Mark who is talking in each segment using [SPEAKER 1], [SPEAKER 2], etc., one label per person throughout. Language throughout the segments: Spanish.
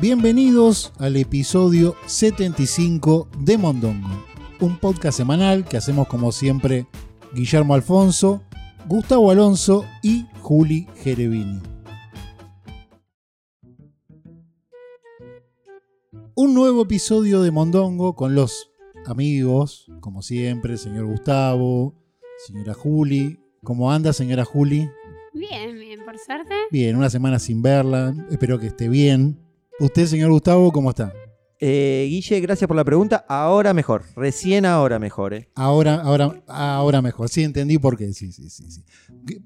[SPEAKER 1] Bienvenidos al episodio 75 de Mondongo, un podcast semanal que hacemos como siempre Guillermo Alfonso, Gustavo Alonso y Juli Gerevini. Un nuevo episodio de Mondongo con los amigos, como siempre, señor Gustavo, señora Juli. ¿Cómo anda, señora Juli?
[SPEAKER 2] Bien, bien, por suerte.
[SPEAKER 1] Bien, una semana sin verla. Espero que esté bien. ¿Usted, señor Gustavo, cómo está?
[SPEAKER 3] Eh, Guille, gracias por la pregunta. Ahora mejor, recién ahora mejor. eh.
[SPEAKER 1] Ahora, ahora, ahora mejor. Sí, entendí por qué. Sí, sí, sí. sí.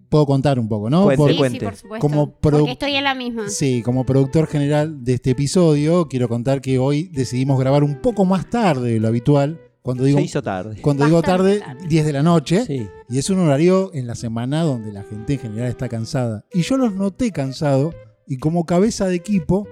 [SPEAKER 1] Puedo contar un poco, ¿no?
[SPEAKER 3] Puede
[SPEAKER 1] Por-
[SPEAKER 3] ser.
[SPEAKER 2] sí, sí,
[SPEAKER 3] cuente.
[SPEAKER 2] por supuesto.
[SPEAKER 1] Como produ-
[SPEAKER 2] Porque estoy en la misma.
[SPEAKER 1] sí, como productor general de este episodio, quiero contar que hoy decidimos grabar un poco más tarde de lo habitual. Cuando digo,
[SPEAKER 3] Se hizo tarde.
[SPEAKER 1] cuando digo tarde,
[SPEAKER 2] Bastante tarde.
[SPEAKER 1] 10 de la noche.
[SPEAKER 3] Sí.
[SPEAKER 1] Y es un horario en la semana donde la gente en general está cansada. Y yo los noté cansado y como cabeza de equipo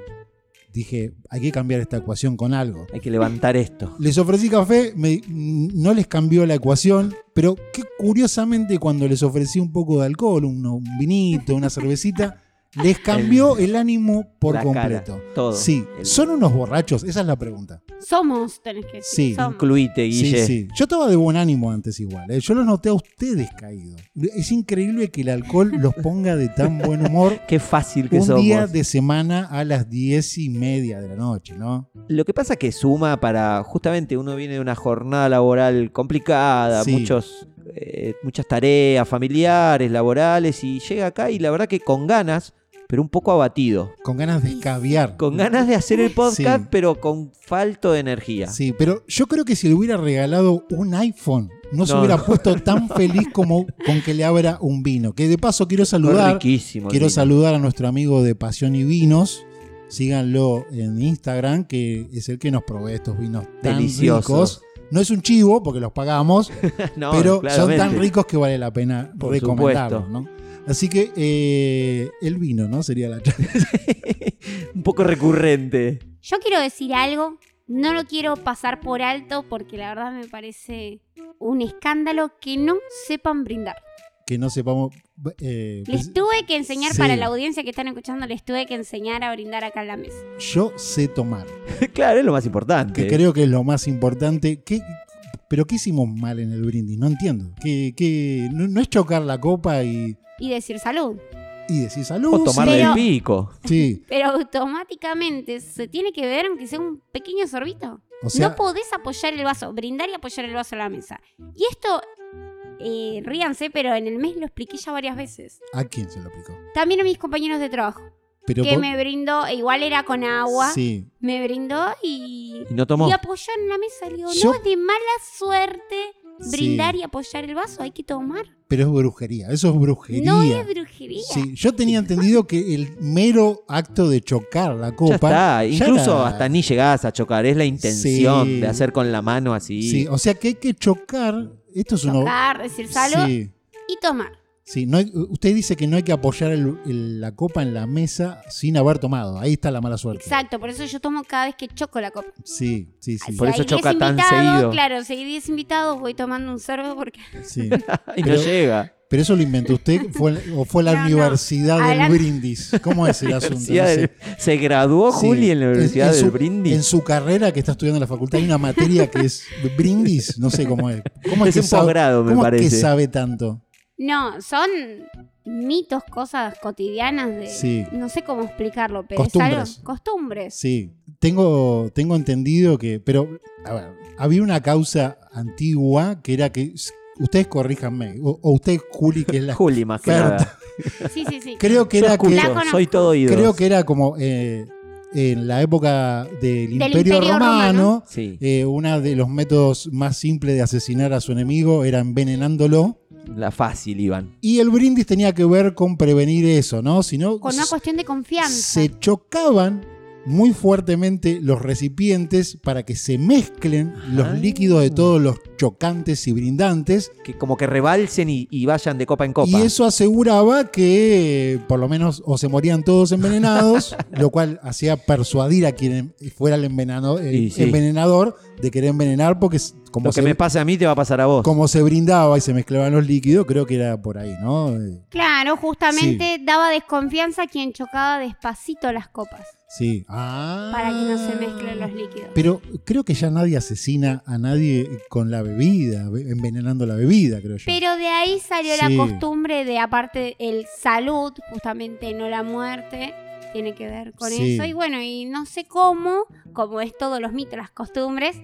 [SPEAKER 1] dije, hay que cambiar esta ecuación con algo.
[SPEAKER 3] Hay que levantar esto.
[SPEAKER 1] Les ofrecí café, me- no les cambió la ecuación, pero que curiosamente cuando les ofrecí un poco de alcohol, un, un vinito, una cervecita, les cambió el ánimo por
[SPEAKER 3] La cara,
[SPEAKER 1] completo.
[SPEAKER 3] todo.
[SPEAKER 1] Sí,
[SPEAKER 3] El-
[SPEAKER 1] ¿son unos borrachos? Esa es la pregunta.
[SPEAKER 2] Somos, tenés que decir.
[SPEAKER 1] Sí,
[SPEAKER 2] somos.
[SPEAKER 3] Incluite,
[SPEAKER 1] Sí,
[SPEAKER 3] Guille.
[SPEAKER 1] sí. Yo estaba de buen ánimo antes igual. ¿eh? Yo los noté a ustedes caídos. Es increíble que el alcohol los ponga de tan buen humor
[SPEAKER 3] Qué fácil que
[SPEAKER 1] un
[SPEAKER 3] somos.
[SPEAKER 1] día de semana a las diez y media de la noche, ¿no?
[SPEAKER 3] Lo que pasa que suma para. Justamente uno viene de una jornada laboral complicada,
[SPEAKER 1] Sí.
[SPEAKER 3] muchos, eh, muchas tareas familiares, laborales, y llega acá y la verdad que con ganas, pero un poco abatido.
[SPEAKER 1] Con ganas de escabiar.
[SPEAKER 3] Con ganas de hacer el podcast,
[SPEAKER 1] Sí.
[SPEAKER 3] pero con falto de energía.
[SPEAKER 1] Sí, pero yo creo que si le hubiera regalado un iPhone, no, se
[SPEAKER 3] No,
[SPEAKER 1] hubiera
[SPEAKER 3] no.
[SPEAKER 1] puesto tan feliz como con que le abra un vino. Que de paso quiero
[SPEAKER 3] Fue
[SPEAKER 1] saludar.
[SPEAKER 3] riquísimo. el
[SPEAKER 1] Quiero
[SPEAKER 3] vino.
[SPEAKER 1] saludar a nuestro amigo de Pasión y Vinos. Síganlo en Instagram, que es el que nos provee estos vinos tan
[SPEAKER 3] Deliciosos.
[SPEAKER 1] ricos. No es un chivo porque los pagamos,
[SPEAKER 3] No,
[SPEAKER 1] pero son tan
[SPEAKER 3] claramente.
[SPEAKER 1] ricos que vale la pena
[SPEAKER 3] Por
[SPEAKER 1] recomendarlos,
[SPEAKER 3] supuesto.
[SPEAKER 1] ¿no? Así que eh, el vino, ¿no? Sería la charla.
[SPEAKER 3] un poco recurrente.
[SPEAKER 2] Yo quiero decir algo, no lo quiero pasar por alto porque la verdad me parece un escándalo que no sepan brindar.
[SPEAKER 1] Que no sepamos. eh,
[SPEAKER 2] Les tuve que enseñar
[SPEAKER 1] Sí.
[SPEAKER 2] para la audiencia que están escuchando, les tuve que enseñar a brindar acá en la mesa.
[SPEAKER 1] yo sé tomar.
[SPEAKER 3] claro, es lo más importante.
[SPEAKER 1] que creo que es lo más importante. ¿Qué- ¿Pero qué hicimos mal en el brindis? No entiendo. ¿Qué, qué- no, no es chocar la copa y,
[SPEAKER 2] Y decir salud.
[SPEAKER 1] y decir salud?
[SPEAKER 3] o tomar
[SPEAKER 1] sí,
[SPEAKER 2] Pero-
[SPEAKER 3] del pico.
[SPEAKER 1] sí.
[SPEAKER 2] Pero automáticamente se tiene que ver aunque sea un pequeño sorbito.
[SPEAKER 1] O sea,
[SPEAKER 2] no podés apoyar el vaso, brindar y apoyar el vaso a la mesa. Y esto, eh, ríanse, pero en el mes lo expliqué ya varias veces.
[SPEAKER 1] ¿a quién se lo aplicó?
[SPEAKER 2] También a mis compañeros de trabajo,
[SPEAKER 1] Pero
[SPEAKER 2] que
[SPEAKER 1] po-
[SPEAKER 2] me brindó, e igual era con agua,
[SPEAKER 1] Sí.
[SPEAKER 2] me brindó y,
[SPEAKER 3] Y no tomó.
[SPEAKER 2] y apoyó en la mesa. Le digo,
[SPEAKER 1] Yo-
[SPEAKER 2] no es de mala suerte
[SPEAKER 1] Sí.
[SPEAKER 2] brindar y apoyar el vaso, hay que tomar.
[SPEAKER 1] Pero es brujería. Eso es brujería.
[SPEAKER 2] No es brujería.
[SPEAKER 1] Sí, yo tenía entendido que el mero acto de chocar la
[SPEAKER 3] Ya
[SPEAKER 1] copa. ya
[SPEAKER 3] está. Incluso
[SPEAKER 1] era-
[SPEAKER 3] hasta ni llegás a chocar. Es la intención
[SPEAKER 1] Sí.
[SPEAKER 3] de hacer con la mano así.
[SPEAKER 1] Sí, o sea que hay que chocar. Esto es uno.
[SPEAKER 2] Tocar, decir salud
[SPEAKER 1] Sí.
[SPEAKER 2] y tomar.
[SPEAKER 1] Sí, no hay- usted dice que no hay que apoyar el- el- la copa en la mesa sin haber tomado. Ahí está la mala suerte.
[SPEAKER 2] Exacto, por eso yo tomo cada vez que choco la copa.
[SPEAKER 1] Sí, sí, sí.
[SPEAKER 2] Si
[SPEAKER 3] Por eso
[SPEAKER 2] hay 10
[SPEAKER 3] choca tan
[SPEAKER 2] invitados,
[SPEAKER 3] seguido.
[SPEAKER 2] Claro, si hay 10 invitados voy tomando un sorbo porque
[SPEAKER 1] sí.
[SPEAKER 3] y no
[SPEAKER 1] Pero-
[SPEAKER 3] llega.
[SPEAKER 1] Pero eso lo inventó usted fue- o fue la
[SPEAKER 2] No, no.
[SPEAKER 1] Universidad del
[SPEAKER 2] Hablando-
[SPEAKER 1] Brindis. ¿Cómo es el asunto? No
[SPEAKER 3] Universidad
[SPEAKER 1] sé.
[SPEAKER 3] del- Se graduó
[SPEAKER 1] Sí.
[SPEAKER 3] Juli en la Universidad
[SPEAKER 1] su,
[SPEAKER 3] del Brindis.
[SPEAKER 1] En su carrera que está estudiando en la facultad hay una materia que es Brindis. No sé cómo es. ¿Cómo
[SPEAKER 3] Es
[SPEAKER 1] que
[SPEAKER 3] un
[SPEAKER 1] sabe-
[SPEAKER 3] posgrado, me
[SPEAKER 1] cómo es que
[SPEAKER 3] parece.
[SPEAKER 1] sabe tanto?
[SPEAKER 2] no, son mitos, cosas cotidianas de
[SPEAKER 1] Sí.
[SPEAKER 2] no sé cómo explicarlo, pero
[SPEAKER 1] Costumbres.
[SPEAKER 2] es algo costumbres.
[SPEAKER 1] Sí, tengo, tengo entendido que, pero, a ver, había una causa antigua que era que, ustedes corríjanme, o, o usted, Juli, que es la...
[SPEAKER 3] Juli, más que
[SPEAKER 1] Ferta.
[SPEAKER 3] nada.
[SPEAKER 2] Sí, sí, sí.
[SPEAKER 1] creo que
[SPEAKER 3] Yo
[SPEAKER 1] era que,
[SPEAKER 3] escucho,
[SPEAKER 2] La conozco.
[SPEAKER 3] soy todo oídos.
[SPEAKER 1] creo que era como eh, en la época del Imperio,
[SPEAKER 2] Imperio
[SPEAKER 1] Romano,
[SPEAKER 2] Romano.
[SPEAKER 3] Sí,
[SPEAKER 1] eh, uno de los métodos más simples de asesinar a su enemigo era envenenándolo.
[SPEAKER 3] la fácil, Iván.
[SPEAKER 1] Y el brindis tenía que ver con prevenir eso, ¿no? Si no,
[SPEAKER 2] Con una cuestión de confianza.
[SPEAKER 1] se chocaban muy fuertemente los recipientes para que se mezclen
[SPEAKER 3] Ah.
[SPEAKER 1] los líquidos de todos los chocantes y brindantes.
[SPEAKER 3] Que como que rebalsen y, y vayan de copa en copa.
[SPEAKER 1] Y eso aseguraba que eh, por lo menos o se morían todos envenenados, lo cual hacía persuadir a quien fuera el envenenado- el
[SPEAKER 3] Y sí.
[SPEAKER 1] envenenador de querer envenenar porque s- como,
[SPEAKER 3] Lo que
[SPEAKER 1] se,
[SPEAKER 3] me pase a mí te va a pasar a vos.
[SPEAKER 1] como se brindaba y se mezclaban los líquidos, creo que era por ahí, ¿no? Eh,
[SPEAKER 2] Claro, justamente daba desconfianza a quien chocaba despacito las copas
[SPEAKER 1] Sí. Ah.
[SPEAKER 2] para que no se mezclen los líquidos.
[SPEAKER 1] Pero creo que ya nadie asesina a nadie con la bebida, be- envenenando la bebida, creo yo.
[SPEAKER 2] Pero de ahí salió
[SPEAKER 1] Sí.
[SPEAKER 2] la costumbre de, aparte, el salud, justamente no la muerte, tiene que ver con
[SPEAKER 1] Sí.
[SPEAKER 2] eso. Y bueno, y no sé cómo, como es todos los mitos, las costumbres,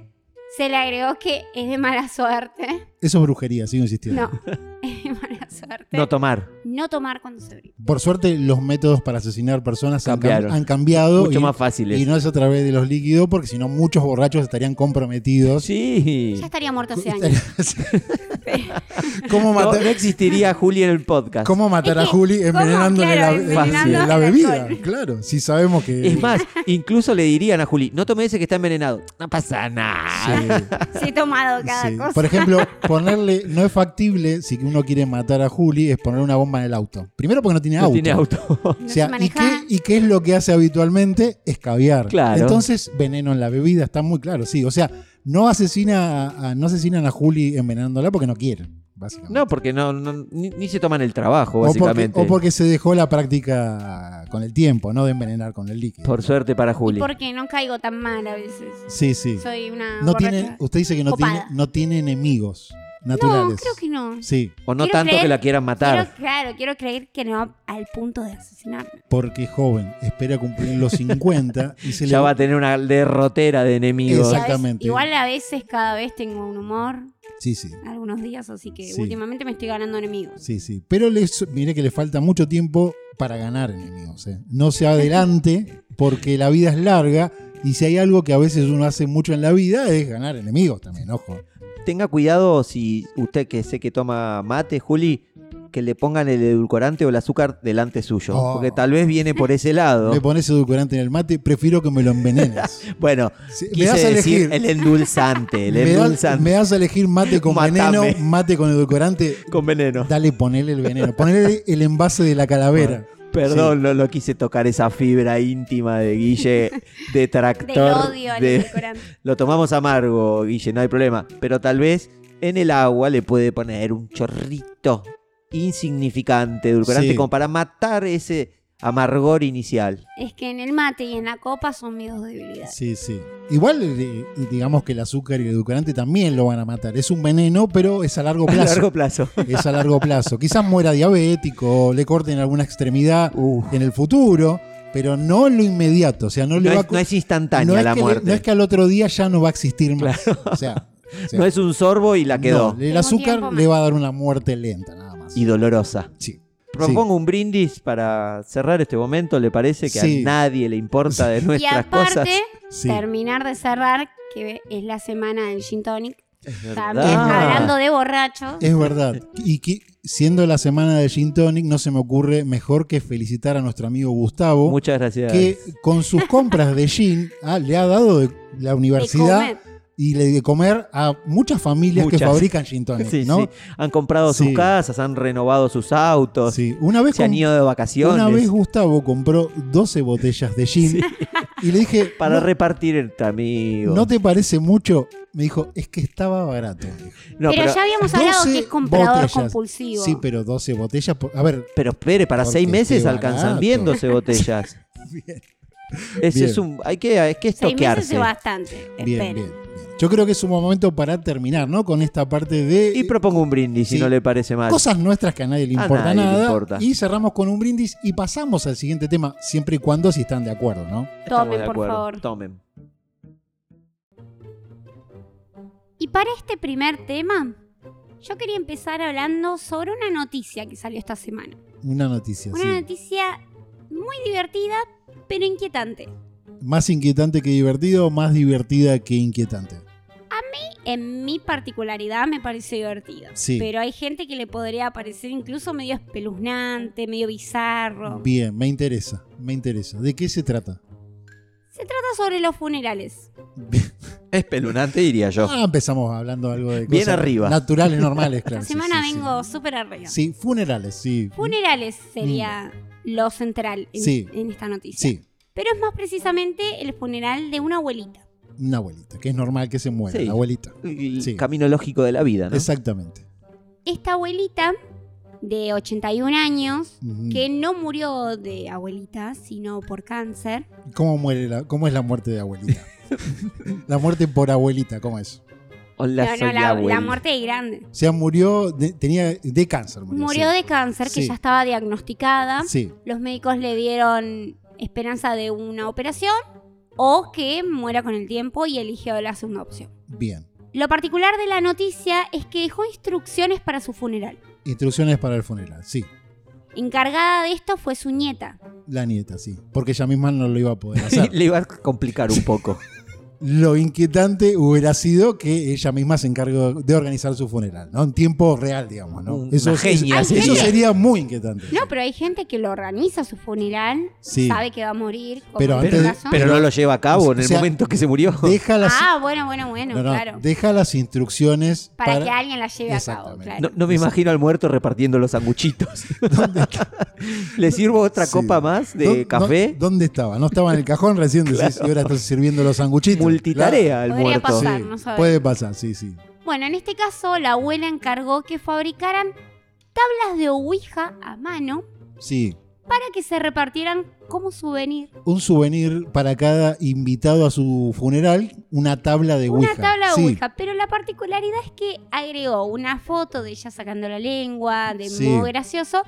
[SPEAKER 2] se le agregó que es de mala suerte.
[SPEAKER 1] Eso es brujería, sigo insistiendo.
[SPEAKER 2] No, es de mala suerte.
[SPEAKER 3] No tomar.
[SPEAKER 2] no tomar cuando se brinda.
[SPEAKER 1] Por suerte, los métodos para asesinar personas han, cam-
[SPEAKER 3] Cambiaron.
[SPEAKER 1] han cambiado
[SPEAKER 3] Mucho
[SPEAKER 1] y,
[SPEAKER 3] más fácil
[SPEAKER 1] y
[SPEAKER 3] es.
[SPEAKER 1] no es a través de los líquidos, porque si no, muchos borrachos estarían comprometidos.
[SPEAKER 3] Sí.
[SPEAKER 2] Ya estaría muerto hace años.
[SPEAKER 1] ¿Cómo,
[SPEAKER 3] No,
[SPEAKER 1] matar,
[SPEAKER 3] no existiría Juli en el podcast.
[SPEAKER 1] cómo matar
[SPEAKER 2] Es
[SPEAKER 1] a
[SPEAKER 2] que,
[SPEAKER 1] Juli envenenándole
[SPEAKER 2] claro,
[SPEAKER 1] la, eh,
[SPEAKER 2] envenenando
[SPEAKER 1] la- la
[SPEAKER 2] el
[SPEAKER 1] bebida?
[SPEAKER 2] alcohol.
[SPEAKER 1] Claro, si sabemos que.
[SPEAKER 3] Es más, incluso le dirían a Juli, no tome ese que está envenenado. No pasa nada.
[SPEAKER 1] Sí.
[SPEAKER 2] Se he tomado cada
[SPEAKER 1] Sí.
[SPEAKER 2] cosa.
[SPEAKER 1] Por ejemplo, ponerle, no es factible si uno quiere matar a Juli, es poner una bomba en el auto. Primero porque no tiene
[SPEAKER 3] No
[SPEAKER 1] auto.
[SPEAKER 3] tiene auto.
[SPEAKER 2] No
[SPEAKER 1] O sea,
[SPEAKER 2] se
[SPEAKER 1] ¿y
[SPEAKER 2] maneja.
[SPEAKER 1] qué, y qué es lo que hace habitualmente? Escabiar.
[SPEAKER 3] Claro.
[SPEAKER 1] Entonces, veneno en la bebida, está muy claro, sí. O sea, no asesina a- a- no asesinan a Juli envenenándola porque no quieren, básicamente.
[SPEAKER 3] No, porque no, no- ni, ni se toman el trabajo,
[SPEAKER 1] o porque,
[SPEAKER 3] básicamente.
[SPEAKER 1] o porque se dejó la práctica con el tiempo, no de envenenar con el líquido.
[SPEAKER 3] Por suerte para Juli.
[SPEAKER 2] Porque no caigo tan mal a veces.
[SPEAKER 1] Sí, sí.
[SPEAKER 2] Soy una
[SPEAKER 1] No
[SPEAKER 2] borracha.
[SPEAKER 1] tiene, usted dice que no tiene,
[SPEAKER 2] Copada.
[SPEAKER 1] no tiene enemigos naturales.
[SPEAKER 2] No, creo que no.
[SPEAKER 1] Sí,
[SPEAKER 3] O no
[SPEAKER 2] Quiero
[SPEAKER 3] tanto que
[SPEAKER 2] creer-
[SPEAKER 3] la quieran matar.
[SPEAKER 2] Quiero, claro, quiero creer que no al punto de asesinarme.
[SPEAKER 1] porque joven, espera cumplir los 50 y se le
[SPEAKER 3] Ya va a tener una derrotera de enemigos.
[SPEAKER 1] Exacto. Exactamente.
[SPEAKER 2] Igual a veces cada vez tengo un humor,
[SPEAKER 1] Sí, sí.
[SPEAKER 2] algunos días, así que
[SPEAKER 1] Sí.
[SPEAKER 2] últimamente me estoy ganando enemigos.
[SPEAKER 1] Sí, sí. Pero les, mire que le falta mucho tiempo para ganar enemigos. ¿eh? No se adelante porque la vida es larga y si hay algo que a veces uno hace mucho en la vida es ganar enemigos también, ojo.
[SPEAKER 3] Tenga cuidado si usted que sé que toma mate, Juli, que le pongan el edulcorante o el azúcar delante suyo.
[SPEAKER 1] Oh.
[SPEAKER 3] Porque tal vez viene por ese lado.
[SPEAKER 1] Me pones edulcorante en el mate, prefiero que me lo envenenes.
[SPEAKER 3] Bueno,
[SPEAKER 1] Sí, me
[SPEAKER 3] quise
[SPEAKER 1] das a
[SPEAKER 3] decir
[SPEAKER 1] elegir.
[SPEAKER 3] el endulzante. El
[SPEAKER 1] me, das-
[SPEAKER 3] endulzante
[SPEAKER 1] me das a elegir mate con
[SPEAKER 3] Matame.
[SPEAKER 1] veneno, mate con edulcorante.
[SPEAKER 3] con veneno.
[SPEAKER 1] Dale, ponele el veneno. Ponele el envase de la calavera.
[SPEAKER 3] Perdón, no, no quise tocar esa fibra íntima de Guille,
[SPEAKER 2] Del
[SPEAKER 3] detractor.
[SPEAKER 2] odio al
[SPEAKER 3] de-
[SPEAKER 2] edulcorante.
[SPEAKER 3] Lo tomamos amargo, Guille, no hay problema. Pero tal vez en el agua le puede poner un chorrito insignificante, edulcorante,
[SPEAKER 1] Sí.
[SPEAKER 3] como para matar ese amargor inicial.
[SPEAKER 2] Es que en el mate y en la copa son mis dos debilidades.
[SPEAKER 1] Sí, sí. Igual eh, digamos que el azúcar y el edulcorante también lo van a matar. Es un veneno, pero es a largo
[SPEAKER 3] A
[SPEAKER 1] plazo.
[SPEAKER 3] largo plazo.
[SPEAKER 1] es a largo plazo. Quizás muera diabético, le corten alguna extremidad
[SPEAKER 3] Uf,
[SPEAKER 1] en el futuro, pero no en lo inmediato. O sea, Uh. no le
[SPEAKER 3] no,
[SPEAKER 1] va
[SPEAKER 3] es,
[SPEAKER 1] a.
[SPEAKER 3] no es instantánea
[SPEAKER 1] no es
[SPEAKER 3] la
[SPEAKER 1] que le-
[SPEAKER 3] muerte.
[SPEAKER 1] no es que al otro día ya no va a existir más. O sea, o sea,
[SPEAKER 3] No es un sorbo y la quedó.
[SPEAKER 1] no, el
[SPEAKER 2] Tengo
[SPEAKER 1] azúcar
[SPEAKER 2] tiempo más.
[SPEAKER 1] le va a dar una muerte lenta, nada más.
[SPEAKER 3] Y dolorosa.
[SPEAKER 1] Sí.
[SPEAKER 3] Propongo un brindis para cerrar este momento. ¿Le parece que
[SPEAKER 1] Sí.
[SPEAKER 3] a nadie le importa de
[SPEAKER 2] Y
[SPEAKER 3] nuestras cosas?
[SPEAKER 2] aparte,
[SPEAKER 1] Sí.
[SPEAKER 2] terminar de cerrar, que es la semana del Gin Tonic, también
[SPEAKER 3] verdad.
[SPEAKER 2] hablando de borrachos.
[SPEAKER 1] Es verdad. Y que, siendo la semana de Gin Tonic, no se me ocurre mejor que felicitar a nuestro amigo Gustavo,
[SPEAKER 3] Muchas gracias.
[SPEAKER 1] que con sus compras de Gin ah, le ha dado de la
[SPEAKER 2] de
[SPEAKER 1] universidad
[SPEAKER 2] comer.
[SPEAKER 1] y le de comer a muchas familias que
[SPEAKER 3] Muchas.
[SPEAKER 1] fabrican gin tonic,
[SPEAKER 3] Sí,
[SPEAKER 1] ¿no?
[SPEAKER 3] sí. Han comprado
[SPEAKER 1] Sí.
[SPEAKER 3] sus casas, han renovado sus autos,
[SPEAKER 1] Sí. Una vez,
[SPEAKER 3] se han
[SPEAKER 1] com-
[SPEAKER 3] ido de vacaciones
[SPEAKER 1] una vez Gustavo compró 12 botellas de gin y le dije, no,
[SPEAKER 3] para repartir entre amigos.
[SPEAKER 1] ¿no te parece mucho? Me dijo, es que estaba barato. me dijo.
[SPEAKER 3] No,
[SPEAKER 2] pero,
[SPEAKER 3] pero,
[SPEAKER 2] ya habíamos hablado
[SPEAKER 1] 12
[SPEAKER 2] que es comprador
[SPEAKER 1] botellas.
[SPEAKER 2] compulsivo.
[SPEAKER 1] Sí, pero 12 botellas, por- a ver,
[SPEAKER 3] pero espere, para
[SPEAKER 1] Porque
[SPEAKER 3] seis meses
[SPEAKER 1] qué
[SPEAKER 3] alcanzan
[SPEAKER 1] barato.
[SPEAKER 3] bien 12 botellas.
[SPEAKER 1] Bien.
[SPEAKER 3] Ese
[SPEAKER 1] Bien.
[SPEAKER 3] es un, hay que, hay que
[SPEAKER 2] Seis meses
[SPEAKER 3] estoquearse.
[SPEAKER 2] es bastante.
[SPEAKER 1] bien, bien,
[SPEAKER 2] esperen.
[SPEAKER 1] bien. Yo creo que es un momento para terminar, ¿no? Con esta parte de
[SPEAKER 3] Y propongo un brindis
[SPEAKER 1] Sí.
[SPEAKER 3] si no le parece mal.
[SPEAKER 1] cosas nuestras que a nadie le
[SPEAKER 3] A
[SPEAKER 1] importa
[SPEAKER 3] nadie le
[SPEAKER 1] nada.
[SPEAKER 3] importa.
[SPEAKER 1] Y cerramos con un brindis y pasamos al siguiente tema, siempre y cuando si están de acuerdo, ¿no?
[SPEAKER 3] Estamos
[SPEAKER 2] Tomen,
[SPEAKER 3] de
[SPEAKER 2] por
[SPEAKER 3] acuerdo.
[SPEAKER 2] favor.
[SPEAKER 3] Tomen.
[SPEAKER 2] Y para este primer tema, yo quería empezar hablando sobre una noticia que salió esta semana.
[SPEAKER 1] Una noticia,
[SPEAKER 2] Una
[SPEAKER 1] sí.
[SPEAKER 2] noticia muy divertida, pero inquietante.
[SPEAKER 1] Más inquietante que divertido, más divertida que inquietante.
[SPEAKER 2] En mi particularidad me pareció divertida.
[SPEAKER 1] Sí.
[SPEAKER 2] Pero hay gente que le podría parecer incluso medio espeluznante, medio bizarro.
[SPEAKER 1] Bien, me interesa, me interesa. ¿De qué se trata?
[SPEAKER 2] Se trata sobre los funerales.
[SPEAKER 1] Bien.
[SPEAKER 3] Espelunante diría yo.
[SPEAKER 1] Ah, empezamos hablando algo de
[SPEAKER 3] Bien
[SPEAKER 1] cosas
[SPEAKER 3] arriba.
[SPEAKER 1] naturales, normales, claro.
[SPEAKER 2] Esta
[SPEAKER 1] sí,
[SPEAKER 2] semana
[SPEAKER 1] sí, sí.
[SPEAKER 2] vengo súper arriba.
[SPEAKER 1] Sí, funerales, sí.
[SPEAKER 2] Funerales sería lo central en,
[SPEAKER 1] Sí.
[SPEAKER 2] en esta noticia.
[SPEAKER 1] Sí,
[SPEAKER 2] Pero es más precisamente el funeral de una abuelita.
[SPEAKER 1] una abuelita, que es normal que se muera,
[SPEAKER 3] Sí.
[SPEAKER 1] la abuelita.
[SPEAKER 3] El
[SPEAKER 1] Sí.
[SPEAKER 3] camino lógico de la vida, ¿no?
[SPEAKER 1] Exactamente.
[SPEAKER 2] Esta abuelita de 81 años,
[SPEAKER 1] Ujú.
[SPEAKER 2] que no murió de abuelita, sino por cáncer,
[SPEAKER 1] ¿Cómo, muere la- ¿Cómo es la muerte de abuelita? la muerte por abuelita, ¿cómo es?
[SPEAKER 3] Hola,
[SPEAKER 2] no, no,
[SPEAKER 3] soy
[SPEAKER 2] la,
[SPEAKER 3] abuela.
[SPEAKER 2] la muerte de grande.
[SPEAKER 1] O sea, murió, de- tenía de cáncer.
[SPEAKER 2] Murió de cáncer, que
[SPEAKER 1] Sí.
[SPEAKER 2] ya estaba diagnosticada.
[SPEAKER 1] Sí,
[SPEAKER 2] Los médicos le dieron esperanza de una operación o que muera con el tiempo y eligió la segunda opción.
[SPEAKER 1] bien.
[SPEAKER 2] Lo particular de la noticia es que dejó instrucciones para su funeral.
[SPEAKER 1] Instrucciones para el funeral, sí.
[SPEAKER 2] Encargada de esto fue su nieta.
[SPEAKER 1] La nieta, sí. Porque ella misma no lo iba a poder hacer.
[SPEAKER 3] Le iba a complicar un poco.
[SPEAKER 1] lo inquietante hubiera sido que ella misma se encargó de organizar su funeral, ¿no? En tiempo real, digamos, ¿no?
[SPEAKER 3] Una genia
[SPEAKER 1] eso- eso
[SPEAKER 3] sería.
[SPEAKER 1] sería muy inquietante.
[SPEAKER 2] No, pero hay gente que lo organiza su funeral,
[SPEAKER 1] Sí.
[SPEAKER 2] sabe que va a morir, como
[SPEAKER 1] Pero
[SPEAKER 2] en tu
[SPEAKER 1] antes-
[SPEAKER 2] caso.
[SPEAKER 3] Pero no lo lleva a
[SPEAKER 1] O
[SPEAKER 3] cabo en el
[SPEAKER 1] sea,
[SPEAKER 3] momento que se murió.
[SPEAKER 1] Deja las,
[SPEAKER 2] Ah, bueno, bueno, bueno,
[SPEAKER 1] no, no,
[SPEAKER 2] claro.
[SPEAKER 1] deja las instrucciones
[SPEAKER 2] Para, que alguien la lleve a cabo,
[SPEAKER 1] Exactamente.
[SPEAKER 2] claro.
[SPEAKER 3] No, no me imagino al muerto repartiendo los sanguchitos. ¿Le sirvo otra
[SPEAKER 1] Sí.
[SPEAKER 3] copa más de
[SPEAKER 1] ¿Dó- dó-
[SPEAKER 3] café?
[SPEAKER 1] ¿Dónde estaba? No estaba en el cajón recién, decís, y ahora estás sirviendo los sanguchitos.
[SPEAKER 3] Multitarea el
[SPEAKER 2] Podría
[SPEAKER 3] muerto.
[SPEAKER 1] Claro.
[SPEAKER 2] pasar,
[SPEAKER 1] Sí,
[SPEAKER 2] no sabés.
[SPEAKER 1] puede pasar, sí, sí.
[SPEAKER 2] Bueno, en este caso, la abuela encargó que fabricaran tablas de ouija a mano
[SPEAKER 1] Sí.
[SPEAKER 2] para que se repartieran como souvenir.
[SPEAKER 1] Un souvenir para cada invitado a su funeral, una tabla de Ouija.
[SPEAKER 2] Una tabla de
[SPEAKER 1] Sí,
[SPEAKER 2] ouija, pero la particularidad es que agregó una foto de ella sacando la lengua, de
[SPEAKER 1] Sí.
[SPEAKER 2] modo gracioso,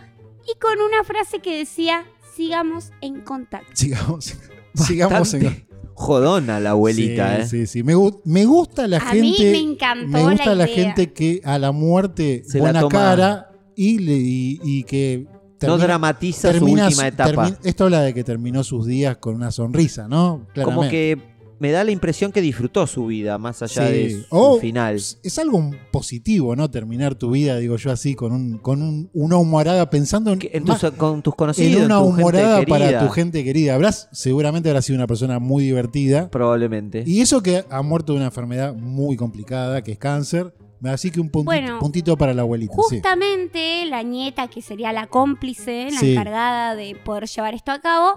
[SPEAKER 2] y con una frase que decía, sigamos en contacto.
[SPEAKER 1] Sigamos, sigamos en-
[SPEAKER 3] Bastante Jodona la abuelita,
[SPEAKER 1] Sí,
[SPEAKER 3] ¿eh?
[SPEAKER 1] Sí, sí. Me, gu- me gusta la
[SPEAKER 2] a
[SPEAKER 1] gente.
[SPEAKER 2] mí me encantó
[SPEAKER 1] me gusta la,
[SPEAKER 2] la idea.
[SPEAKER 1] gente que a la muerte
[SPEAKER 3] Se la
[SPEAKER 1] buena
[SPEAKER 3] toma-
[SPEAKER 1] cara y, le- y- y que
[SPEAKER 3] no
[SPEAKER 1] termina-
[SPEAKER 3] dramatiza
[SPEAKER 1] termina
[SPEAKER 3] su última
[SPEAKER 1] su-
[SPEAKER 3] etapa.
[SPEAKER 1] termi- esto habla de que terminó sus días con una sonrisa, ¿no?
[SPEAKER 3] Como
[SPEAKER 1] Claramente.
[SPEAKER 3] que me da la impresión que disfrutó su vida más allá
[SPEAKER 1] Sí. Oh,
[SPEAKER 3] de su
[SPEAKER 1] O-
[SPEAKER 3] final.
[SPEAKER 1] Es- Es algo positivo, ¿no? Terminar tu vida, digo yo así, con un, con un, una humorada pensando en,
[SPEAKER 3] Que En
[SPEAKER 1] más-
[SPEAKER 3] tus, con tus
[SPEAKER 1] en
[SPEAKER 3] conocidos,
[SPEAKER 1] una
[SPEAKER 3] tu gente
[SPEAKER 1] humorada para
[SPEAKER 3] querida.
[SPEAKER 1] tu gente querida. Habrás, seguramente habrás sido una persona muy divertida.
[SPEAKER 3] Probablemente.
[SPEAKER 1] Y eso que ha muerto de una enfermedad muy complicada, que es cáncer. Así que un punti-
[SPEAKER 2] Bueno,
[SPEAKER 1] puntito para la abuelita. sí.
[SPEAKER 2] Justamente la nieta, que sería la cómplice, la
[SPEAKER 1] Sí.
[SPEAKER 2] encargada de poder llevar esto a cabo,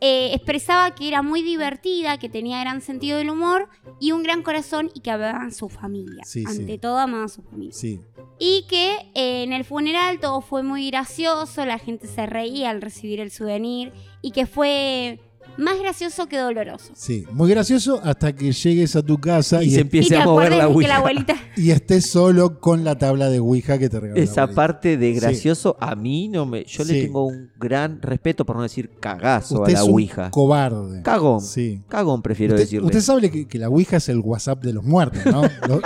[SPEAKER 2] eh, expresaba que era muy divertida, que tenía gran sentido del humor y un gran corazón y que amaba a su familia.
[SPEAKER 1] Sí, sí.
[SPEAKER 2] Ante todo amaba a su familia.
[SPEAKER 1] Sí,
[SPEAKER 2] Y que eh, en el funeral todo fue muy gracioso, la gente se reía al recibir el souvenir y que fue más gracioso que doloroso.
[SPEAKER 1] sí. Muy gracioso hasta que llegues a tu casa
[SPEAKER 3] Y,
[SPEAKER 1] y,
[SPEAKER 3] se
[SPEAKER 1] est-
[SPEAKER 2] Y te
[SPEAKER 3] empieza a mover
[SPEAKER 2] acuerdas
[SPEAKER 3] la
[SPEAKER 2] de que
[SPEAKER 3] ouija.
[SPEAKER 2] la abuelita
[SPEAKER 1] y estés solo con la tabla de Ouija que te regaló. la
[SPEAKER 3] Esa
[SPEAKER 1] abuelita.
[SPEAKER 3] parte de
[SPEAKER 1] Sí.
[SPEAKER 3] gracioso a mí no me. Yo
[SPEAKER 1] Sí.
[SPEAKER 3] le tengo un gran respeto, por no decir cagazo
[SPEAKER 1] Usted
[SPEAKER 3] a
[SPEAKER 1] es
[SPEAKER 3] la
[SPEAKER 1] un
[SPEAKER 3] Ouija.
[SPEAKER 1] cobarde.
[SPEAKER 3] Cagón.
[SPEAKER 1] Sí.
[SPEAKER 3] Cagón prefiero
[SPEAKER 1] Usted,
[SPEAKER 3] decirle.
[SPEAKER 1] usted sabe que, que la Ouija es el WhatsApp de los muertos, ¿no? ¿Lo,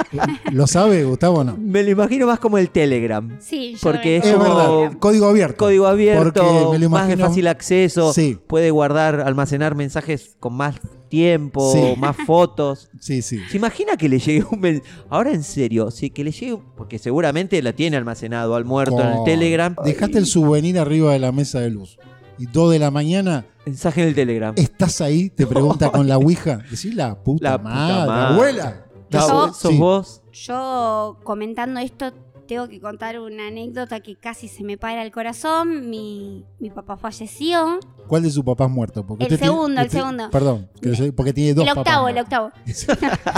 [SPEAKER 1] lo sabe, Gustavo, o no?
[SPEAKER 3] Me lo imagino más como el Telegram.
[SPEAKER 2] Sí, yo
[SPEAKER 3] Porque
[SPEAKER 1] Es
[SPEAKER 2] lo
[SPEAKER 3] como-
[SPEAKER 1] verdad, código abierto.
[SPEAKER 3] Código abierto,
[SPEAKER 1] Porque me lo
[SPEAKER 3] más de
[SPEAKER 1] imagino-
[SPEAKER 3] fácil acceso.
[SPEAKER 1] Sí,
[SPEAKER 3] Puede guardar, almacenar mensajes con más tiempo,
[SPEAKER 1] Sí.
[SPEAKER 3] más fotos.
[SPEAKER 1] sí, sí.
[SPEAKER 3] ¿Se imagina que le llegue un mensaje? Ahora en serio, sí, que le llegue. un- Porque seguramente la tiene almacenado al muerto en el
[SPEAKER 1] Con-
[SPEAKER 3] Telegram.
[SPEAKER 1] Dejaste el souvenir arriba de la mesa de luz. Y 2 de la mañana,
[SPEAKER 3] Mensaje en el Telegram.
[SPEAKER 1] ¿estás ahí? Te pregunta con la Ouija. Decís la puta
[SPEAKER 3] La puta
[SPEAKER 1] madre,
[SPEAKER 3] madre.
[SPEAKER 1] abuela.
[SPEAKER 3] Ah,
[SPEAKER 2] Yo-
[SPEAKER 3] ¿Sos
[SPEAKER 1] Sí.
[SPEAKER 3] vos?
[SPEAKER 2] Yo comentando esto tengo que contar una anécdota que casi se me para el corazón. Mi, mi papá falleció.
[SPEAKER 1] ¿Cuál de sus papás muerto? Porque
[SPEAKER 2] El
[SPEAKER 1] usted tiene-
[SPEAKER 2] segundo, el
[SPEAKER 1] usted-
[SPEAKER 2] segundo.
[SPEAKER 1] Perdón, que lo sé, porque tiene dos
[SPEAKER 2] el octavo,
[SPEAKER 1] papás.
[SPEAKER 2] el octavo.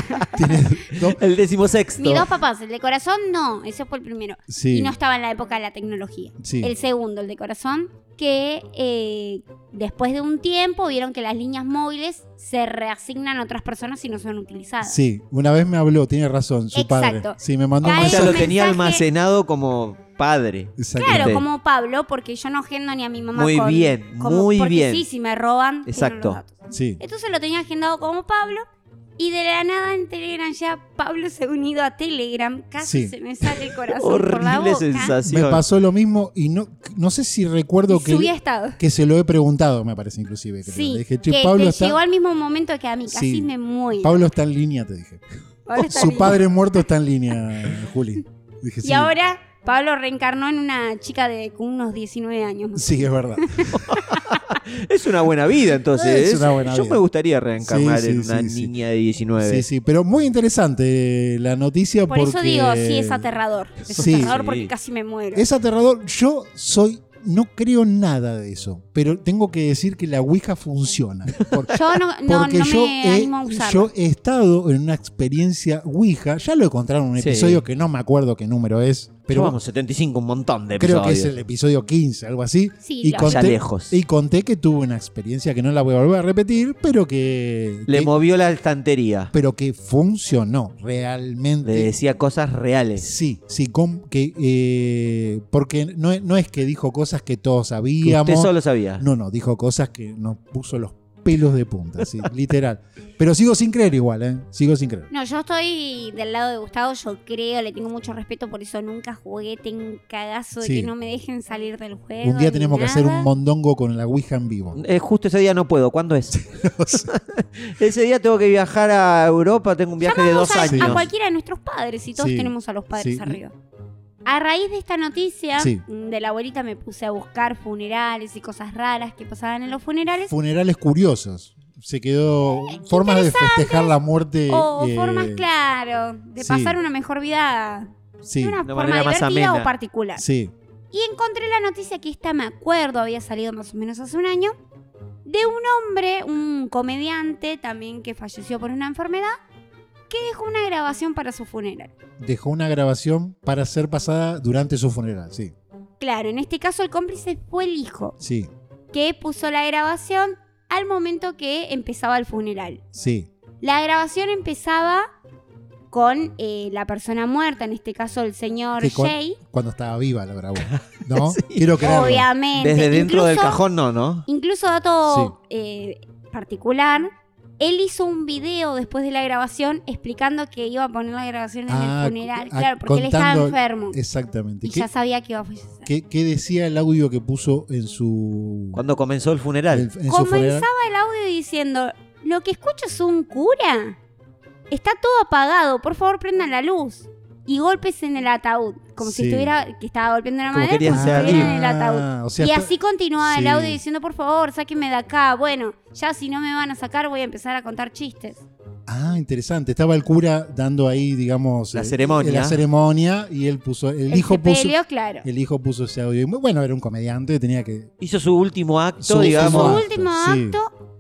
[SPEAKER 1] Tiene dos-
[SPEAKER 3] El decimosexto.
[SPEAKER 2] Mis dos papás, el de corazón no, ese fue el primero.
[SPEAKER 1] Sí,
[SPEAKER 2] Y no estaba en la época de la tecnología.
[SPEAKER 1] sí.
[SPEAKER 2] El segundo, el de corazón, que eh, después de un tiempo vieron que las líneas móviles se reasignan a otras personas si no son utilizadas.
[SPEAKER 1] Sí, una vez me habló, tiene razón, su
[SPEAKER 2] Exacto.
[SPEAKER 1] padre. Sí, me mandó un
[SPEAKER 2] Cae-
[SPEAKER 3] O sea, lo
[SPEAKER 1] mensaje.
[SPEAKER 2] mensaje-
[SPEAKER 3] tenía almacenado como padre.
[SPEAKER 1] Exacto.
[SPEAKER 2] Claro,
[SPEAKER 3] Sí.
[SPEAKER 2] como Pablo, porque yo no agendo ni a mi mamá.
[SPEAKER 3] Muy
[SPEAKER 2] con-
[SPEAKER 3] bien,
[SPEAKER 2] como-
[SPEAKER 3] muy
[SPEAKER 2] porque
[SPEAKER 3] bien.
[SPEAKER 2] Sí, si me roban. tengo los
[SPEAKER 3] Exacto.
[SPEAKER 2] datos.
[SPEAKER 1] Sí.
[SPEAKER 2] Entonces lo tenía agendado como Pablo. Y de la nada en Telegram ya Pablo se ha unido a Telegram. Casi
[SPEAKER 1] Sí.
[SPEAKER 2] se me sale el corazón por la
[SPEAKER 3] Horrible
[SPEAKER 2] boca.
[SPEAKER 1] Me
[SPEAKER 3] sensación.
[SPEAKER 1] pasó lo mismo y no, no sé si recuerdo
[SPEAKER 2] Y
[SPEAKER 1] que,
[SPEAKER 2] subí a estado.
[SPEAKER 1] que se lo he preguntado, me parece inclusive. creo.
[SPEAKER 2] Sí,
[SPEAKER 1] Le dije, che,
[SPEAKER 2] que
[SPEAKER 1] Pablo
[SPEAKER 2] te
[SPEAKER 1] está,
[SPEAKER 2] llegó al mismo momento que a mí. Casi
[SPEAKER 1] Sí.
[SPEAKER 2] me muero.
[SPEAKER 1] Pablo está en línea, te dije.
[SPEAKER 2] Pablo está
[SPEAKER 1] Su
[SPEAKER 2] bien.
[SPEAKER 1] padre muerto está en línea, Juli. Dije,
[SPEAKER 2] Y
[SPEAKER 1] sí.
[SPEAKER 2] ahora Pablo reencarnó en una chica de con unos 19 años. más o
[SPEAKER 1] Sí, es verdad.
[SPEAKER 3] Es una buena vida, entonces.
[SPEAKER 1] Es una buena
[SPEAKER 3] Yo
[SPEAKER 1] vida.
[SPEAKER 3] me gustaría reencarnar
[SPEAKER 1] Sí, sí,
[SPEAKER 3] en una
[SPEAKER 1] sí, sí.
[SPEAKER 3] niña de 19.
[SPEAKER 1] Sí, sí, pero muy interesante eh, la noticia
[SPEAKER 2] Por
[SPEAKER 1] porque...
[SPEAKER 2] eso digo, sí, es aterrador. Es
[SPEAKER 1] Sí.
[SPEAKER 2] aterrador
[SPEAKER 3] Sí.
[SPEAKER 2] porque casi me muero.
[SPEAKER 1] Es aterrador. Yo soy no creo nada de eso, pero tengo que decir que la Ouija funciona. Por-
[SPEAKER 2] Yo no, no,
[SPEAKER 1] porque
[SPEAKER 2] no
[SPEAKER 1] yo,
[SPEAKER 2] me
[SPEAKER 1] he,
[SPEAKER 2] animo a usarlo.
[SPEAKER 1] yo he estado en una experiencia Ouija, ya lo encontraron en un
[SPEAKER 3] Sí.
[SPEAKER 1] episodio que no me acuerdo qué número es, pero
[SPEAKER 3] Pero vamos, 75, un montón de
[SPEAKER 1] creo que es el
[SPEAKER 3] episodios.
[SPEAKER 1] episodio 15, algo así.
[SPEAKER 2] Sí,
[SPEAKER 1] y
[SPEAKER 2] lo-
[SPEAKER 1] con-
[SPEAKER 3] Ya
[SPEAKER 1] conté-
[SPEAKER 3] lejos.
[SPEAKER 1] Y conté que tuve una experiencia que no la voy a volver a repetir, pero que,
[SPEAKER 3] Le
[SPEAKER 1] que-
[SPEAKER 3] movió la estantería.
[SPEAKER 1] pero que funcionó
[SPEAKER 3] Le
[SPEAKER 1] realmente.
[SPEAKER 3] decía cosas reales.
[SPEAKER 1] Sí, sí, con- que, eh, porque no, es- no es que dijo cosas que todos
[SPEAKER 3] que
[SPEAKER 1] sabíamos.
[SPEAKER 3] usted solo sabía.
[SPEAKER 1] No, no, dijo cosas que nos puso los pelos de punta, sí, literal. Pero sigo sin creer igual, ¿eh? Sigo sin creer.
[SPEAKER 2] No, yo estoy del lado de Gustavo, yo creo, le tengo mucho respeto, por eso nunca jugué, tengo un cagazo de
[SPEAKER 1] Sí.
[SPEAKER 2] que no me dejen salir del juego.
[SPEAKER 1] Un día
[SPEAKER 2] ni
[SPEAKER 1] tenemos que hacer
[SPEAKER 2] nada.
[SPEAKER 1] un mondongo con la Ouija en vivo.
[SPEAKER 3] Eh, justo ese día no puedo. ¿Cuándo es? ese día tengo que viajar a Europa. Tengo un viaje de dos
[SPEAKER 2] Llamamos a, a
[SPEAKER 3] años.
[SPEAKER 2] cualquiera de nuestros padres, y todos
[SPEAKER 1] Sí,
[SPEAKER 2] tenemos a los padres
[SPEAKER 1] sí.
[SPEAKER 2] arriba. A raíz de esta noticia
[SPEAKER 1] Sí.
[SPEAKER 2] mm, de la abuelita me puse a buscar funerales y cosas raras que pasaban en los funerales
[SPEAKER 1] Funerales curiosos. Se quedó formas de festejar la muerte.
[SPEAKER 2] o
[SPEAKER 1] eh,
[SPEAKER 2] formas, claro, de
[SPEAKER 1] sí.
[SPEAKER 2] pasar una mejor vida
[SPEAKER 1] Sí,
[SPEAKER 2] de una
[SPEAKER 3] Una
[SPEAKER 2] forma
[SPEAKER 3] manera más
[SPEAKER 2] divertida
[SPEAKER 3] amena.
[SPEAKER 2] o particular.
[SPEAKER 1] sí.
[SPEAKER 2] Y encontré la noticia que esta me acuerdo, había salido más o menos hace un año, de un hombre, un comediante también que falleció por una enfermedad, que dejó una grabación para su funeral.
[SPEAKER 1] Dejó una grabación para ser pasada durante su funeral. Sí,
[SPEAKER 2] Claro, en este caso el cómplice fue el hijo,
[SPEAKER 1] sí,
[SPEAKER 2] que puso la grabación al momento que empezaba el funeral.
[SPEAKER 1] sí.
[SPEAKER 2] La grabación empezaba con eh, la persona muerta, en este caso el señor
[SPEAKER 1] Que con-
[SPEAKER 2] Jay.
[SPEAKER 1] Cuando estaba viva la grabó. ¿No? Quiero creerlo.
[SPEAKER 2] Obviamente.
[SPEAKER 3] Desde dentro del
[SPEAKER 2] Incluso-
[SPEAKER 3] cajón, no, ¿no?
[SPEAKER 2] Incluso dato eh, particular, él hizo un video después de la grabación explicando que iba a poner la grabación
[SPEAKER 1] Ah,
[SPEAKER 2] en el funeral.
[SPEAKER 1] ah,
[SPEAKER 2] claro, porque él
[SPEAKER 1] contando-
[SPEAKER 2] estaba enfermo
[SPEAKER 1] Exactamente.
[SPEAKER 2] y
[SPEAKER 1] ¿Qué,
[SPEAKER 2] ya sabía que iba a fallecer.
[SPEAKER 1] qué- qué decía el audio que puso en su.
[SPEAKER 3] Cuando comenzó el
[SPEAKER 1] en-
[SPEAKER 3] funeral.
[SPEAKER 1] en su funeral?
[SPEAKER 2] Comenzaba el audio diciendo, lo que escucho es un cura. Está todo apagado, por favor prendan la luz. Y golpes en el ataúd, como
[SPEAKER 1] Sí.
[SPEAKER 2] si estuviera, que estaba golpeando la
[SPEAKER 3] Como
[SPEAKER 2] madera,
[SPEAKER 3] quería
[SPEAKER 2] como si
[SPEAKER 3] ser
[SPEAKER 2] estuviera en el ataúd.
[SPEAKER 1] Ah, o sea,
[SPEAKER 2] y
[SPEAKER 1] está-
[SPEAKER 2] así continuaba el audio
[SPEAKER 1] Sí.
[SPEAKER 2] diciendo, por favor, sáquenme de acá. Bueno, ya si no me van a sacar, voy a empezar a contar chistes.
[SPEAKER 1] Ah, interesante. Estaba el cura dando ahí, digamos,
[SPEAKER 3] La
[SPEAKER 1] eh,
[SPEAKER 3] ceremonia.
[SPEAKER 1] la ceremonia y él puso, el,
[SPEAKER 2] El
[SPEAKER 1] hijo puso,
[SPEAKER 2] sepelio, claro.
[SPEAKER 1] el hijo puso ese audio. Y muy bueno, era un comediante, tenía que.
[SPEAKER 3] Hizo su último acto,
[SPEAKER 1] Su-
[SPEAKER 2] Su
[SPEAKER 3] digamos.
[SPEAKER 1] Exacto,
[SPEAKER 2] último
[SPEAKER 1] sí.
[SPEAKER 2] acto,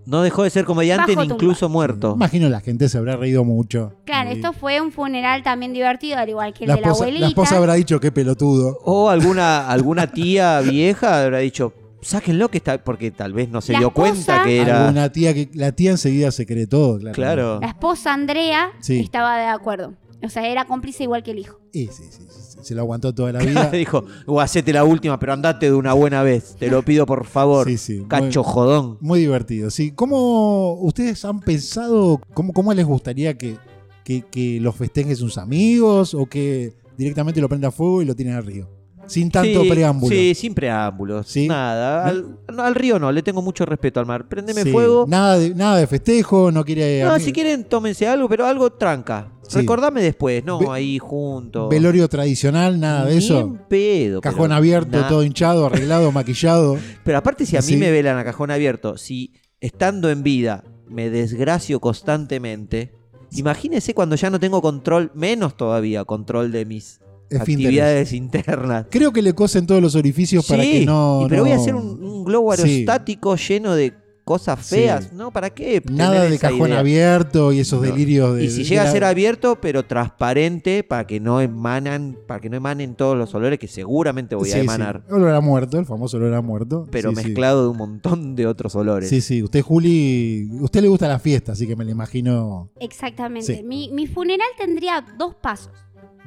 [SPEAKER 3] No dejó de ser comediante
[SPEAKER 2] Bajo
[SPEAKER 3] ni
[SPEAKER 2] tumba.
[SPEAKER 3] incluso muerto.
[SPEAKER 1] Imagino la gente se habrá reído mucho.
[SPEAKER 2] claro,
[SPEAKER 1] Y
[SPEAKER 2] esto fue un funeral también divertido, al igual que el
[SPEAKER 1] la
[SPEAKER 2] de la
[SPEAKER 1] esposa,
[SPEAKER 2] abuelita.
[SPEAKER 1] la esposa habrá dicho qué pelotudo.
[SPEAKER 3] O alguna, alguna tía vieja habrá dicho, sáquenlo que está. Porque tal vez no se
[SPEAKER 2] La
[SPEAKER 3] dio
[SPEAKER 2] esposa-
[SPEAKER 3] cuenta que era.
[SPEAKER 1] Alguna tía que la tía enseguida se cree todo, claro.
[SPEAKER 3] Claro.
[SPEAKER 2] La esposa Andrea
[SPEAKER 1] Sí.
[SPEAKER 2] estaba de acuerdo. O sea, era cómplice igual que el hijo.
[SPEAKER 1] Y sí, sí, sí, se lo aguantó toda la vida.
[SPEAKER 3] dijo, o hacete la última, pero andate de una buena vez. Te lo pido por favor.
[SPEAKER 1] Sí, sí, muy-
[SPEAKER 3] Cacho jodón.
[SPEAKER 1] Muy divertido, sí. ¿Cómo ustedes han pensado, cómo, cómo les gustaría que, que, que los festejen sus amigos o que directamente lo prenda fuego y lo tiren al río? Sin tanto
[SPEAKER 3] Sí,
[SPEAKER 1] preámbulo.
[SPEAKER 3] Sí, sin preámbulos.
[SPEAKER 1] Sí.
[SPEAKER 3] Nada. Al, no, al río no, le tengo mucho respeto al mar. Prendeme
[SPEAKER 1] Sí,
[SPEAKER 3] fuego.
[SPEAKER 1] Nada de, nada de festejo, no quiere...
[SPEAKER 3] No,
[SPEAKER 1] ami-
[SPEAKER 3] si quieren, tómense algo, pero algo tranca.
[SPEAKER 1] Sí.
[SPEAKER 3] Recordame después, ¿no?
[SPEAKER 1] Ve-
[SPEAKER 3] ahí juntos.
[SPEAKER 1] Velorio tradicional, nada de
[SPEAKER 3] Ni
[SPEAKER 1] eso.
[SPEAKER 3] en pedo. pero
[SPEAKER 1] Cajón abierto,
[SPEAKER 3] na-
[SPEAKER 1] todo hinchado, arreglado, maquillado.
[SPEAKER 3] Pero aparte, si a mí
[SPEAKER 1] Sí.
[SPEAKER 3] me velan a cajón abierto, si estando en vida me desgracio constantemente, imagínese cuando ya no tengo control, menos todavía control de mis
[SPEAKER 1] Es fin de mes.
[SPEAKER 3] actividades internas.
[SPEAKER 1] Creo que le cosen todos los orificios para
[SPEAKER 3] Sí,
[SPEAKER 1] que no...
[SPEAKER 3] y pero
[SPEAKER 1] no-
[SPEAKER 3] voy a hacer un, un globo
[SPEAKER 1] Sí.
[SPEAKER 3] aerostático lleno de cosas
[SPEAKER 1] Sí.
[SPEAKER 3] feas, ¿no? ¿Para qué? tener
[SPEAKER 1] Nada de
[SPEAKER 3] esa
[SPEAKER 1] cajón
[SPEAKER 3] idea?
[SPEAKER 1] abierto y esos
[SPEAKER 3] No.
[SPEAKER 1] delirios de...
[SPEAKER 3] Y si
[SPEAKER 1] de
[SPEAKER 3] llega a
[SPEAKER 1] la-
[SPEAKER 3] ser abierto, pero transparente, para que no emanan, para que no emanen todos los olores que seguramente voy
[SPEAKER 1] Sí,
[SPEAKER 3] a
[SPEAKER 1] sí.
[SPEAKER 3] emanar,
[SPEAKER 1] Olor a muerto, el famoso olor a muerto.
[SPEAKER 3] pero
[SPEAKER 1] Sí, sí.
[SPEAKER 3] mezclado de un montón de otros olores.
[SPEAKER 1] Sí, sí, usted, Juli, usted le gusta la fiesta, así que me lo imagino
[SPEAKER 2] Exactamente.
[SPEAKER 1] Sí.
[SPEAKER 2] Mi, mi funeral tendría dos pasos.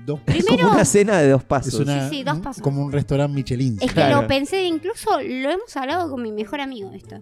[SPEAKER 1] dos
[SPEAKER 3] Es
[SPEAKER 2] Primero,
[SPEAKER 3] como una cena de dos pasos.
[SPEAKER 1] es una-
[SPEAKER 2] sí, sí, dos pasos.
[SPEAKER 1] como un restaurante Michelin.
[SPEAKER 2] es que
[SPEAKER 3] claro.
[SPEAKER 2] lo pensé, incluso lo hemos hablado con mi mejor amigo esto.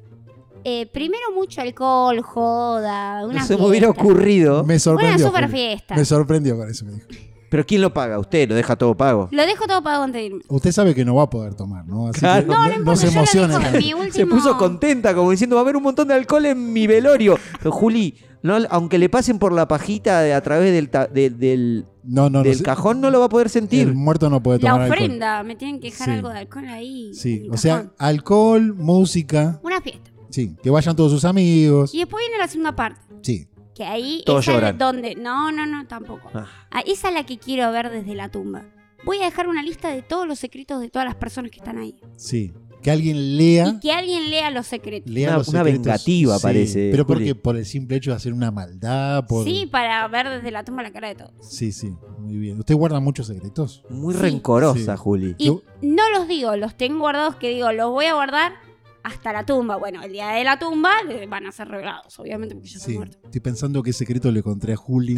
[SPEAKER 2] Eh, primero mucho alcohol, joda, una
[SPEAKER 3] No se me hubiera
[SPEAKER 2] fiesta.
[SPEAKER 3] ocurrido.
[SPEAKER 1] Me
[SPEAKER 2] Una
[SPEAKER 1] sorprendió.
[SPEAKER 2] super
[SPEAKER 1] Juli.
[SPEAKER 2] fiesta.
[SPEAKER 1] Me sorprendió con eso, me dijo.
[SPEAKER 3] Pero ¿quién lo paga? Usted, lo deja todo pago.
[SPEAKER 2] Lo dejo todo para contenerme.
[SPEAKER 1] Usted sabe que no va a poder tomar, ¿no? Así
[SPEAKER 3] Claro.
[SPEAKER 1] que
[SPEAKER 3] No,
[SPEAKER 1] no,
[SPEAKER 2] No, no,
[SPEAKER 1] no se
[SPEAKER 2] importa, yo lo
[SPEAKER 1] emocione.
[SPEAKER 2] dejo.
[SPEAKER 1] tanto.
[SPEAKER 2] Mi
[SPEAKER 3] Se
[SPEAKER 2] último-
[SPEAKER 3] puso contenta, como diciendo, va a haber un montón de alcohol en mi velorio. Pero, Juli, no, aunque le pasen por la pajita de- a través del, ta- de- del,
[SPEAKER 1] No, no, no.
[SPEAKER 3] del
[SPEAKER 1] se-
[SPEAKER 3] cajón, no lo va a poder sentir.
[SPEAKER 1] El muerto no puede
[SPEAKER 2] La
[SPEAKER 1] tomar alcohol.
[SPEAKER 2] ofrenda, me tienen que dejar
[SPEAKER 1] Sí.
[SPEAKER 2] algo de alcohol ahí. en
[SPEAKER 1] Sí,
[SPEAKER 2] el
[SPEAKER 1] o sea,
[SPEAKER 2] cajón.
[SPEAKER 1] alcohol, música,
[SPEAKER 2] Una fiesta.
[SPEAKER 1] sí, que vayan todos sus amigos,
[SPEAKER 2] Y después viene la segunda parte.
[SPEAKER 1] sí.
[SPEAKER 2] Que ahí
[SPEAKER 3] Todos
[SPEAKER 2] esa
[SPEAKER 3] lloran.
[SPEAKER 2] es donde. No, no, no, tampoco.
[SPEAKER 3] Ah,
[SPEAKER 2] Ah, esa es la que quiero ver desde la tumba. Voy a dejar una lista de todos los secretos de todas las personas que están ahí.
[SPEAKER 1] Sí, que alguien lea,
[SPEAKER 2] Y que alguien lea los secretos.
[SPEAKER 1] lea
[SPEAKER 3] Una-
[SPEAKER 1] los
[SPEAKER 3] una
[SPEAKER 1] secretos.
[SPEAKER 3] vengativa, parece,
[SPEAKER 1] Pero
[SPEAKER 3] Juli.
[SPEAKER 1] porque por el simple hecho de hacer una maldad. Por...
[SPEAKER 2] Sí, para ver desde la tumba la cara de todos.
[SPEAKER 1] sí, sí, muy bien. ¿Usted guarda muchos secretos?
[SPEAKER 3] Muy
[SPEAKER 2] Sí.
[SPEAKER 3] rencorosa,
[SPEAKER 1] Sí.
[SPEAKER 3] Juli.
[SPEAKER 2] Y
[SPEAKER 1] Yo-
[SPEAKER 2] no los digo, los tengo guardados que digo, los voy a guardar hasta la tumba. Bueno, el día de la tumba eh, van a ser revelados, obviamente, porque yo estoy
[SPEAKER 1] Sí,
[SPEAKER 2] muerto.
[SPEAKER 1] estoy pensando qué secreto le conté a Juli.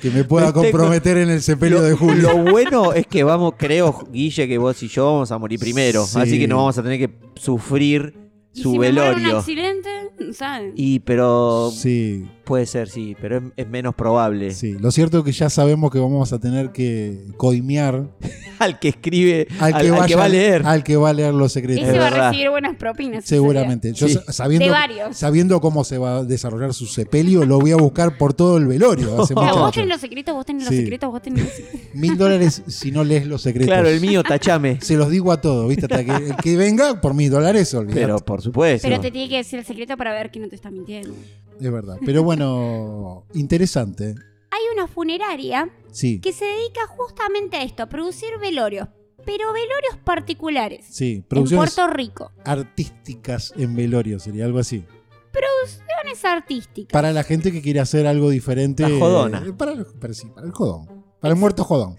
[SPEAKER 1] que me pueda
[SPEAKER 3] Me tengo-
[SPEAKER 1] comprometer en el sepelio
[SPEAKER 3] Este Lo-
[SPEAKER 1] de Juli.
[SPEAKER 3] Lo bueno es que vamos, creo, Guille, que vos y yo vamos a morir primero.
[SPEAKER 1] Sí.
[SPEAKER 3] Así que no vamos a tener que sufrir
[SPEAKER 2] Y
[SPEAKER 3] su
[SPEAKER 2] si me muero en un
[SPEAKER 3] velorio.
[SPEAKER 2] accidente, ¿saben?
[SPEAKER 3] Y pero
[SPEAKER 1] Sí,
[SPEAKER 3] puede ser, sí, pero es, es menos probable.
[SPEAKER 1] sí. Lo cierto es que ya sabemos que vamos a tener que coimear
[SPEAKER 3] Al que escribe, al, al que,
[SPEAKER 1] vaya-
[SPEAKER 3] va a leer.
[SPEAKER 1] Al que va a leer los secretos.
[SPEAKER 2] Ese va a
[SPEAKER 3] verdad.
[SPEAKER 2] recibir buenas propinas. ese
[SPEAKER 1] Seguramente. Yo
[SPEAKER 3] Sí.
[SPEAKER 1] sa- sabiendo,
[SPEAKER 2] De varios.
[SPEAKER 1] sabiendo cómo se va a desarrollar su sepelio, lo voy a buscar por todo el velorio. a ese
[SPEAKER 2] día. O sea, vos
[SPEAKER 1] muchacho.
[SPEAKER 2] tenés los secretos, vos tenés
[SPEAKER 1] Sí.
[SPEAKER 2] los secretos, vos tenés los secretos.
[SPEAKER 1] Mil dólares si no lees los secretos.
[SPEAKER 3] Claro, el mío, tachame.
[SPEAKER 1] Se los digo a todos, ¿viste? Hasta que el que venga, por mil dólares, olvidate.
[SPEAKER 3] Pero por supuesto.
[SPEAKER 2] Pero te tiene que decir el secreto para ver que no te está mintiendo.
[SPEAKER 1] Es verdad. Pero bueno, interesante.
[SPEAKER 2] Hay una funeraria
[SPEAKER 1] Sí,
[SPEAKER 2] que se dedica justamente a esto, a producir velorios, pero velorios particulares.
[SPEAKER 1] sí.
[SPEAKER 2] En
[SPEAKER 1] Producciones
[SPEAKER 2] Puerto Rico.
[SPEAKER 1] artísticas en velorio, sería algo así.
[SPEAKER 2] Producciones artísticas.
[SPEAKER 1] Para la gente que quiere hacer algo diferente.
[SPEAKER 3] La jodona.
[SPEAKER 1] eh, Para, los- para- sí, para el jodón. Para el muerto jodón.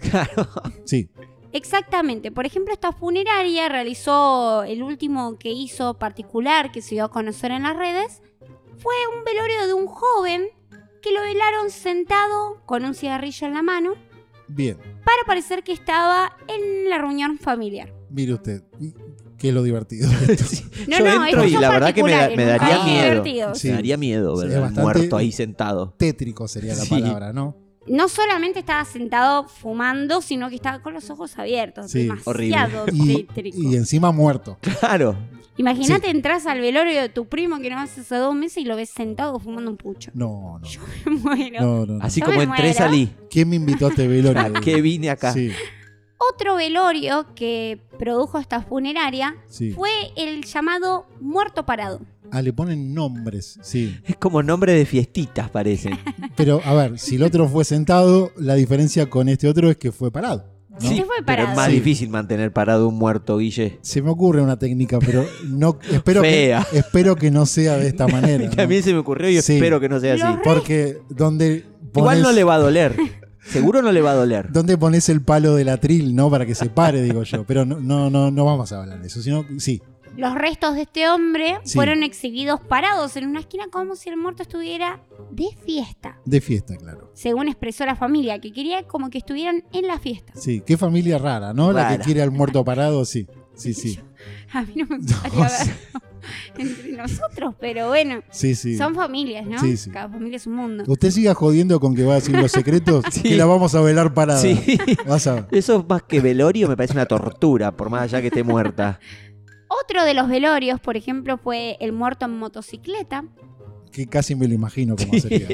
[SPEAKER 1] Sí,
[SPEAKER 2] Exactamente. Por ejemplo, esta funeraria realizó el último que hizo particular que se dio a conocer en las redes. Fue un velorio de un joven que lo velaron sentado con un cigarrillo en la mano
[SPEAKER 1] bien.
[SPEAKER 2] para parecer que estaba en la reunión familiar.
[SPEAKER 1] Mire usted, y- qué es lo divertido.
[SPEAKER 3] Sí.
[SPEAKER 2] No,
[SPEAKER 3] Yo
[SPEAKER 2] no,
[SPEAKER 3] entro
[SPEAKER 2] estos
[SPEAKER 3] y
[SPEAKER 2] son
[SPEAKER 3] la verdad que me, da-
[SPEAKER 2] particulares,
[SPEAKER 3] me
[SPEAKER 2] nunca
[SPEAKER 3] daría
[SPEAKER 1] Ah.
[SPEAKER 2] son
[SPEAKER 3] miedo.
[SPEAKER 2] divertidos.
[SPEAKER 1] Sí.
[SPEAKER 3] Me daría miedo
[SPEAKER 1] Sí,
[SPEAKER 3] ver
[SPEAKER 1] es
[SPEAKER 3] al
[SPEAKER 1] bastante-
[SPEAKER 3] muerto ahí sentado.
[SPEAKER 1] Tétrico sería la
[SPEAKER 3] Sí.
[SPEAKER 1] palabra, ¿no?
[SPEAKER 2] No solamente estaba sentado fumando, sino que estaba con los ojos abiertos.
[SPEAKER 1] Sí,
[SPEAKER 2] demasiado
[SPEAKER 1] Y,
[SPEAKER 2] tétrico.
[SPEAKER 1] y encima muerto.
[SPEAKER 3] Claro.
[SPEAKER 2] Imagínate entras al velorio de tu primo que no vas hace dos meses y lo ves sentado fumando un pucho.
[SPEAKER 1] No, no.
[SPEAKER 2] bueno.
[SPEAKER 1] No, no, no.
[SPEAKER 3] Así
[SPEAKER 2] Yo
[SPEAKER 3] como
[SPEAKER 2] me
[SPEAKER 3] entré,
[SPEAKER 2] muero.
[SPEAKER 3] salí.
[SPEAKER 1] ¿Quién me invitó a este velorio?
[SPEAKER 3] ¿A Ah, qué vine acá?
[SPEAKER 1] Sí,
[SPEAKER 2] Otro velorio que produjo esta funeraria
[SPEAKER 1] sí.
[SPEAKER 2] fue el llamado muerto parado.
[SPEAKER 1] Ah, le ponen nombres, sí.
[SPEAKER 3] Es como nombre de fiestitas, parece.
[SPEAKER 1] Pero, a ver, si el otro fue sentado, la diferencia con este otro es que fue parado. ¿no?
[SPEAKER 3] Sí,
[SPEAKER 2] Este fue
[SPEAKER 3] pero es
[SPEAKER 2] parado.
[SPEAKER 3] más
[SPEAKER 1] Sí.
[SPEAKER 3] difícil mantener parado un muerto, Guille.
[SPEAKER 1] Se me ocurre una técnica, pero no espero,
[SPEAKER 3] Fea.
[SPEAKER 1] Que, espero que no sea de esta manera.
[SPEAKER 3] Que a
[SPEAKER 1] ¿no?
[SPEAKER 3] mí se me ocurrió y
[SPEAKER 1] Sí.
[SPEAKER 3] espero que no sea así.
[SPEAKER 2] Los
[SPEAKER 1] Porque donde pones,
[SPEAKER 3] Igual no le va a doler. Seguro no le va a doler.
[SPEAKER 1] donde pones el palo del atril, ¿no? Para que se pare, digo yo. Pero no, no, no, no vamos a hablar de eso, sino sí,
[SPEAKER 2] Los restos de este hombre
[SPEAKER 1] Sí.
[SPEAKER 2] fueron exhibidos parados en una esquina como si el muerto estuviera de fiesta,
[SPEAKER 1] de fiesta, claro.
[SPEAKER 2] según expresó la familia, que quería como que estuvieran en la fiesta.
[SPEAKER 1] Sí, qué familia rara, ¿no? La que
[SPEAKER 3] Rara.
[SPEAKER 1] quiere al muerto parado, sí. Sí, sí.
[SPEAKER 2] A mí no
[SPEAKER 1] No,
[SPEAKER 2] me gustaría
[SPEAKER 1] sí.
[SPEAKER 2] verlo entre nosotros, pero bueno,
[SPEAKER 1] Sí, sí.
[SPEAKER 2] son familias, ¿no?
[SPEAKER 1] Sí, sí.
[SPEAKER 2] Cada familia es un mundo.
[SPEAKER 1] Usted siga jodiendo con que va a decir los secretos,
[SPEAKER 3] Sí.
[SPEAKER 1] que la vamos a velar parada.
[SPEAKER 3] Sí.
[SPEAKER 1] Vas a ver.
[SPEAKER 3] Eso más que velorio me parece una tortura, por más allá que esté muerta.
[SPEAKER 2] Otro de los velorios, por ejemplo, fue el muerto en motocicleta.
[SPEAKER 1] Que casi me lo imagino cómo sería.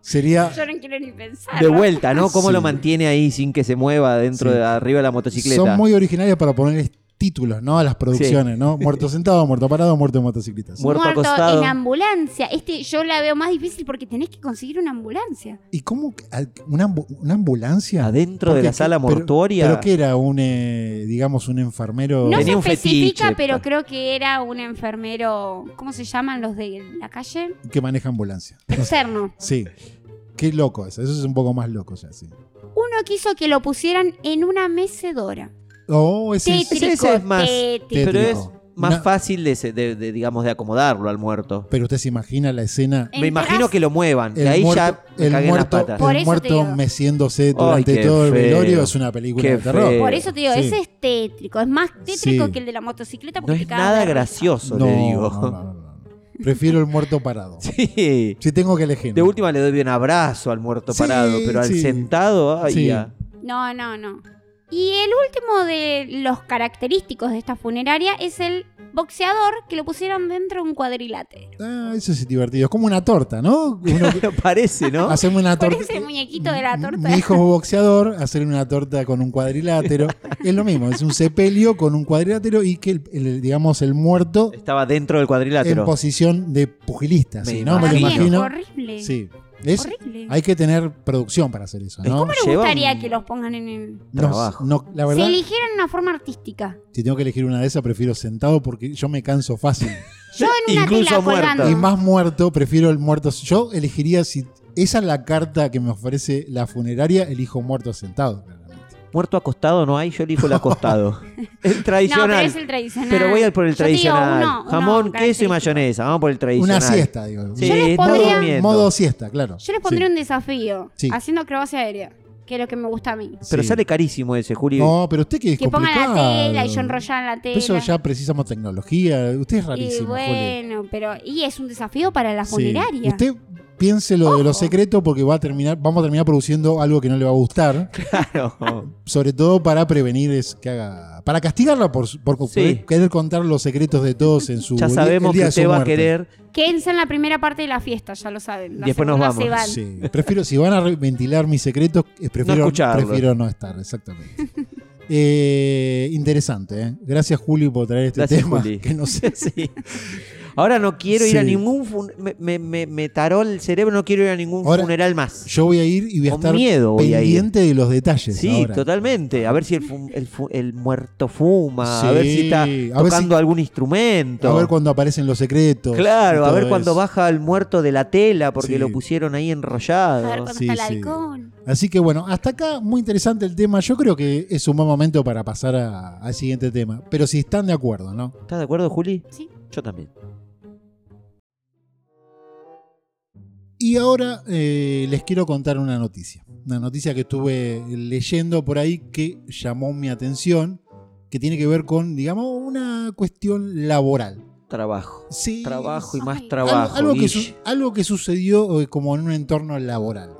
[SPEAKER 1] Sería
[SPEAKER 2] Yo no quiero ni pensar.
[SPEAKER 3] De vuelta, ¿no? ¿Cómo
[SPEAKER 1] Sí.
[SPEAKER 3] lo mantiene ahí sin que se mueva dentro
[SPEAKER 1] Sí.
[SPEAKER 3] de arriba de la motocicleta?
[SPEAKER 1] Son muy originarias para poner títulos, ¿no? A las producciones, ¿no? Muerto sentado, muerto parado, muerto en motocicletas.
[SPEAKER 3] Muerto acostado.
[SPEAKER 2] en ambulancia. Este yo la veo más difícil porque tenés que conseguir una ambulancia.
[SPEAKER 1] ¿Y cómo? que- al- ¿Una, ambu- una ambulancia?
[SPEAKER 3] Adentro de
[SPEAKER 1] Porque
[SPEAKER 3] la
[SPEAKER 1] qué-
[SPEAKER 3] sala
[SPEAKER 1] pero-
[SPEAKER 3] mortuaria.
[SPEAKER 1] Pero, que era un, eh, digamos, un enfermero.
[SPEAKER 2] No
[SPEAKER 3] Tenía un
[SPEAKER 2] se especifica,
[SPEAKER 3] fetiche,
[SPEAKER 2] pero
[SPEAKER 3] pa.
[SPEAKER 2] creo que era un enfermero, ¿cómo se llaman los de la calle?
[SPEAKER 1] que maneja ambulancia.
[SPEAKER 2] Externo.
[SPEAKER 1] Sí. Qué loco eso. Eso es un poco más loco ya, sí.
[SPEAKER 2] Uno quiso que lo pusieran en una mecedora.
[SPEAKER 1] Oh, ese es-
[SPEAKER 2] Tétrico,
[SPEAKER 3] ese es más-
[SPEAKER 2] tétrico.
[SPEAKER 1] tétrico.
[SPEAKER 3] Pero es más
[SPEAKER 1] No.
[SPEAKER 3] fácil de, se- de- de, digamos, de acomodarlo al muerto.
[SPEAKER 1] Pero usted se imagina la escena.
[SPEAKER 2] Eh,
[SPEAKER 3] Me imagino que lo muevan.
[SPEAKER 1] El
[SPEAKER 3] que ahí
[SPEAKER 1] muerto,
[SPEAKER 3] ya me
[SPEAKER 1] el
[SPEAKER 3] cagué en las
[SPEAKER 1] muerto,
[SPEAKER 3] patas.
[SPEAKER 2] Por
[SPEAKER 1] el
[SPEAKER 2] eso te
[SPEAKER 1] muerto
[SPEAKER 2] digo.
[SPEAKER 1] meciéndose durante
[SPEAKER 3] qué
[SPEAKER 1] todo el
[SPEAKER 3] feo.
[SPEAKER 1] velorio es una película
[SPEAKER 3] Qué
[SPEAKER 1] de terror.
[SPEAKER 3] feo.
[SPEAKER 2] Por eso te digo,
[SPEAKER 1] Sí.
[SPEAKER 2] ese es tétrico. Es más tétrico
[SPEAKER 1] Sí.
[SPEAKER 2] que el de la motocicleta porque
[SPEAKER 3] No
[SPEAKER 2] te
[SPEAKER 3] es
[SPEAKER 2] cagas
[SPEAKER 3] nada
[SPEAKER 2] de risa.
[SPEAKER 3] gracioso,
[SPEAKER 1] No,
[SPEAKER 3] le digo.
[SPEAKER 1] no, no, no, no. Prefiero el muerto parado.
[SPEAKER 3] Sí.
[SPEAKER 1] Si tengo que elegir.
[SPEAKER 3] De última le doy un abrazo al muerto
[SPEAKER 1] Sí,
[SPEAKER 3] parado, pero al
[SPEAKER 1] sí.
[SPEAKER 3] sentado, ay,
[SPEAKER 1] Sí.
[SPEAKER 3] ya.
[SPEAKER 2] No, no, no. Y el último de los característicos de esta funeraria es el boxeador que lo pusieron dentro de un cuadrilátero.
[SPEAKER 1] Ah, eso es divertido. Es como una torta, ¿no? Uno que-
[SPEAKER 3] parece, ¿no?
[SPEAKER 1] hacemos una torta.
[SPEAKER 2] Parece el muñequito de la torta.
[SPEAKER 1] Mi hijo es boxeador, hacerle una torta con un cuadrilátero. es lo mismo, es un sepelio con un cuadrilátero y que, el, el- digamos, el muerto
[SPEAKER 3] Estaba dentro del
[SPEAKER 1] en
[SPEAKER 3] cuadrilátero.
[SPEAKER 1] posición de pugilista,
[SPEAKER 3] Me
[SPEAKER 1] ¿sí? ¿no? Me lo
[SPEAKER 2] Horrible,
[SPEAKER 1] imagino.
[SPEAKER 2] Horrible.
[SPEAKER 1] Sí, Es,
[SPEAKER 2] Horrible.
[SPEAKER 1] hay que tener producción para hacer eso,
[SPEAKER 3] Es
[SPEAKER 1] ¿no?
[SPEAKER 3] como
[SPEAKER 2] ¿Cómo le
[SPEAKER 3] lleva
[SPEAKER 2] gustaría
[SPEAKER 3] un-
[SPEAKER 2] que los pongan en el...?
[SPEAKER 1] No,
[SPEAKER 3] Trabajo.
[SPEAKER 1] no, la
[SPEAKER 2] Se
[SPEAKER 1] verdad,
[SPEAKER 2] eligieron una forma artística.
[SPEAKER 1] si tengo que elegir una de esas, prefiero sentado porque yo me canso fácil.
[SPEAKER 2] Yo en una
[SPEAKER 3] Incluso
[SPEAKER 2] tela
[SPEAKER 3] muerto.
[SPEAKER 2] colgando.
[SPEAKER 1] Y más muerto, prefiero el muerto. Yo elegiría, si esa es la carta que me ofrece la funeraria, elijo muerto sentado, claramente.
[SPEAKER 3] Muerto acostado no hay, yo elijo el acostado. el
[SPEAKER 2] No, pero
[SPEAKER 3] tradicional.
[SPEAKER 2] es el tradicional.
[SPEAKER 3] Pero voy al por el
[SPEAKER 2] Yo te digo
[SPEAKER 3] tradicional.
[SPEAKER 2] uno- uno
[SPEAKER 3] Jamón, queso y
[SPEAKER 2] característico.
[SPEAKER 3] mayonesa. Vamos por el tradicional.
[SPEAKER 1] Una siesta, digo.
[SPEAKER 3] Sí,
[SPEAKER 2] Yo les
[SPEAKER 3] no
[SPEAKER 2] pondría-
[SPEAKER 3] durmiendo.
[SPEAKER 1] Modo siesta, claro.
[SPEAKER 2] Yo les pondría
[SPEAKER 1] Sí.
[SPEAKER 2] un desafío.
[SPEAKER 1] Sí.
[SPEAKER 2] Haciendo acrobacia aérea. Que es lo que me gusta a mí.
[SPEAKER 3] Pero
[SPEAKER 1] Sí.
[SPEAKER 3] sale carísimo ese, Juli.
[SPEAKER 1] No, pero usted que es
[SPEAKER 2] Que pongan la
[SPEAKER 1] complicado.
[SPEAKER 2] tela y yo enrollar la tela.
[SPEAKER 1] Por Eso ya precisamos tecnología. Usted es
[SPEAKER 2] y
[SPEAKER 1] rarísimo, Juli.
[SPEAKER 2] bueno, pero... Y es un desafío para la
[SPEAKER 1] Sí.
[SPEAKER 2] funeraria.
[SPEAKER 1] Usted piense lo de
[SPEAKER 2] Ojo.
[SPEAKER 1] los secretos porque va a terminar, vamos a terminar produciendo algo que no le va a gustar.
[SPEAKER 3] Claro.
[SPEAKER 1] Sobre todo para prevenir es que haga. Para castigarla por, su- por
[SPEAKER 3] Sí.
[SPEAKER 1] querer- querer contar los secretos de todos en su
[SPEAKER 3] Ya
[SPEAKER 1] el
[SPEAKER 3] sabemos
[SPEAKER 1] día
[SPEAKER 3] que
[SPEAKER 1] de su
[SPEAKER 3] usted va a
[SPEAKER 1] muerte.
[SPEAKER 3] querer.
[SPEAKER 2] Quédense en la primera parte de la fiesta, ya lo saben. La
[SPEAKER 3] Después nos
[SPEAKER 2] segunda se
[SPEAKER 3] vamos.
[SPEAKER 2] van.
[SPEAKER 1] Sí, prefiero, si van a re- ventilar mis secretos, eh, prefiero,
[SPEAKER 3] escucharlo.
[SPEAKER 1] prefiero no estar, exactamente. Eh, interesante, ¿eh? Gracias, Juli, por traer este
[SPEAKER 3] Gracias,
[SPEAKER 1] tema.
[SPEAKER 3] Juli.
[SPEAKER 1] Que no sé si-
[SPEAKER 3] Sí. Ahora no quiero ir a
[SPEAKER 1] Sí.
[SPEAKER 3] ningún. fun- Me, me, me- me taró el cerebro, no quiero ir a ningún
[SPEAKER 1] Ahora-
[SPEAKER 3] funeral más.
[SPEAKER 1] Yo voy a ir y voy a
[SPEAKER 3] Con
[SPEAKER 1] estar
[SPEAKER 3] miedo voy a ir.
[SPEAKER 1] pendiente de los detalles.
[SPEAKER 3] Sí,
[SPEAKER 1] ahora.
[SPEAKER 3] totalmente. A ver si el, fum- el fu- el muerto fuma, a
[SPEAKER 1] Sí,
[SPEAKER 3] ver si está
[SPEAKER 1] a ver
[SPEAKER 3] tocando
[SPEAKER 1] si-
[SPEAKER 3] algún instrumento.
[SPEAKER 1] A ver cuando aparecen los secretos.
[SPEAKER 3] claro,
[SPEAKER 1] y
[SPEAKER 3] a
[SPEAKER 1] todo
[SPEAKER 3] ver cuando
[SPEAKER 1] eso.
[SPEAKER 3] baja el muerto de la tela porque
[SPEAKER 1] Sí.
[SPEAKER 3] lo pusieron ahí
[SPEAKER 2] A ver
[SPEAKER 3] enrollado.
[SPEAKER 2] cuándo
[SPEAKER 1] Sí,
[SPEAKER 2] está el
[SPEAKER 1] sí.
[SPEAKER 2] halcón.
[SPEAKER 1] Así que bueno, hasta acá muy interesante el tema. Yo creo que es un buen momento para pasar a- al siguiente tema. Pero si están de acuerdo, ¿no?
[SPEAKER 3] ¿Estás de acuerdo, Juli?
[SPEAKER 2] Sí.
[SPEAKER 3] Yo también.
[SPEAKER 1] Y ahora eh, les quiero contar una noticia. Una noticia que estuve leyendo por ahí que llamó mi atención, que tiene que ver con, digamos, una cuestión laboral.
[SPEAKER 3] Trabajo.
[SPEAKER 1] Sí,
[SPEAKER 3] Trabajo y
[SPEAKER 2] Ay.
[SPEAKER 3] más
[SPEAKER 2] Algo-
[SPEAKER 1] algo,
[SPEAKER 3] trabajo.
[SPEAKER 1] algo que su-
[SPEAKER 3] Guille.
[SPEAKER 1] algo que sucedió eh, como en un entorno laboral.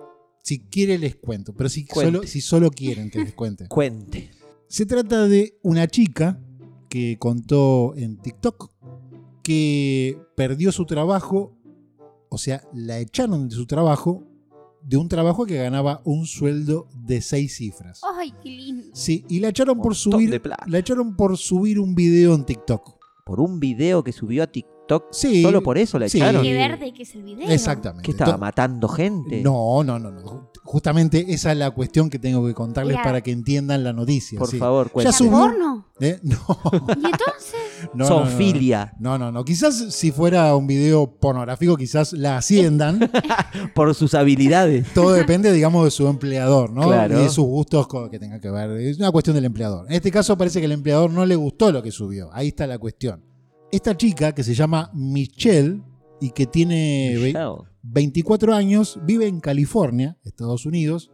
[SPEAKER 1] Si quiere les cuento, pero si,
[SPEAKER 3] Cuente.
[SPEAKER 1] solo, si solo quieren que les cuente.
[SPEAKER 3] Cuente.
[SPEAKER 1] Se trata de una chica que contó en TikTok que perdió su trabajo, o sea, la echaron de su trabajo, de un trabajo que ganaba un sueldo de seis cifras.
[SPEAKER 2] Ay, qué lindo.
[SPEAKER 1] Sí, y la echaron por
[SPEAKER 3] Montón de
[SPEAKER 1] subir,
[SPEAKER 3] plata.
[SPEAKER 1] la echaron por subir un video en TikTok.
[SPEAKER 3] Por un video que subió a TikTok.
[SPEAKER 1] Sí.
[SPEAKER 3] Solo por eso la
[SPEAKER 1] sí.
[SPEAKER 3] echaron.
[SPEAKER 2] Qué verde que es el video.
[SPEAKER 1] Exactamente.
[SPEAKER 3] ¿Qué estaba?
[SPEAKER 1] Entonces-
[SPEAKER 3] ¿Matando gente?
[SPEAKER 1] No, no, no, no. Justamente esa es la cuestión que tengo que contarles
[SPEAKER 2] Mira.
[SPEAKER 1] para que entiendan la noticia.
[SPEAKER 3] Por
[SPEAKER 1] sí.
[SPEAKER 3] favor,
[SPEAKER 1] Ya
[SPEAKER 3] cuente.
[SPEAKER 2] ¿Era
[SPEAKER 1] subió.
[SPEAKER 2] porno?
[SPEAKER 1] ¿Eh? No,
[SPEAKER 2] ¿Y entonces?
[SPEAKER 1] no, no, no, no.
[SPEAKER 3] Zoofilia.
[SPEAKER 1] No, no, no. Quizás si fuera un video pornográfico, quizás la haciendan.
[SPEAKER 3] Por sus habilidades.
[SPEAKER 1] Todo depende, digamos, de su empleador, ¿no?
[SPEAKER 3] Claro.
[SPEAKER 1] Y de sus gustos co- que tenga que ver. Es una cuestión del empleador. En este caso parece que el empleador no le gustó lo que subió. Ahí está la cuestión. Esta chica que se llama Michelle y que tiene Eh, ve-
[SPEAKER 3] Chao.
[SPEAKER 1] 24 años, vive en California, Estados Unidos.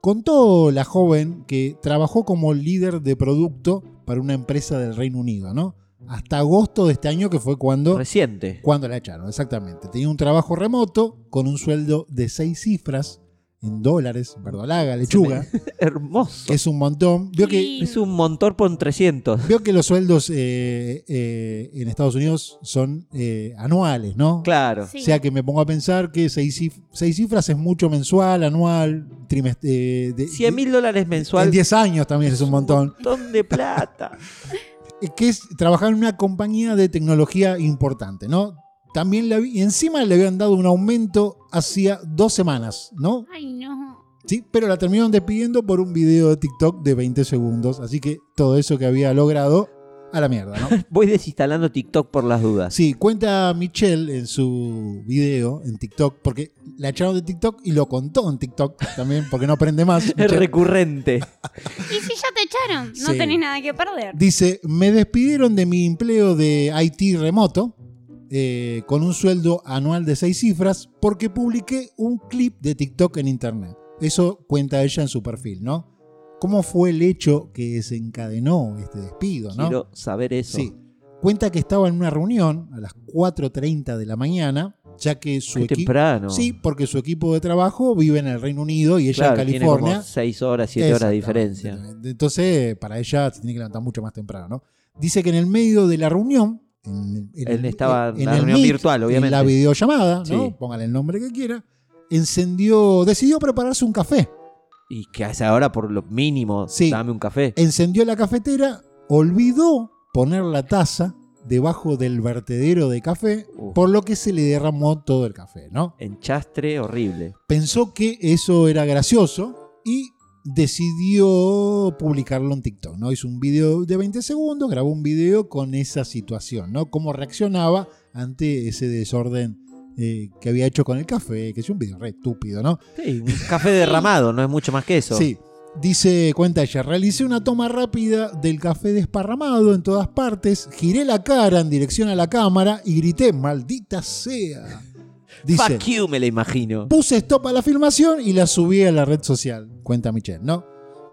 [SPEAKER 1] Contó la joven que trabajó como líder de producto para una empresa del Reino Unido, ¿no? Hasta agosto de este año, que fue cuando
[SPEAKER 3] Reciente.
[SPEAKER 1] cuando la echaron, exactamente. Tenía un trabajo remoto con un sueldo de seis cifras en dólares, verdolaga, lechuga,
[SPEAKER 3] Hermoso.
[SPEAKER 1] que es un montón. Vio que,
[SPEAKER 2] Sí.
[SPEAKER 3] Es un montón por 300.
[SPEAKER 1] vio que los sueldos eh, eh, en Estados Unidos son eh, anuales, ¿no?
[SPEAKER 3] Claro.
[SPEAKER 2] Sí.
[SPEAKER 1] O sea que me pongo a pensar que seis, cif- seis cifras es mucho mensual, anual, trimestre. eh, de-
[SPEAKER 3] 100 mil dólares mensual.
[SPEAKER 1] En 10 años también es un montón.
[SPEAKER 3] montón de plata.
[SPEAKER 1] Eh, Que es trabajar en una compañía de tecnología importante, ¿no? También la vi- y encima le habían dado un aumento hacía dos semanas, ¿no?
[SPEAKER 2] Ay, no.
[SPEAKER 1] Sí, pero la terminaron despidiendo por un video de TikTok de 20 segundos. Así que todo eso que había logrado, a la mierda, ¿no?
[SPEAKER 3] Voy desinstalando TikTok por las dudas.
[SPEAKER 1] Sí, cuenta Michelle en su video en TikTok, porque la echaron de TikTok y lo contó en TikTok también, porque no aprende más.
[SPEAKER 3] Es
[SPEAKER 1] Michelle.
[SPEAKER 3] recurrente.
[SPEAKER 2] ¿Y si ya te echaron? No
[SPEAKER 1] Sí.
[SPEAKER 2] tenés nada que perder.
[SPEAKER 1] Dice, me despidieron de mi empleo de IT remoto eh, con un sueldo anual de seis cifras porque publiqué un clip de TikTok en internet. Eso cuenta ella en su perfil, ¿no? ¿Cómo fue el hecho que desencadenó este despido, no?
[SPEAKER 3] Quiero saber eso.
[SPEAKER 1] Sí. Cuenta que estaba en una reunión a las 4.30 de la mañana, ya que su
[SPEAKER 3] Qué
[SPEAKER 1] equipo...
[SPEAKER 3] temprano.
[SPEAKER 1] Sí, porque su equipo de trabajo vive en el Reino Unido y ella
[SPEAKER 3] claro,
[SPEAKER 1] en
[SPEAKER 3] tiene
[SPEAKER 1] California.
[SPEAKER 3] como 6 horas, 7 horas
[SPEAKER 1] Exactamente,
[SPEAKER 3] de diferencia.
[SPEAKER 1] exactamente. Entonces, para ella se tiene que levantar mucho más temprano, ¿no? Dice que en el medio de la reunión, en, en-
[SPEAKER 3] Él estaba en la
[SPEAKER 1] el
[SPEAKER 3] reunión virtual,
[SPEAKER 1] en
[SPEAKER 3] obviamente.
[SPEAKER 1] la videollamada, ¿no?
[SPEAKER 3] Sí.
[SPEAKER 1] Póngale el nombre que quiera, encendió, decidió prepararse un café.
[SPEAKER 3] Y que hace ahora por lo mínimo,
[SPEAKER 1] Sí. Eh,
[SPEAKER 3] dame un café.
[SPEAKER 1] Encendió la cafetera, olvidó poner la taza debajo del vertedero de café,
[SPEAKER 3] Uf.
[SPEAKER 1] por lo que se le derramó todo el café, ¿no?
[SPEAKER 3] Enchastre horrible.
[SPEAKER 1] Pensó que eso era gracioso y decidió publicarlo en TikTok, ¿no? Hizo un video de 20 segundos, grabó un video con esa situación, ¿no? Cómo reaccionaba ante ese desorden eh, que había hecho con el café, que es un video re estúpido, ¿no?
[SPEAKER 3] Sí, un café derramado, no es mucho más que eso.
[SPEAKER 1] Sí. Dice, cuenta ella, realicé una toma rápida del café desparramado en todas partes, giré la cara en dirección a la cámara y grité, maldita sea. Dice,
[SPEAKER 3] Fuck you, me la imagino.
[SPEAKER 1] puse stop a la filmación y la subí a la red social, cuenta Michelle, ¿no?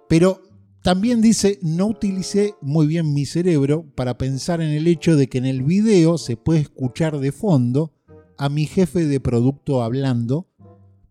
[SPEAKER 1] Pero también dice, no utilicé muy bien mi cerebro para pensar en el hecho de que en el video se puede escuchar de fondo a mi jefe de producto hablando,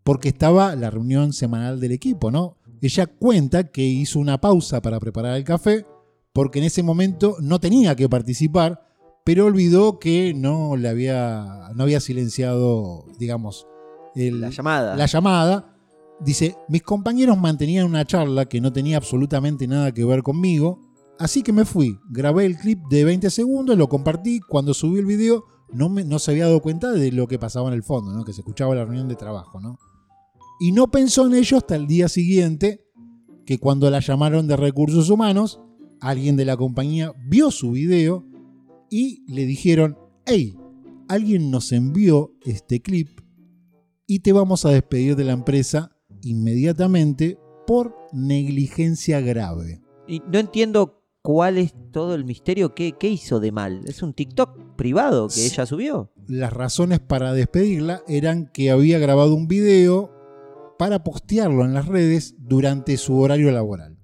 [SPEAKER 1] porque estaba la reunión semanal del equipo, ¿no? Ella cuenta que hizo una pausa para preparar el café, porque en ese momento no tenía que participar, pero olvidó que no le había, no había silenciado, digamos, el,
[SPEAKER 3] La llamada.
[SPEAKER 1] la llamada. Dice, mis compañeros mantenían una charla que no tenía absolutamente nada que ver conmigo, así que me fui, grabé el clip de 20 segundos, lo compartí, cuando subí el video no, me- no se había dado cuenta de lo que pasaba en el fondo, ¿no? que se escuchaba la reunión de trabajo. ¿no? Y no pensó en ello hasta el día siguiente, que cuando la llamaron de recursos humanos, alguien de la compañía vio su video y le dijeron, hey, alguien nos envió este clip y te vamos a despedir de la empresa inmediatamente por negligencia grave.
[SPEAKER 3] Y no entiendo cuál es todo el misterio. ¿Qué, qué hizo de mal? Es un TikTok privado que
[SPEAKER 1] Sí.
[SPEAKER 3] ella subió.
[SPEAKER 1] Las razones para despedirla eran que había grabado un video para postearlo en las redes durante su horario laboral.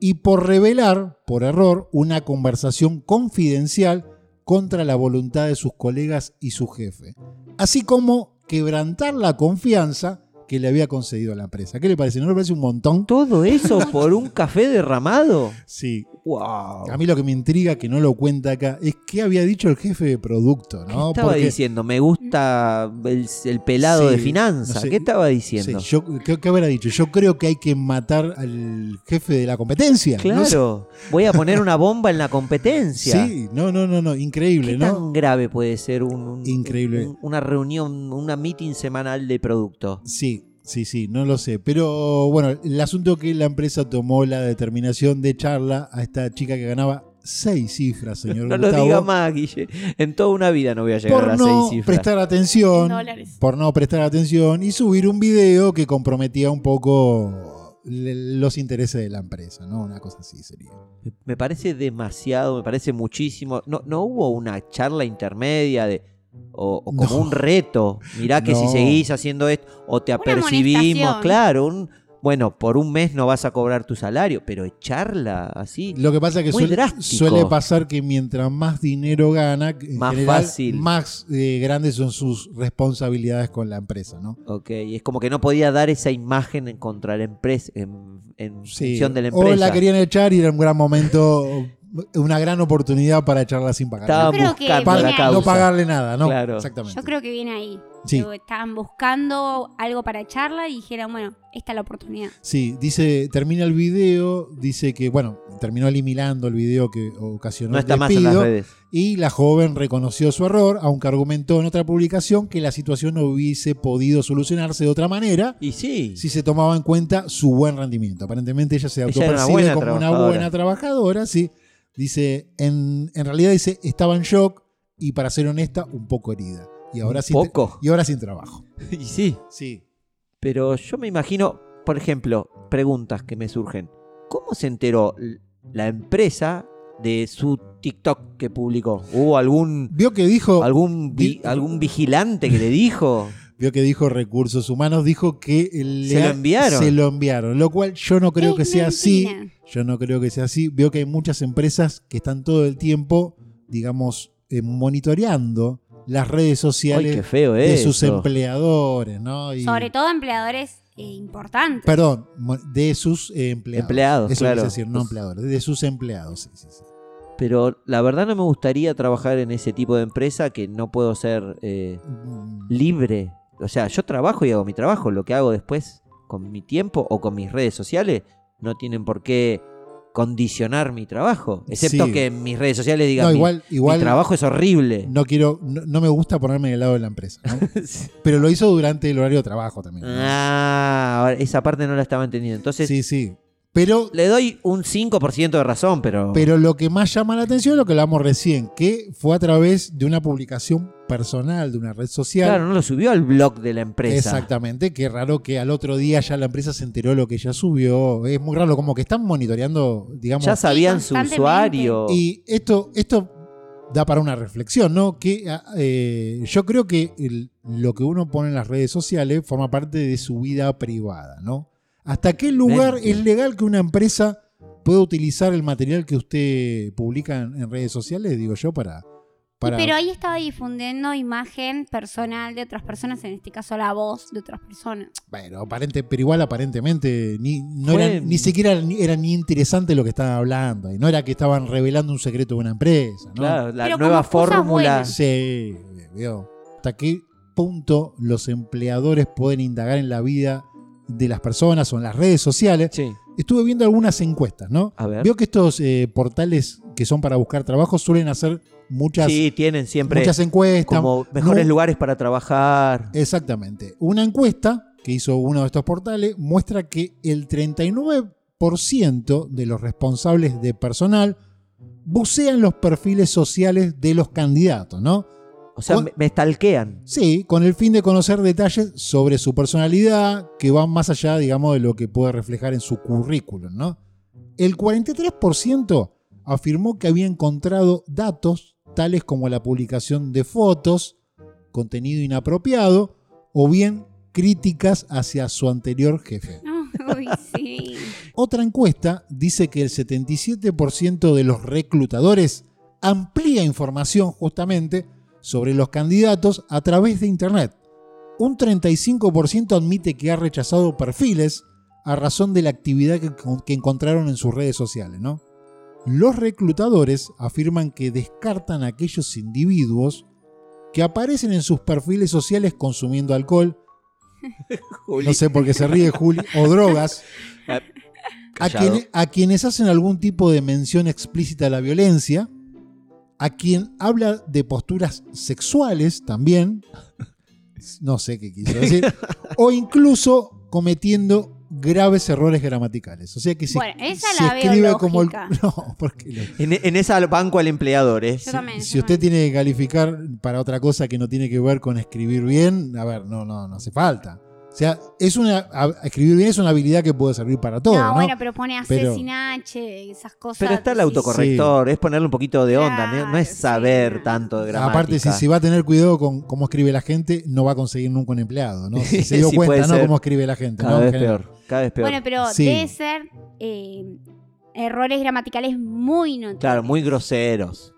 [SPEAKER 1] Y por revelar, por error, una conversación confidencial contra la voluntad de sus colegas y su jefe. Así como quebrantar la confianza que le había concedido a la empresa. ¿Qué le parece? ¿No le parece un montón?
[SPEAKER 3] ¿Todo eso por un café derramado?
[SPEAKER 1] Sí,
[SPEAKER 3] ¡Wow!
[SPEAKER 1] A mí lo que me intriga, que no lo cuenta acá, es qué había dicho el jefe de producto, ¿no?
[SPEAKER 3] estaba
[SPEAKER 1] Porque-
[SPEAKER 3] diciendo? Me gusta el, el pelado de
[SPEAKER 1] Sí,
[SPEAKER 3] finanzas.
[SPEAKER 1] no sé.
[SPEAKER 3] ¿Qué estaba
[SPEAKER 1] Sí,
[SPEAKER 3] diciendo?
[SPEAKER 1] yo, ¿qué, qué habrá dicho? Yo creo que hay que matar al jefe de la competencia.
[SPEAKER 3] claro.
[SPEAKER 1] No sé.
[SPEAKER 3] Voy a poner una bomba en la competencia.
[SPEAKER 1] Sí, no, no, no, no.
[SPEAKER 3] ¿Qué
[SPEAKER 1] Increíble, ¿no?
[SPEAKER 3] tan grave puede ser un- un-
[SPEAKER 1] Increíble.
[SPEAKER 3] un- una reunión, una meeting semanal de producto?
[SPEAKER 1] Sí, sí, sí, no lo sé. Pero bueno, el asunto que la empresa tomó la determinación de charla a esta chica que ganaba seis cifras, señor
[SPEAKER 3] No lo
[SPEAKER 1] Gustavo.
[SPEAKER 3] diga más, Guille. En toda una vida no voy a llegar a
[SPEAKER 1] por
[SPEAKER 3] seis
[SPEAKER 1] no
[SPEAKER 3] cifras.
[SPEAKER 1] prestar atención.
[SPEAKER 2] Dólares.
[SPEAKER 1] por no prestar atención y subir un video que comprometía un poco le- los intereses de la empresa, ¿no? Una cosa así sería.
[SPEAKER 3] Me parece demasiado, me parece muchísimo. No, no hubo una charla intermedia de. O, o como
[SPEAKER 1] No.
[SPEAKER 3] un reto. Mirá que si
[SPEAKER 1] No.
[SPEAKER 3] seguís haciendo esto, o te
[SPEAKER 2] Una
[SPEAKER 3] apercibimos.
[SPEAKER 2] amonestación.
[SPEAKER 3] Claro, un- bueno, por un mes no vas a cobrar tu salario, pero charla así.
[SPEAKER 1] Lo que pasa es que
[SPEAKER 3] Muy
[SPEAKER 1] suele,
[SPEAKER 3] drástico.
[SPEAKER 1] suele pasar que mientras más dinero gana, en
[SPEAKER 3] Más
[SPEAKER 1] general,
[SPEAKER 3] fácil.
[SPEAKER 1] más eh, grandes son sus responsabilidades con la empresa, ¿no?
[SPEAKER 3] Ok, es como que no podía dar esa imagen en contra la empresa, en, en función de la
[SPEAKER 1] o
[SPEAKER 3] empresa.
[SPEAKER 1] la querían echar y era un gran momento, una gran oportunidad para echarla sin pagar.
[SPEAKER 3] Estaba
[SPEAKER 1] No,
[SPEAKER 2] Yo creo que
[SPEAKER 3] buscando
[SPEAKER 1] pa-
[SPEAKER 2] viene
[SPEAKER 3] la
[SPEAKER 2] ahí.
[SPEAKER 3] causa.
[SPEAKER 1] no pagarle nada, ¿no?
[SPEAKER 3] Claro.
[SPEAKER 1] Exactamente.
[SPEAKER 2] Yo creo que viene ahí.
[SPEAKER 1] Sí.
[SPEAKER 2] Que Estaban buscando algo para charla y dijeron, bueno, esta es la oportunidad.
[SPEAKER 1] Sí, dice, termina el video, dice que, bueno, terminó eliminando el video que ocasionó
[SPEAKER 3] No
[SPEAKER 1] el
[SPEAKER 3] está más en las
[SPEAKER 1] despido,
[SPEAKER 3] redes.
[SPEAKER 1] y la joven reconoció su error, aunque argumentó en otra publicación que la situación no hubiese podido solucionarse de otra manera
[SPEAKER 3] Y sí.
[SPEAKER 1] si se tomaba en cuenta su buen rendimiento. Aparentemente ella se
[SPEAKER 3] Ella era una
[SPEAKER 1] autopercibe
[SPEAKER 3] buena
[SPEAKER 1] como una
[SPEAKER 3] trabajadora.
[SPEAKER 1] buena trabajadora, sí. Dice, en, en realidad dice, estaba en shock y para ser honesta, un poco herida. Y ahora,
[SPEAKER 3] Un
[SPEAKER 1] sin, tra-
[SPEAKER 3] poco.
[SPEAKER 1] y ahora sin trabajo.
[SPEAKER 3] Y sí.
[SPEAKER 1] Sí.
[SPEAKER 3] Pero yo me imagino, por ejemplo, preguntas que me surgen. ¿Cómo se enteró l- la empresa de su TikTok que publicó? ¿Hubo algún
[SPEAKER 1] Vio que dijo,
[SPEAKER 3] algún vi-
[SPEAKER 1] di-
[SPEAKER 3] algún vigilante que le dijo?
[SPEAKER 1] Vio que dijo recursos humanos, dijo que le
[SPEAKER 3] Se lo enviaron.
[SPEAKER 1] se lo enviaron, lo cual yo no creo
[SPEAKER 2] Es
[SPEAKER 1] que sea así.
[SPEAKER 2] mentira.
[SPEAKER 1] Yo no creo que sea así. Vio que hay muchas empresas que están todo el tiempo, digamos, eh, monitoreando las redes
[SPEAKER 3] Ay,
[SPEAKER 1] sociales
[SPEAKER 3] qué feo
[SPEAKER 1] de
[SPEAKER 3] es.
[SPEAKER 1] sus empleadores, ¿no? Y-
[SPEAKER 2] Sobre todo empleadores eh, importantes.
[SPEAKER 1] Perdón, mo- de sus eh, empleados.
[SPEAKER 3] Empleados,
[SPEAKER 1] Eso
[SPEAKER 3] claro.
[SPEAKER 1] quise decir, no empleadores, de sus empleados. sí, sí, sí.
[SPEAKER 3] Pero la verdad no me gustaría trabajar en ese tipo de empresa que no puedo ser eh,
[SPEAKER 1] Mm,
[SPEAKER 3] libre. O sea, yo trabajo y hago mi trabajo. Lo que hago después con mi tiempo o con mis redes sociales no tienen por qué condicionar mi trabajo. Excepto
[SPEAKER 1] Sí.
[SPEAKER 3] que en mis redes sociales digan,
[SPEAKER 1] No,
[SPEAKER 3] "Mi-
[SPEAKER 1] igual,
[SPEAKER 3] mi,
[SPEAKER 1] igual
[SPEAKER 3] trabajo es horrible.
[SPEAKER 1] no quiero, no, no me gusta ponerme del lado de la empresa. ¿no? Pero lo hizo durante el horario de trabajo también. ¿no?
[SPEAKER 3] ah, ahora esa parte no la estaba entendiendo. Entonces,
[SPEAKER 1] Sí, sí. Pero,
[SPEAKER 3] le doy un 5% de razón, pero...
[SPEAKER 1] pero lo que más llama la atención es lo que hablamos recién, que fue a través de una publicación personal de una red social.
[SPEAKER 3] claro, no lo subió al blog de la empresa.
[SPEAKER 1] Exactamente, qué raro que al otro día ya la empresa se enteró lo que ella subió. Es muy raro, como que están monitoreando, digamos.
[SPEAKER 3] Ya sabían su
[SPEAKER 2] constantemente.
[SPEAKER 3] usuario.
[SPEAKER 1] Y esto, esto da para una reflexión, ¿no? Que ah, eh, yo creo que el- lo que uno pone en las redes sociales forma parte de su vida privada, ¿no? ¿Hasta qué lugar
[SPEAKER 3] Mente.
[SPEAKER 1] es legal que una empresa pueda utilizar el material que usted publica en, en redes sociales, digo yo, para... para
[SPEAKER 2] Pero ahí estaba difundiendo imagen personal de otras personas, en este caso la voz de otras personas.
[SPEAKER 1] Bueno, aparente, pero igual aparentemente ni, no
[SPEAKER 3] Fue-
[SPEAKER 1] era, ni siquiera era ni, era ni interesante lo que estaban hablando. Y no era que estaban revelando un secreto de una empresa, ¿no?
[SPEAKER 3] Claro, la
[SPEAKER 2] Pero
[SPEAKER 3] nueva
[SPEAKER 2] como cosas
[SPEAKER 3] fórmula.
[SPEAKER 2] buenas.
[SPEAKER 1] Sí, veo. ¿Hasta qué punto los empleadores pueden indagar en la vida de las personas o en las redes sociales?
[SPEAKER 3] Sí,
[SPEAKER 1] Estuve viendo algunas encuestas, ¿no?
[SPEAKER 3] a ver.
[SPEAKER 1] Veo que estos eh, portales que son para buscar trabajo suelen hacer muchas,
[SPEAKER 3] Sí, tienen siempre
[SPEAKER 1] muchas encuestas.
[SPEAKER 3] como mejores
[SPEAKER 1] no- Eh,
[SPEAKER 3] lugares para trabajar.
[SPEAKER 1] Exactamente. Una encuesta que hizo uno de estos portales muestra que el 39% de los responsables de personal bucean los perfiles sociales de los candidatos, ¿no?
[SPEAKER 3] O sea,
[SPEAKER 1] Cu-
[SPEAKER 3] me, me stalkean.
[SPEAKER 1] Sí, con el fin de conocer detalles sobre su personalidad que van más allá, digamos, de lo que puede reflejar en su currículum, ¿no? El 43% afirmó que había encontrado datos tales como la publicación de fotos, contenido inapropiado o bien críticas hacia su anterior jefe.
[SPEAKER 2] Uy, sí.
[SPEAKER 1] Otra encuesta dice que el 77% de los reclutadores amplía información justamente sobre los candidatos a través de Internet. Un 35% admite que ha rechazado perfiles a razón de la actividad que, que encontraron en sus redes sociales. ¿no? Los reclutadores afirman que descartan a aquellos individuos que aparecen en sus perfiles sociales consumiendo alcohol, no sé por qué se ríe Juli, o drogas. A,
[SPEAKER 3] Callado.
[SPEAKER 1] quien- a quienes hacen algún tipo de mención explícita a la violencia, a quien habla de posturas sexuales también, no sé qué quiso decir, o incluso cometiendo graves errores gramaticales. O sea que si,
[SPEAKER 2] Bueno, esa
[SPEAKER 1] si
[SPEAKER 2] la veo
[SPEAKER 1] escribe como el...
[SPEAKER 2] lógica.
[SPEAKER 1] No, porque lo-
[SPEAKER 3] En, en esa banco al empleador, ¿eh?
[SPEAKER 2] Yo también.
[SPEAKER 1] si
[SPEAKER 2] yo
[SPEAKER 1] usted
[SPEAKER 2] también.
[SPEAKER 1] tiene que calificar para otra cosa que no tiene que ver con escribir bien, a ver, no, no, no hace falta. O sea, es una, a- escribir bien es una habilidad que puede servir para todo.
[SPEAKER 2] no,
[SPEAKER 1] ¿no?
[SPEAKER 2] bueno, pero pone
[SPEAKER 1] Pero-
[SPEAKER 2] asesinache, esas cosas.
[SPEAKER 3] Pero está el
[SPEAKER 2] decís,
[SPEAKER 3] autocorrector, es ponerle un poquito de onda, ¿no? no es
[SPEAKER 2] Claro,
[SPEAKER 3] saber
[SPEAKER 2] sí.
[SPEAKER 3] tanto de gramática.
[SPEAKER 1] Aparte, si, si va a tener cuidado con cómo escribe la gente, no va a conseguir nunca un empleado, ¿no? Si se dio
[SPEAKER 3] Sí, puede
[SPEAKER 1] cuenta, ¿no?
[SPEAKER 3] ser.
[SPEAKER 1] Cómo escribe la gente,
[SPEAKER 3] Cada
[SPEAKER 1] ¿no? En
[SPEAKER 3] vez
[SPEAKER 1] general.
[SPEAKER 3] peor, cada vez peor.
[SPEAKER 2] Bueno, pero
[SPEAKER 1] Sí.
[SPEAKER 2] debe ser eh, errores gramaticales muy notables.
[SPEAKER 3] claro, muy groseros.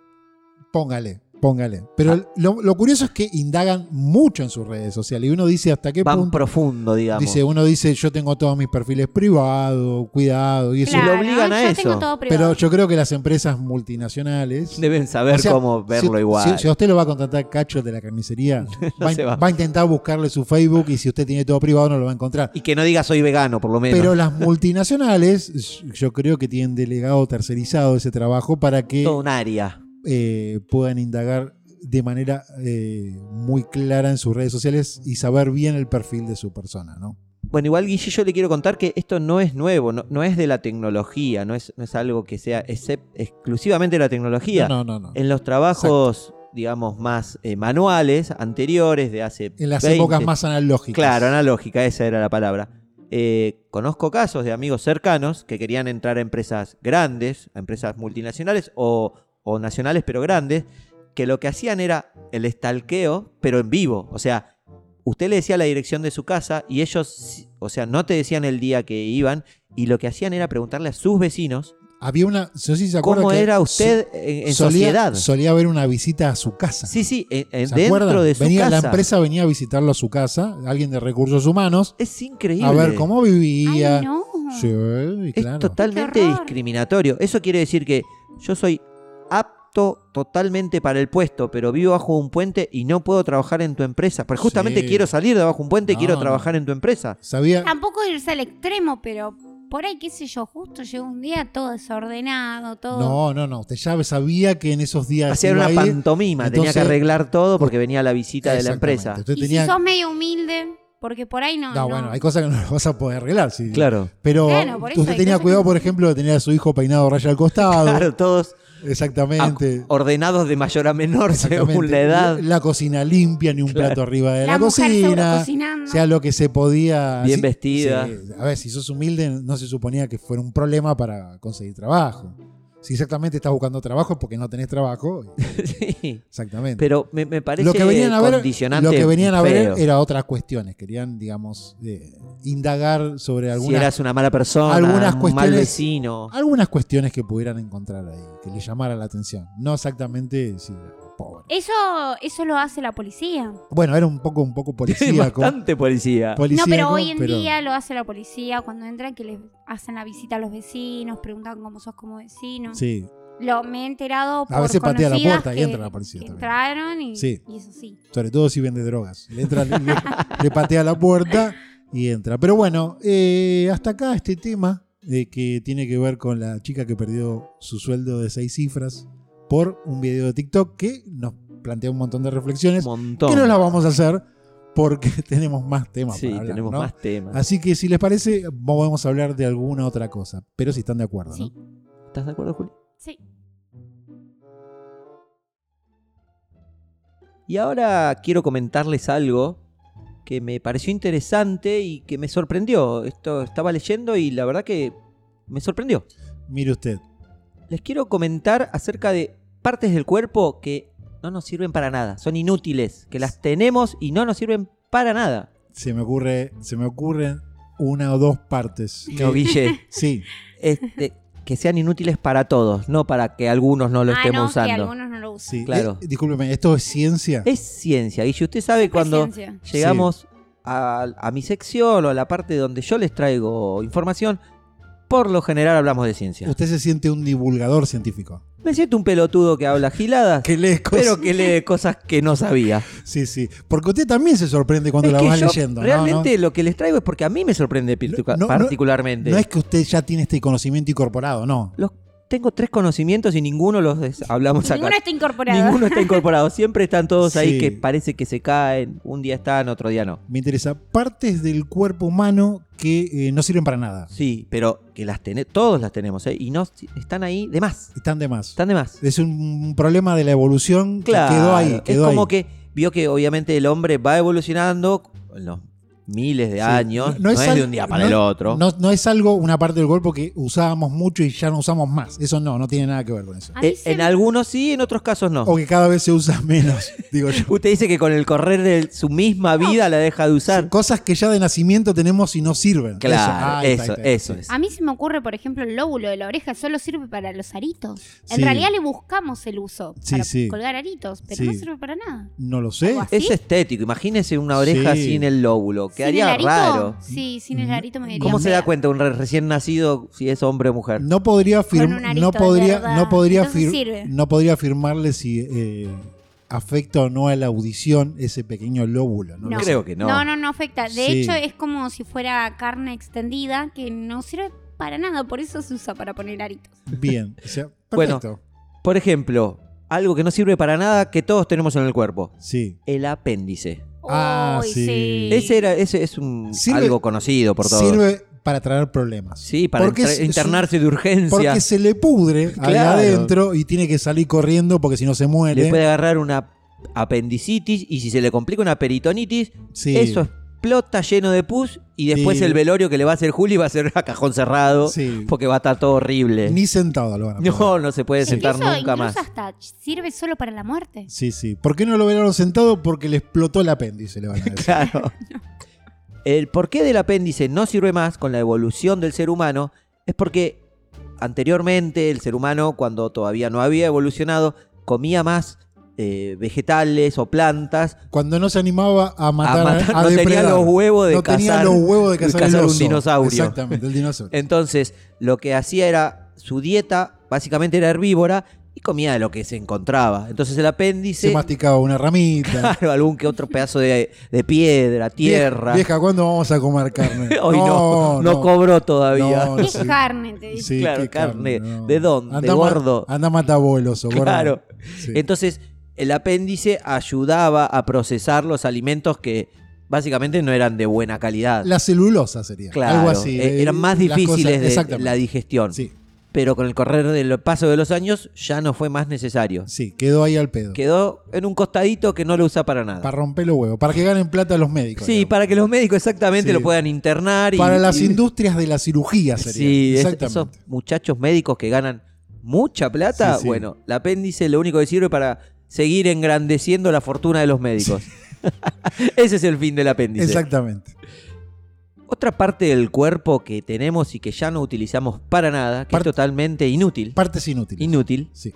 [SPEAKER 1] Póngale, póngale. Pero
[SPEAKER 3] Ah.
[SPEAKER 1] lo, lo curioso es que indagan mucho en sus redes sociales y uno dice hasta qué
[SPEAKER 3] Van
[SPEAKER 1] punto.
[SPEAKER 3] profundo, digamos.
[SPEAKER 1] Dice, uno dice, yo tengo todos mis perfiles privados, cuidado, y eso.
[SPEAKER 2] Claro,
[SPEAKER 3] lo obligan a
[SPEAKER 2] yo
[SPEAKER 3] eso.
[SPEAKER 2] Tengo todo
[SPEAKER 1] Pero
[SPEAKER 2] privado.
[SPEAKER 1] yo creo que las empresas multinacionales.
[SPEAKER 3] Deben saber
[SPEAKER 1] O sea,
[SPEAKER 3] cómo verlo
[SPEAKER 1] si-
[SPEAKER 3] igual.
[SPEAKER 1] Si, si a usted lo va a contratar Cacho de la carnicería, va, a-
[SPEAKER 3] se va.
[SPEAKER 1] va a intentar buscarle su Facebook y si usted tiene todo privado no lo va a encontrar.
[SPEAKER 3] Y que no diga soy vegano, por lo menos.
[SPEAKER 1] Pero las multinacionales, yo creo que tienen delegado tercerizado ese trabajo para que
[SPEAKER 3] Todo un área.
[SPEAKER 1] eh, puedan indagar de manera eh, muy clara en sus redes sociales y saber bien el perfil de su persona, ¿no?
[SPEAKER 3] Bueno, igual Guille, yo le quiero contar que esto no es nuevo, no, no es de la tecnología, no es, no es algo que sea excep- exclusivamente de la tecnología.
[SPEAKER 1] No, no, no.
[SPEAKER 3] En los trabajos, digamos, más eh, manuales, anteriores, de hace
[SPEAKER 1] En las
[SPEAKER 3] 20,
[SPEAKER 1] épocas más analógicas.
[SPEAKER 3] Claro, analógica, esa era la palabra. Eh, conozco casos de amigos cercanos que querían entrar a empresas grandes, a empresas multinacionales o, o nacionales, pero grandes, que lo que hacían era el estalqueo, pero en vivo. O sea, usted le decía la dirección de su casa y ellos, o sea, no te decían el día que iban y lo que hacían era preguntarle a sus vecinos
[SPEAKER 1] Había una. No sé si se acuerda
[SPEAKER 3] cómo
[SPEAKER 1] que
[SPEAKER 3] era
[SPEAKER 1] so-
[SPEAKER 3] usted en, en
[SPEAKER 1] solía,
[SPEAKER 3] sociedad.
[SPEAKER 1] Solía haber una visita a su casa.
[SPEAKER 3] Sí, sí, en- en-
[SPEAKER 1] ¿Se
[SPEAKER 3] dentro
[SPEAKER 1] acuerdan?
[SPEAKER 3] de su
[SPEAKER 1] venía,
[SPEAKER 3] casa.
[SPEAKER 1] La empresa venía a visitarlo a su casa, alguien de recursos humanos,
[SPEAKER 3] Es increíble.
[SPEAKER 1] a ver cómo
[SPEAKER 2] Ay,
[SPEAKER 1] vivía.
[SPEAKER 2] no.
[SPEAKER 1] Sí, y
[SPEAKER 3] Es
[SPEAKER 1] claro.
[SPEAKER 3] totalmente
[SPEAKER 2] Qué horror.
[SPEAKER 3] discriminatorio. Eso quiere decir que yo soy apto totalmente para el puesto, pero vivo bajo un puente y no puedo trabajar en tu empresa. Porque justamente
[SPEAKER 1] Sí.
[SPEAKER 3] quiero salir de bajo un puente y
[SPEAKER 1] No,
[SPEAKER 3] quiero
[SPEAKER 1] no.
[SPEAKER 2] Ah,
[SPEAKER 3] trabajar en tu empresa.
[SPEAKER 1] Sabía,
[SPEAKER 2] Tampoco irse al extremo, pero Por ahí, qué sé yo, justo llegó un día todo desordenado, todo.
[SPEAKER 1] No, no, no. Usted ya sabía que en esos días.
[SPEAKER 3] Hacía
[SPEAKER 1] iba
[SPEAKER 3] una
[SPEAKER 1] a ir.
[SPEAKER 3] pantomima, tenía que
[SPEAKER 1] entonces-
[SPEAKER 3] arreglar todo porque venía la visita de la
[SPEAKER 1] Exactamente.
[SPEAKER 3] empresa.
[SPEAKER 1] Usted
[SPEAKER 2] y
[SPEAKER 1] tenía-
[SPEAKER 2] si sos medio humilde, porque por ahí no.
[SPEAKER 1] no, bueno, hay cosas que no las vas a poder arreglar. sí.
[SPEAKER 3] Claro.
[SPEAKER 1] Pero
[SPEAKER 2] Claro, por eso
[SPEAKER 1] usted
[SPEAKER 2] hay
[SPEAKER 1] tenía
[SPEAKER 2] cosas
[SPEAKER 1] cuidado,
[SPEAKER 2] que-
[SPEAKER 1] por ejemplo, de tener a su hijo peinado raya al costado.
[SPEAKER 3] Claro, todos
[SPEAKER 1] Exactamente.
[SPEAKER 3] ac- ordenados de mayor a menor según
[SPEAKER 1] Exactamente.
[SPEAKER 3] la edad.
[SPEAKER 1] La cocina limpia, ni un
[SPEAKER 3] Claro.
[SPEAKER 1] plato arriba de la,
[SPEAKER 2] la mujer seguro
[SPEAKER 1] cocina.
[SPEAKER 2] cocinando.
[SPEAKER 1] Sea lo que se podía.
[SPEAKER 3] Bien
[SPEAKER 1] Sí,
[SPEAKER 3] vestida.
[SPEAKER 1] sí. A ver, si sos humilde, no se suponía que fuera un problema para conseguir trabajo. Si exactamente estás buscando trabajo es porque no tenés trabajo.
[SPEAKER 3] Sí.
[SPEAKER 1] Exactamente.
[SPEAKER 3] Pero me, me parece
[SPEAKER 1] lo que venían a ver,
[SPEAKER 3] condicionante
[SPEAKER 1] lo que venían a
[SPEAKER 3] feo.
[SPEAKER 1] ver era otras cuestiones. Querían, digamos, eh, indagar sobre
[SPEAKER 3] si
[SPEAKER 1] algunas,
[SPEAKER 3] eras una mala persona,
[SPEAKER 1] algunas
[SPEAKER 3] un mal
[SPEAKER 1] cuestiones-
[SPEAKER 3] vecino.
[SPEAKER 1] algunas cuestiones que pudieran encontrar ahí, que les llamara la atención. No exactamente si pobre.
[SPEAKER 2] Eso, eso lo hace la policía.
[SPEAKER 1] Bueno, era un poco, un poco policía.
[SPEAKER 3] Bastante policía.
[SPEAKER 2] No, pero hoy en día lo hace la policía cuando entran que les hacen la visita a los vecinos, preguntan cómo sos como vecino.
[SPEAKER 1] Sí,
[SPEAKER 2] Lo me he enterado por
[SPEAKER 1] A veces patea la
[SPEAKER 2] conocidas
[SPEAKER 1] puerta y
[SPEAKER 2] que
[SPEAKER 1] entra la policía también.
[SPEAKER 2] Entraron y,
[SPEAKER 1] Sí.
[SPEAKER 2] y eso sí.
[SPEAKER 1] sobre todo si vende drogas. Le, entra, le, le patea la puerta y entra. Pero bueno, eh, hasta acá este tema eh, que tiene que ver con la chica que perdió su sueldo de seis cifras por un video de TikTok que nos plantea un montón de
[SPEAKER 3] Un
[SPEAKER 1] reflexiones
[SPEAKER 3] montón.
[SPEAKER 1] que no las vamos a hacer porque tenemos más temas
[SPEAKER 3] sí,
[SPEAKER 1] para hablar,
[SPEAKER 3] tenemos
[SPEAKER 1] ¿no?
[SPEAKER 3] más temas.
[SPEAKER 1] Así que si les parece, podemos hablar de alguna otra cosa, pero si están de acuerdo,
[SPEAKER 2] Sí.
[SPEAKER 1] ¿no?
[SPEAKER 3] ¿Estás de acuerdo, Juli?
[SPEAKER 2] Sí.
[SPEAKER 3] Y ahora quiero comentarles algo que me pareció interesante y que me sorprendió. Esto estaba leyendo y la verdad que me sorprendió.
[SPEAKER 1] Mire usted,
[SPEAKER 3] Les quiero comentar acerca de partes del cuerpo que no nos sirven para nada, son inútiles, que las tenemos y no nos sirven para nada.
[SPEAKER 1] se me ocurre, se me ocurren una o dos partes.
[SPEAKER 3] No, Guille,
[SPEAKER 1] Sí,
[SPEAKER 3] este, que sean inútiles para todos, no para que algunos no lo
[SPEAKER 2] ah,
[SPEAKER 3] estemos
[SPEAKER 2] no, que
[SPEAKER 3] usando.
[SPEAKER 2] algunos no lo usan.
[SPEAKER 1] sí.
[SPEAKER 3] Claro.
[SPEAKER 1] Eh, discúlpeme, ¿esto es ciencia?
[SPEAKER 3] Es ciencia, Guille. Usted sabe cuando
[SPEAKER 2] Paciencia.
[SPEAKER 3] llegamos a, a mi sección o a la parte donde yo les traigo información, por lo general hablamos de ciencia.
[SPEAKER 1] Usted se siente un divulgador científico.
[SPEAKER 3] Me siento un pelotudo que habla giladas,
[SPEAKER 1] Que lees cosas.
[SPEAKER 3] pero que lee cosas que no sabía.
[SPEAKER 1] Sí, sí. Porque usted también se sorprende cuando
[SPEAKER 3] Es
[SPEAKER 1] la
[SPEAKER 3] que
[SPEAKER 1] vas
[SPEAKER 3] yo
[SPEAKER 1] leyendo. ¿no?
[SPEAKER 3] realmente lo que les traigo es porque a mí me sorprende
[SPEAKER 1] No,
[SPEAKER 3] particu-
[SPEAKER 1] no, no,
[SPEAKER 3] particularmente.
[SPEAKER 1] ¿no? No es que usted ya tiene este conocimiento incorporado, no.
[SPEAKER 3] Los- tengo tres conocimientos y ninguno los des- hablamos acá.
[SPEAKER 2] Ninguno está incorporado.
[SPEAKER 3] Ninguno está incorporado. Siempre están todos
[SPEAKER 1] Sí.
[SPEAKER 3] ahí que parece que se caen. Un día están, otro día no.
[SPEAKER 1] Me interesa. Partes del cuerpo humano que eh, no sirven para nada.
[SPEAKER 3] Sí, pero que las tenemos, todos las tenemos, ¿eh? Y no están ahí de más.
[SPEAKER 1] Están de más.
[SPEAKER 3] Están de más.
[SPEAKER 1] Es un problema de la evolución
[SPEAKER 3] Claro.
[SPEAKER 1] que quedó ahí. Quedó
[SPEAKER 3] es como
[SPEAKER 1] ahí.
[SPEAKER 3] que vio que obviamente el hombre va evolucionando en los miles de
[SPEAKER 1] Sí.
[SPEAKER 3] años. No, es,
[SPEAKER 1] al-
[SPEAKER 3] de un día para
[SPEAKER 1] no-
[SPEAKER 3] el otro.
[SPEAKER 1] No, no es algo, una parte del cuerpo que usábamos mucho y ya no usamos más. Eso no, no tiene nada que ver con eso.
[SPEAKER 2] A mí
[SPEAKER 3] Eh,
[SPEAKER 2] se
[SPEAKER 3] en
[SPEAKER 2] me-
[SPEAKER 3] algunos sí, en otros casos Ah, no.
[SPEAKER 1] O que cada vez se usa menos, digo yo.
[SPEAKER 3] Usted dice que con el correr de su misma vida la deja de usar.
[SPEAKER 1] Cosas que ya de nacimiento tenemos y no sirven.
[SPEAKER 3] Claro,
[SPEAKER 1] Ah, ahí está,
[SPEAKER 3] eso,
[SPEAKER 1] ahí está,
[SPEAKER 3] eso
[SPEAKER 1] sí.
[SPEAKER 3] es.
[SPEAKER 2] A mí se me ocurre, por ejemplo, el lóbulo de la oreja solo sirve para los aritos. En
[SPEAKER 1] Sí.
[SPEAKER 2] realidad le buscamos el uso
[SPEAKER 1] Sí,
[SPEAKER 2] para
[SPEAKER 1] sí.
[SPEAKER 2] colgar aritos, pero
[SPEAKER 1] Sí.
[SPEAKER 2] no sirve para nada.
[SPEAKER 1] No lo sé.
[SPEAKER 2] Algo así.
[SPEAKER 3] Es estético, imagínese una oreja
[SPEAKER 1] Sí.
[SPEAKER 3] sin el lóbulo,
[SPEAKER 2] Sin el
[SPEAKER 3] quedaría
[SPEAKER 2] arito,
[SPEAKER 3] raro.
[SPEAKER 2] Sí, sin el arito me vería
[SPEAKER 3] ¿Cómo se
[SPEAKER 2] fea.
[SPEAKER 3] da cuenta un re- recién nacido si es hombre o mujer?
[SPEAKER 1] No podría
[SPEAKER 2] Con
[SPEAKER 1] afirmar.
[SPEAKER 2] un arito
[SPEAKER 1] No
[SPEAKER 2] de
[SPEAKER 1] podría,
[SPEAKER 2] verdad.
[SPEAKER 1] no, podría
[SPEAKER 2] Entonces
[SPEAKER 1] afir-
[SPEAKER 2] sirve.
[SPEAKER 1] no podría afirmarle si eh, afecta o no a la audición ese pequeño lóbulo. No, lo
[SPEAKER 2] No.
[SPEAKER 1] sé.
[SPEAKER 3] Creo que no.
[SPEAKER 2] No, no, no afecta. De
[SPEAKER 1] Sí.
[SPEAKER 2] hecho, es como si fuera carne extendida que no sirve para nada. Por eso se usa para poner aritos.
[SPEAKER 1] Bien. o sea,
[SPEAKER 3] Bueno.
[SPEAKER 1] perfecto.
[SPEAKER 3] Por ejemplo, algo que no sirve para nada que todos tenemos en el cuerpo,
[SPEAKER 1] Sí.
[SPEAKER 3] el apéndice.
[SPEAKER 1] Ah,
[SPEAKER 2] Uy,
[SPEAKER 1] sí.
[SPEAKER 3] Ese era ese es un
[SPEAKER 1] Sirve-
[SPEAKER 3] algo conocido por todos.
[SPEAKER 1] Sirve para traer problemas.
[SPEAKER 3] Sí, para
[SPEAKER 1] Porque
[SPEAKER 3] entra-
[SPEAKER 1] es- es un-
[SPEAKER 3] internarse de urgencia.
[SPEAKER 1] Porque se le pudre allá
[SPEAKER 3] Claro.
[SPEAKER 1] adentro y tiene que salir corriendo porque si no se muere.
[SPEAKER 3] Le puede agarrar una apendicitis y si se le complica una peritonitis,
[SPEAKER 1] Sí.
[SPEAKER 3] eso explota lleno de pus y después
[SPEAKER 1] Sí.
[SPEAKER 3] el velorio que le va a hacer Juli va a ser a cajón cerrado
[SPEAKER 1] Sí.
[SPEAKER 3] porque va a estar todo horrible.
[SPEAKER 1] Ni sentado lo van a poner.
[SPEAKER 3] No, no se puede
[SPEAKER 2] Es que
[SPEAKER 3] sentar
[SPEAKER 2] eso
[SPEAKER 3] nunca
[SPEAKER 2] incluso
[SPEAKER 3] más.
[SPEAKER 2] hasta sirve solo para la muerte.
[SPEAKER 1] Sí, sí. ¿Por qué no lo velaron sentado? Porque le explotó el apéndice, le van a decir.
[SPEAKER 3] Claro. El porqué del apéndice no sirve más con la evolución del ser humano es porque anteriormente el ser humano, cuando todavía no había evolucionado, comía más eh, vegetales o plantas
[SPEAKER 1] Cuando no se animaba a matar, a,
[SPEAKER 3] a matar-
[SPEAKER 1] a
[SPEAKER 3] no tenía
[SPEAKER 1] depredar.
[SPEAKER 3] los huevos de
[SPEAKER 1] no
[SPEAKER 3] cazar.
[SPEAKER 1] tenía los huevos de cazar, el
[SPEAKER 3] cazar un
[SPEAKER 1] oso.
[SPEAKER 3] dinosaurio. Eh,
[SPEAKER 1] Exactamente, el dinosaurio.
[SPEAKER 3] Entonces, lo que hacía era su dieta, básicamente era herbívora, y comía de lo que se encontraba. Entonces el apéndice,
[SPEAKER 1] Se masticaba una ramita.
[SPEAKER 3] claro, algún que otro pedazo de, de piedra, tierra.
[SPEAKER 1] Vieja, ¿cuándo vamos a comer carne?
[SPEAKER 3] Hoy no, no, cobró todavía.
[SPEAKER 1] No,
[SPEAKER 2] ¿Qué
[SPEAKER 1] sí.
[SPEAKER 2] carne? Te dije.
[SPEAKER 1] Sí,
[SPEAKER 3] Claro,
[SPEAKER 1] qué
[SPEAKER 3] carne. ¿De dónde?
[SPEAKER 1] Andá ma-
[SPEAKER 3] ¿De gordo?
[SPEAKER 1] Andá mata abuelos o gordo.
[SPEAKER 3] Claro.
[SPEAKER 1] Sí.
[SPEAKER 3] Entonces, el apéndice ayudaba a procesar los alimentos que básicamente no eran de buena calidad.
[SPEAKER 1] La celulosa sería.
[SPEAKER 3] claro,
[SPEAKER 1] algo así.
[SPEAKER 3] eh,
[SPEAKER 1] eh,
[SPEAKER 3] eran más
[SPEAKER 1] las cosas-
[SPEAKER 3] difíciles de
[SPEAKER 1] exactamente.
[SPEAKER 3] la digestión.
[SPEAKER 1] Sí,
[SPEAKER 3] Pero con el correr del paso de los años ya no fue más necesario.
[SPEAKER 1] sí, quedó ahí al pedo.
[SPEAKER 3] Quedó en un costadito que no lo usa para nada.
[SPEAKER 1] Para romper los huevos, para que ganen plata los médicos.
[SPEAKER 3] sí,
[SPEAKER 1] digamos.
[SPEAKER 3] para que los médicos exactamente
[SPEAKER 1] Sí.
[SPEAKER 3] lo puedan internar. Y,
[SPEAKER 1] Para las
[SPEAKER 3] y-
[SPEAKER 1] industrias de la cirugía sería.
[SPEAKER 3] Sí, es- esos
[SPEAKER 1] exactamente.
[SPEAKER 3] muchachos médicos que ganan mucha plata,
[SPEAKER 1] Sí, sí.
[SPEAKER 3] bueno, el apéndice lo único que sirve para seguir engrandeciendo la fortuna de los médicos. Ese es el fin del apéndice.
[SPEAKER 1] Exactamente.
[SPEAKER 3] Otra parte del cuerpo que tenemos y que ya no utilizamos para nada, que
[SPEAKER 1] Par-
[SPEAKER 3] es totalmente inútil,
[SPEAKER 1] Partes inútiles.
[SPEAKER 3] inútil,
[SPEAKER 1] Sí.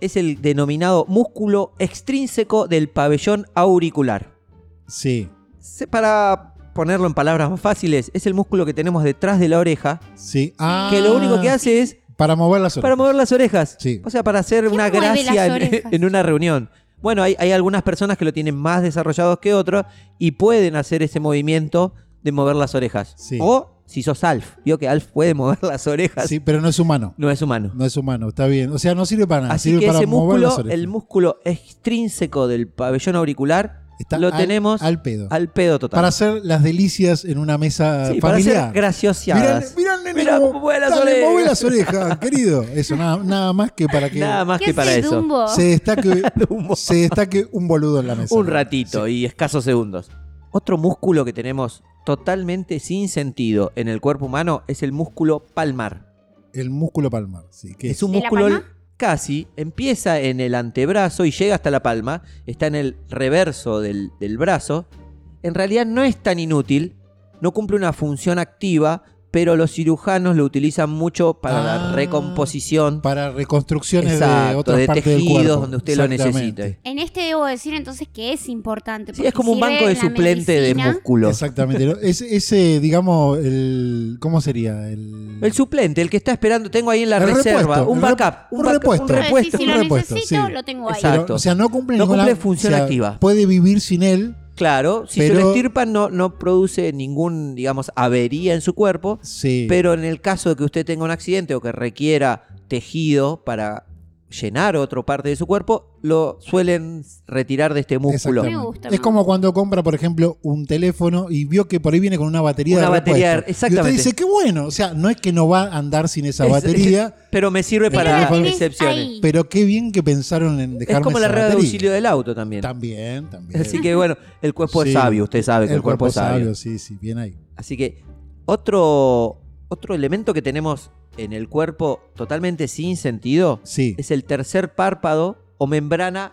[SPEAKER 3] es el denominado músculo extrínseco del pabellón auricular.
[SPEAKER 1] Sí,
[SPEAKER 3] Se- Para ponerlo en palabras más fáciles, es el músculo que tenemos detrás de la oreja,
[SPEAKER 1] sí. Ah,
[SPEAKER 3] que lo único que hace es
[SPEAKER 1] Para mover las
[SPEAKER 3] Para
[SPEAKER 1] orejas.
[SPEAKER 3] mover las orejas.
[SPEAKER 1] Sí.
[SPEAKER 3] O sea, para hacer una
[SPEAKER 2] mueve las
[SPEAKER 3] gracia en,
[SPEAKER 2] orejas?
[SPEAKER 3] en una reunión. Bueno, hay, hay algunas personas que lo tienen más desarrollados que otros y pueden hacer ese movimiento de mover las orejas.
[SPEAKER 1] Sí.
[SPEAKER 3] O si sos Alf. Vio que Alf puede mover las orejas.
[SPEAKER 1] Sí, pero no es humano.
[SPEAKER 3] No es humano.
[SPEAKER 1] No es humano, está bien. O sea, no sirve para nada.
[SPEAKER 3] Así
[SPEAKER 1] sirve
[SPEAKER 3] que
[SPEAKER 1] para
[SPEAKER 3] ese
[SPEAKER 1] mover
[SPEAKER 3] músculo,
[SPEAKER 1] las orejas.
[SPEAKER 3] el músculo extrínseco del pabellón auricular,
[SPEAKER 1] Está
[SPEAKER 3] lo
[SPEAKER 1] al-
[SPEAKER 3] tenemos
[SPEAKER 1] al pedo.
[SPEAKER 3] al pedo total.
[SPEAKER 1] para hacer las delicias en una mesa
[SPEAKER 3] Sí, para ser
[SPEAKER 1] familiar. mirá,
[SPEAKER 3] gracioseadas.
[SPEAKER 1] mirá, nene,
[SPEAKER 3] Mirá,
[SPEAKER 1] cómo-
[SPEAKER 3] mueve las
[SPEAKER 1] dale,
[SPEAKER 3] orejas.
[SPEAKER 1] mueve las orejas, querido. Eso, nada, nada más que para que
[SPEAKER 3] Nada más
[SPEAKER 2] ¿Qué
[SPEAKER 3] que para
[SPEAKER 2] hace
[SPEAKER 3] eso.
[SPEAKER 2] Dumbo?
[SPEAKER 1] se destaque,
[SPEAKER 3] Dumbo.
[SPEAKER 1] se destaque un boludo en la mesa.
[SPEAKER 3] Un ratito y escasos segundos. Otro músculo que tenemos totalmente sin sentido en el cuerpo humano es el músculo palmar.
[SPEAKER 1] El músculo palmar. Sí, que
[SPEAKER 3] Es un
[SPEAKER 2] ¿De la
[SPEAKER 3] músculo
[SPEAKER 2] palma?
[SPEAKER 3] casi, empieza en el antebrazo y llega hasta la palma, está en el reverso del, del brazo. En realidad no es tan inútil, no cumple una función activa, pero los cirujanos lo utilizan mucho para
[SPEAKER 1] Ah,
[SPEAKER 3] la recomposición
[SPEAKER 1] para reconstrucciones de
[SPEAKER 3] Exacto,
[SPEAKER 1] otras
[SPEAKER 3] de
[SPEAKER 1] partes del
[SPEAKER 3] tejidos
[SPEAKER 1] cuerpo.
[SPEAKER 3] donde usted lo
[SPEAKER 1] Exactamente.
[SPEAKER 3] necesite.
[SPEAKER 2] En este debo decir entonces que es importante.
[SPEAKER 3] Sí,
[SPEAKER 2] porque
[SPEAKER 3] es como un
[SPEAKER 2] sirve
[SPEAKER 3] banco de
[SPEAKER 2] la
[SPEAKER 3] suplente de
[SPEAKER 2] medicina.
[SPEAKER 3] músculos.
[SPEAKER 1] Exactamente. Lo- es- ese, digamos, el. ¿Cómo sería? El,
[SPEAKER 3] El suplente, el que está esperando, tengo ahí en la
[SPEAKER 1] El
[SPEAKER 3] reserva,
[SPEAKER 1] repuesto,
[SPEAKER 3] un
[SPEAKER 1] el rep- un
[SPEAKER 3] backup, backup,
[SPEAKER 1] repuesto.
[SPEAKER 3] un
[SPEAKER 2] Pero decís,
[SPEAKER 3] repuesto,
[SPEAKER 2] si
[SPEAKER 1] un
[SPEAKER 2] lo
[SPEAKER 1] repuesto,
[SPEAKER 2] necesito,
[SPEAKER 1] sí.
[SPEAKER 2] lo tengo ahí.
[SPEAKER 1] Pero,
[SPEAKER 3] Exacto.
[SPEAKER 1] o sea, no cumple
[SPEAKER 3] No
[SPEAKER 1] ninguna
[SPEAKER 3] cumple función
[SPEAKER 1] o sea,
[SPEAKER 3] activa.
[SPEAKER 1] Puede vivir sin él.
[SPEAKER 3] Claro, si se
[SPEAKER 1] Pero-
[SPEAKER 3] lo estirpan no, no produce ningún, digamos, avería en su cuerpo,
[SPEAKER 1] Sí.
[SPEAKER 3] pero en el caso de que usted tenga un accidente o que requiera tejido para llenar otra parte de su cuerpo, lo suelen retirar de este músculo.
[SPEAKER 1] Exactamente.
[SPEAKER 2] Me gusta,
[SPEAKER 1] es
[SPEAKER 2] me
[SPEAKER 1] como cuando compra, por ejemplo, un teléfono y vio que por ahí viene con una batería
[SPEAKER 3] Una
[SPEAKER 1] de
[SPEAKER 3] batería,
[SPEAKER 1] repuesto. Y
[SPEAKER 3] exactamente.
[SPEAKER 1] usted dice, qué bueno. O sea, no es que no va a andar sin esa
[SPEAKER 3] Es-
[SPEAKER 1] batería,
[SPEAKER 3] Pero me sirve
[SPEAKER 1] Pero
[SPEAKER 3] para
[SPEAKER 1] la tenés
[SPEAKER 3] excepciones.
[SPEAKER 2] ahí.
[SPEAKER 1] pero qué bien que pensaron en
[SPEAKER 3] Es
[SPEAKER 1] dejarme
[SPEAKER 3] como la
[SPEAKER 1] esa
[SPEAKER 3] red de
[SPEAKER 1] batería.
[SPEAKER 3] auxilio del auto también.
[SPEAKER 1] También, también.
[SPEAKER 3] Así que bueno, el cuerpo
[SPEAKER 1] Sí.
[SPEAKER 3] es sabio, usted sabe que el, cuerpo, es sabio.
[SPEAKER 1] sí, sí, bien ahí.
[SPEAKER 3] Así que otro, otro elemento que tenemos en el cuerpo totalmente sin sentido
[SPEAKER 1] Sí.
[SPEAKER 3] es el tercer párpado o membrana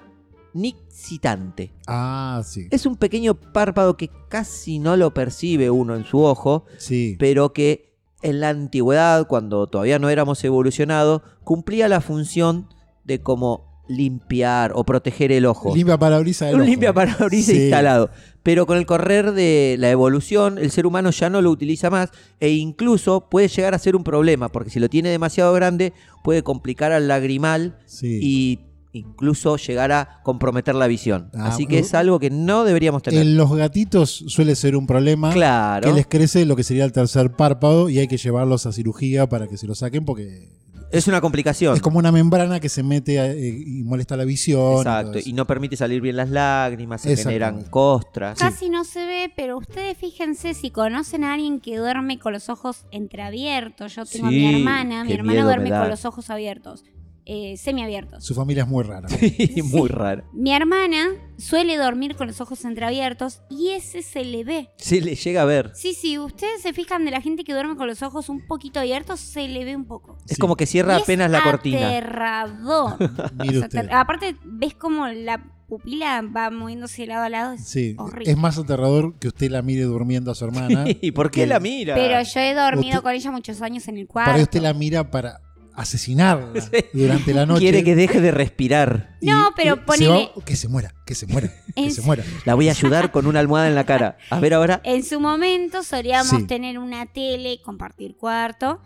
[SPEAKER 3] nixitante.
[SPEAKER 1] Ah, sí.
[SPEAKER 3] Es un pequeño párpado que casi no lo percibe uno en su ojo,
[SPEAKER 1] Sí.
[SPEAKER 3] pero que en la antigüedad, cuando todavía no éramos evolucionados, cumplía la función de como limpiar o proteger el ojo.
[SPEAKER 1] Limpia parabrisas del
[SPEAKER 3] Un
[SPEAKER 1] ojo.
[SPEAKER 3] limpia parabrisas
[SPEAKER 1] Sí.
[SPEAKER 3] instalado. Pero con el correr de la evolución, el ser humano ya no lo utiliza más e incluso puede llegar a ser un problema, porque si lo tiene demasiado grande puede complicar al lagrimal
[SPEAKER 1] Sí.
[SPEAKER 3] y incluso llegar a comprometer la visión.
[SPEAKER 1] Ah,
[SPEAKER 3] Así que es algo que no deberíamos tener.
[SPEAKER 1] En los gatitos suele ser un problema
[SPEAKER 3] claro.
[SPEAKER 1] que les crece lo que sería el tercer párpado y hay que llevarlos a cirugía para que se lo saquen porque
[SPEAKER 3] Es una complicación.
[SPEAKER 1] es como una membrana que se mete eh, y molesta la visión. y todo
[SPEAKER 3] Exacto.
[SPEAKER 1] eso.
[SPEAKER 3] Y no permite salir bien las lágrimas, se generan
[SPEAKER 1] Exactamente.
[SPEAKER 3] costras.
[SPEAKER 2] Casi no se ve, pero ustedes fíjense si conocen a alguien que duerme con los ojos entreabiertos. Yo tengo a mi
[SPEAKER 3] Sí,
[SPEAKER 2] hermana, mi
[SPEAKER 3] qué
[SPEAKER 2] hermana
[SPEAKER 3] miedo
[SPEAKER 2] duerme
[SPEAKER 3] me da.
[SPEAKER 2] con los ojos abiertos, eh, semiabiertos.
[SPEAKER 1] Su familia es muy rara.
[SPEAKER 3] Y Muy raro.
[SPEAKER 2] Mi hermana suele dormir con los ojos entreabiertos y ese se le ve.
[SPEAKER 3] Se le llega a ver.
[SPEAKER 2] Sí, sí, ustedes se fijan de la gente que duerme con los ojos un poquito abiertos, se le ve un poco.
[SPEAKER 1] Sí.
[SPEAKER 3] Es como que cierra
[SPEAKER 2] Y es
[SPEAKER 3] apenas la cortina.
[SPEAKER 2] Aterrador.
[SPEAKER 1] Mire
[SPEAKER 2] O sea,
[SPEAKER 1] usted.
[SPEAKER 2] te- Aparte, ves como la pupila va moviéndose de lado a lado. es
[SPEAKER 1] Sí.
[SPEAKER 2] Ah, horrible.
[SPEAKER 1] Es más aterrador que usted la mire durmiendo a su hermana.
[SPEAKER 3] ¿Y por qué
[SPEAKER 1] que-
[SPEAKER 3] la mira?
[SPEAKER 2] Pero yo he dormido
[SPEAKER 1] Usted-
[SPEAKER 2] con ella muchos años en el
[SPEAKER 1] Para
[SPEAKER 2] cuarto.
[SPEAKER 1] ahí usted la mira para asesinarla durante la noche.
[SPEAKER 3] Quiere que deje de respirar.
[SPEAKER 1] y-
[SPEAKER 2] No, pero
[SPEAKER 1] y se
[SPEAKER 2] ponele-
[SPEAKER 1] va- que se muera, que se muera, que
[SPEAKER 2] En-
[SPEAKER 1] se muera.
[SPEAKER 3] La voy a ayudar con una almohada en la cara. A ver ahora.
[SPEAKER 2] En su momento solíamos
[SPEAKER 1] Sí.
[SPEAKER 2] tener una tele, compartir cuarto.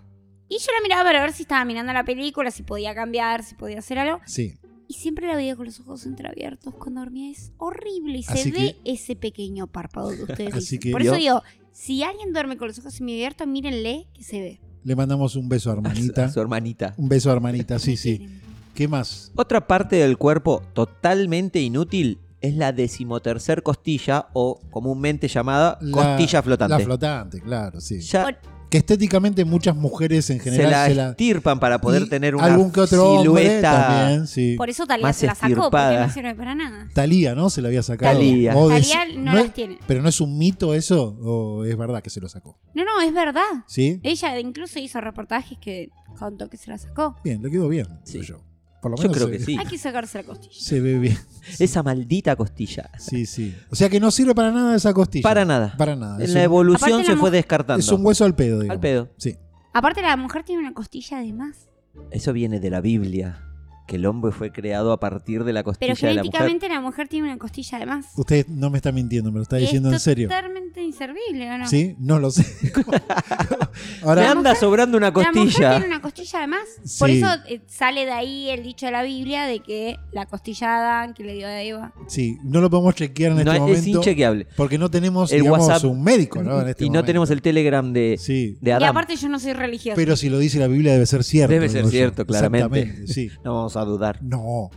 [SPEAKER 2] Y yo la miraba para ver si estaba mirando la película, si podía cambiar, si podía hacer algo.
[SPEAKER 1] Sí.
[SPEAKER 2] Y siempre la veía con los ojos entreabiertos cuando dormía. Es horrible y se
[SPEAKER 1] Así
[SPEAKER 2] ve ese pequeño párpado que ustedes
[SPEAKER 1] Así
[SPEAKER 2] dicen.
[SPEAKER 1] que-
[SPEAKER 2] Por
[SPEAKER 3] Yo-
[SPEAKER 2] eso digo, si alguien duerme con los ojos semiabiertos, mírenle que se ve.
[SPEAKER 1] Le mandamos un beso a
[SPEAKER 3] A
[SPEAKER 1] hermanita.
[SPEAKER 3] su hermanita.
[SPEAKER 1] Un beso a hermanita, Ah, sí,
[SPEAKER 2] Me
[SPEAKER 1] sí.
[SPEAKER 2] quieren.
[SPEAKER 1] ¿Qué más?
[SPEAKER 3] Otra parte del cuerpo totalmente inútil es la decimotercer costilla o comúnmente llamada
[SPEAKER 1] La-
[SPEAKER 3] costilla flotante.
[SPEAKER 1] La flotante, claro, sí.
[SPEAKER 3] Ya
[SPEAKER 2] Bueno,
[SPEAKER 1] Que estéticamente muchas mujeres en
[SPEAKER 3] se la
[SPEAKER 1] general se la...
[SPEAKER 3] estirpan para poder
[SPEAKER 1] y
[SPEAKER 3] tener una
[SPEAKER 1] Algún que otro hombre
[SPEAKER 3] silueta.
[SPEAKER 1] también, sí.
[SPEAKER 2] Por eso Talía
[SPEAKER 3] Más
[SPEAKER 2] se la sacó, porque
[SPEAKER 3] estirpada.
[SPEAKER 2] no sirve para nada.
[SPEAKER 1] Talía, ¿no? Se la había sacado.
[SPEAKER 3] Thalía.
[SPEAKER 1] O de-
[SPEAKER 2] Talía no,
[SPEAKER 1] no
[SPEAKER 2] las
[SPEAKER 1] es-
[SPEAKER 2] tiene.
[SPEAKER 1] Pero no es un mito eso, o es verdad que se lo sacó.
[SPEAKER 2] No, no, es verdad.
[SPEAKER 1] ¿Sí?
[SPEAKER 2] Ella incluso hizo reportajes que contó que se la sacó.
[SPEAKER 1] Bien, le quedó bien,
[SPEAKER 3] Sí.
[SPEAKER 1] creo yo. Por lo
[SPEAKER 3] Yo
[SPEAKER 1] menos
[SPEAKER 3] creo
[SPEAKER 1] se,
[SPEAKER 3] que sí.
[SPEAKER 2] Hay que sacarse la costilla.
[SPEAKER 1] se ve bien.
[SPEAKER 3] Esa maldita costilla.
[SPEAKER 1] Sí, sí. O sea que no sirve para nada esa costilla.
[SPEAKER 3] Para nada.
[SPEAKER 1] Para nada. Es
[SPEAKER 3] En la
[SPEAKER 1] un,
[SPEAKER 3] evolución
[SPEAKER 2] Aparte
[SPEAKER 3] se
[SPEAKER 2] la
[SPEAKER 3] fue
[SPEAKER 2] mu-
[SPEAKER 3] descartando.
[SPEAKER 1] es un hueso al pedo, digamos.
[SPEAKER 3] Al pedo.
[SPEAKER 1] Sí.
[SPEAKER 2] Aparte, la mujer tiene una costilla de más.
[SPEAKER 3] Eso viene de la Biblia, que el hombre fue creado a partir de la
[SPEAKER 2] Pero
[SPEAKER 3] costilla de la mujer.
[SPEAKER 2] genéticamente la mujer tiene una costilla de más.
[SPEAKER 1] Usted no me está mintiendo, me lo está
[SPEAKER 2] Es
[SPEAKER 1] diciendo en serio.
[SPEAKER 2] totalmente inservible, ¿o no?
[SPEAKER 1] ¿Sí? No lo sé.
[SPEAKER 3] Me
[SPEAKER 1] Ahora,
[SPEAKER 2] La
[SPEAKER 3] anda
[SPEAKER 2] mujer-
[SPEAKER 3] sobrando una
[SPEAKER 2] La mujer tiene
[SPEAKER 3] costilla.
[SPEAKER 2] una costilla de más. Por
[SPEAKER 1] Sí.
[SPEAKER 2] eso eh, sale de ahí el dicho de la Biblia de que la costilla de Adán que le dio a Eva.
[SPEAKER 1] sí, no lo podemos chequear en
[SPEAKER 3] No,
[SPEAKER 1] este
[SPEAKER 3] es
[SPEAKER 1] momento.
[SPEAKER 3] inchequeable.
[SPEAKER 1] Porque no tenemos,
[SPEAKER 3] El
[SPEAKER 1] digamos,
[SPEAKER 3] WhatsApp.
[SPEAKER 1] un médico, ¿no? En este
[SPEAKER 3] y no
[SPEAKER 1] momento.
[SPEAKER 3] tenemos el Telegram de,
[SPEAKER 1] Sí.
[SPEAKER 3] de
[SPEAKER 2] Y
[SPEAKER 3] Adán.
[SPEAKER 2] aparte yo no soy religiosa.
[SPEAKER 1] Pero si lo dice la Biblia debe ser cierto.
[SPEAKER 3] Debe ser
[SPEAKER 1] digo yo.
[SPEAKER 3] cierto, claramente.
[SPEAKER 1] Exactamente, sí.
[SPEAKER 3] No vamos a dudar.
[SPEAKER 1] No.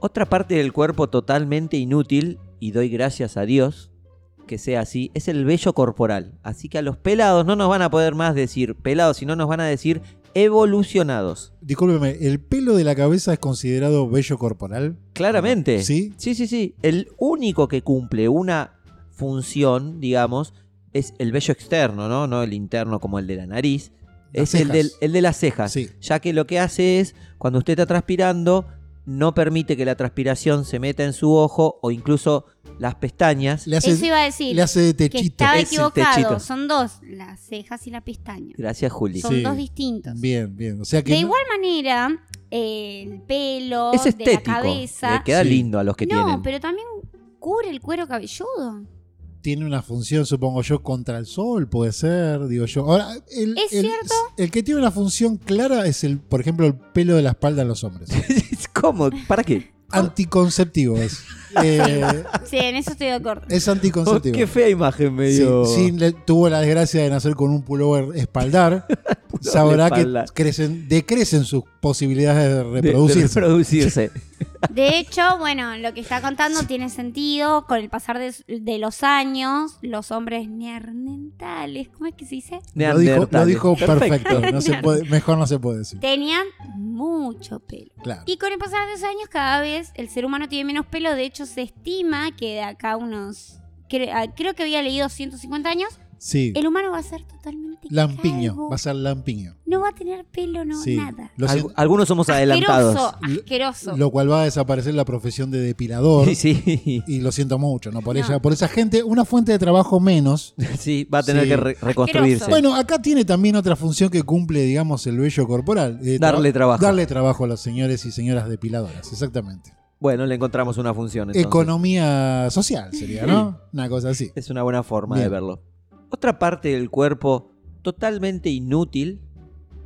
[SPEAKER 3] Otra parte del cuerpo totalmente inútil, y doy gracias a Dios que sea así, es el vello corporal. Así que a los pelados no nos van a poder más decir pelados, sino nos van a decir evolucionados.
[SPEAKER 1] Discúlpeme, ¿el pelo de la cabeza es considerado vello corporal?
[SPEAKER 3] Claramente.
[SPEAKER 1] ¿Sí?
[SPEAKER 3] Sí, sí, sí. El único que cumple una función, digamos, es el vello externo, ¿no? No el interno como el de la nariz.
[SPEAKER 1] Las
[SPEAKER 3] es el,
[SPEAKER 1] cejas.
[SPEAKER 3] del- el de las cejas.
[SPEAKER 1] Sí.
[SPEAKER 3] Ya que lo que hace es, cuando usted está transpirando, no permite que la transpiración se meta en su ojo o incluso las pestañas.
[SPEAKER 1] Le hace,
[SPEAKER 2] Eso iba a decir.
[SPEAKER 1] le hace de
[SPEAKER 2] que
[SPEAKER 1] techito.
[SPEAKER 2] estaba
[SPEAKER 3] Es el techito.
[SPEAKER 2] equivocado. Son dos, las cejas y la pestaña.
[SPEAKER 3] Gracias, Juli.
[SPEAKER 2] Son
[SPEAKER 1] Sí.
[SPEAKER 2] dos distintos.
[SPEAKER 1] Bien, bien. O sea que
[SPEAKER 2] De
[SPEAKER 1] no-
[SPEAKER 2] igual manera, el pelo
[SPEAKER 3] Es
[SPEAKER 2] de la
[SPEAKER 3] estético.
[SPEAKER 2] cabeza.
[SPEAKER 3] Le queda
[SPEAKER 1] Sí.
[SPEAKER 3] lindo a los que
[SPEAKER 2] no,
[SPEAKER 3] tienen.
[SPEAKER 2] pero también cubre el cuero cabelludo.
[SPEAKER 1] tiene una función, supongo yo, contra el sol, puede ser, digo yo. Ahora, el,
[SPEAKER 2] ¿Es
[SPEAKER 1] el-
[SPEAKER 2] cierto?
[SPEAKER 1] el que tiene una función clara es el, por ejemplo, el pelo de la espalda en los hombres.
[SPEAKER 3] ¿Cómo? ¿Para qué?
[SPEAKER 1] anticonceptivo es. Eh,
[SPEAKER 2] Sí, en eso estoy de acuerdo.
[SPEAKER 1] es
[SPEAKER 3] Oh,
[SPEAKER 1] anticonceptivo.
[SPEAKER 3] qué fea imagen me
[SPEAKER 1] Sí,
[SPEAKER 3] dio.
[SPEAKER 1] sí, le- tuvo la desgracia de nacer con un pullover espaldar. sabrá que
[SPEAKER 3] espaldar.
[SPEAKER 1] crecen, decrecen sus posibilidades de
[SPEAKER 3] De- de
[SPEAKER 1] reproducirse.
[SPEAKER 3] reproducirse.
[SPEAKER 2] De hecho, bueno, lo que está contando tiene sentido. Con el pasar de, de los años, los hombres neandertales, ¿cómo es que se dice?
[SPEAKER 1] Lo dijo, lo
[SPEAKER 3] Neandertales.
[SPEAKER 1] dijo perfecto.
[SPEAKER 2] Perfecto.
[SPEAKER 1] No se puede, mejor no se puede decir.
[SPEAKER 2] Tenían mucho pelo.
[SPEAKER 1] Claro.
[SPEAKER 2] Y con el pasar de los años, cada vez el ser humano tiene menos pelo. De hecho, se estima que de acá a unos. cre- ah, creo que había leído 150 años.
[SPEAKER 1] Sí.
[SPEAKER 2] El humano va a ser totalmente.
[SPEAKER 1] Lampiño.
[SPEAKER 2] calvo.
[SPEAKER 1] Va a ser lampiño.
[SPEAKER 2] No va a tener pelo, no,
[SPEAKER 1] Sí.
[SPEAKER 2] nada.
[SPEAKER 1] Lo
[SPEAKER 3] Algu- algunos somos adelantados.
[SPEAKER 2] Asqueroso, asqueroso.
[SPEAKER 1] Lo cual va a desaparecer la profesión de depilador.
[SPEAKER 3] Sí, sí.
[SPEAKER 1] Y lo siento mucho, ¿no? Por
[SPEAKER 2] No.
[SPEAKER 1] ella, por esa gente, una fuente de trabajo menos.
[SPEAKER 3] Sí, va a tener
[SPEAKER 1] Sí.
[SPEAKER 3] que re- reconstruirse.
[SPEAKER 2] Sí.
[SPEAKER 1] Bueno, acá tiene también otra función que cumple, digamos, el vello corporal. Eh, tra-
[SPEAKER 3] Darle trabajo.
[SPEAKER 1] Darle trabajo a los señores y señoras depiladoras, exactamente.
[SPEAKER 3] Bueno, le encontramos una función. entonces.
[SPEAKER 1] Economía social sería, ¿no? Una cosa así.
[SPEAKER 3] Es una buena forma de
[SPEAKER 1] Bien.
[SPEAKER 3] verlo. Otra parte del cuerpo totalmente inútil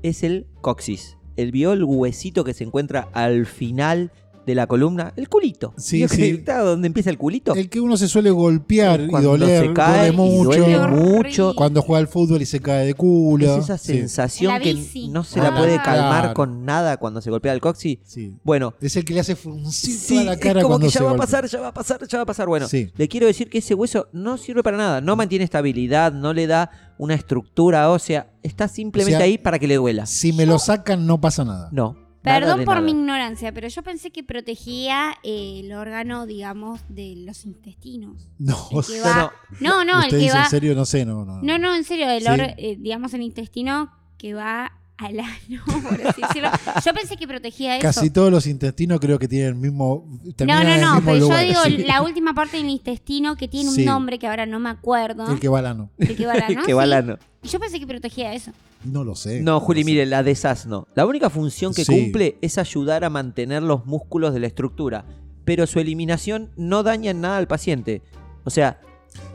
[SPEAKER 3] es el coxis. El viol huesito que se encuentra al final de la columna, el culito.
[SPEAKER 1] Sí,
[SPEAKER 3] ¿Vio que
[SPEAKER 1] sí.
[SPEAKER 3] está donde empieza el culito?
[SPEAKER 1] El que uno se suele golpear y
[SPEAKER 3] Cuando
[SPEAKER 1] doler,
[SPEAKER 3] se cae
[SPEAKER 1] duele
[SPEAKER 3] y
[SPEAKER 1] mucho.
[SPEAKER 3] duele
[SPEAKER 2] Qué
[SPEAKER 3] mucho.
[SPEAKER 2] horrible.
[SPEAKER 1] Cuando juega al fútbol y se cae de culo.
[SPEAKER 3] Es esa
[SPEAKER 1] Sí,
[SPEAKER 3] sensación
[SPEAKER 2] La
[SPEAKER 3] que
[SPEAKER 2] bici.
[SPEAKER 3] no se
[SPEAKER 1] Ah.
[SPEAKER 3] la puede calmar
[SPEAKER 1] Claro.
[SPEAKER 3] con nada cuando se golpea el coxis.
[SPEAKER 1] sí.
[SPEAKER 3] Bueno,
[SPEAKER 1] Es el que le hace fruncir
[SPEAKER 3] Sí,
[SPEAKER 1] toda la cara
[SPEAKER 3] es como
[SPEAKER 1] cuando
[SPEAKER 3] que ya
[SPEAKER 1] se
[SPEAKER 3] va
[SPEAKER 1] golpea.
[SPEAKER 3] a pasar, ya va a pasar, ya va a pasar. Bueno,
[SPEAKER 1] Sí.
[SPEAKER 3] le quiero decir que ese hueso no sirve para nada, no mantiene estabilidad, no le da una estructura ósea, está simplemente
[SPEAKER 1] O sea,
[SPEAKER 3] ahí para que le duela.
[SPEAKER 1] Si me lo sacan, no pasa nada.
[SPEAKER 3] No. nada
[SPEAKER 2] Perdón
[SPEAKER 3] de
[SPEAKER 2] por
[SPEAKER 3] nada.
[SPEAKER 2] mi ignorancia, pero yo pensé que protegía eh, el órgano, digamos, de los intestinos.
[SPEAKER 1] No,
[SPEAKER 2] El que va- No,
[SPEAKER 3] No, no.
[SPEAKER 2] no, el
[SPEAKER 1] ¿Usted
[SPEAKER 2] que
[SPEAKER 1] dice
[SPEAKER 2] va.
[SPEAKER 1] en serio? No sé, no, no.
[SPEAKER 2] No, no, en serio, el
[SPEAKER 1] Sí.
[SPEAKER 2] or- eh, digamos, el intestino que va al ano, por así decirlo. Yo pensé que protegía eso.
[SPEAKER 1] Casi todos los intestinos creo que tienen el mismo.
[SPEAKER 2] no,
[SPEAKER 1] terminan en el
[SPEAKER 2] no, no,
[SPEAKER 1] mismo
[SPEAKER 2] pero
[SPEAKER 1] lugar,
[SPEAKER 2] yo digo
[SPEAKER 1] sí.
[SPEAKER 2] la última parte del intestino que tiene
[SPEAKER 1] Sí.
[SPEAKER 2] un nombre que ahora no me acuerdo.
[SPEAKER 1] El que va al ano.
[SPEAKER 2] El que va al ano,
[SPEAKER 3] que va
[SPEAKER 2] sí.
[SPEAKER 3] al ano.
[SPEAKER 2] Yo pensé que protegía eso.
[SPEAKER 1] No lo sé.
[SPEAKER 3] No, Juli,
[SPEAKER 1] lo sé.
[SPEAKER 3] mire, la desasno. La única función que
[SPEAKER 1] Sí.
[SPEAKER 3] cumple es ayudar a mantener los músculos de la estructura, pero su eliminación no daña en nada al paciente. O sea,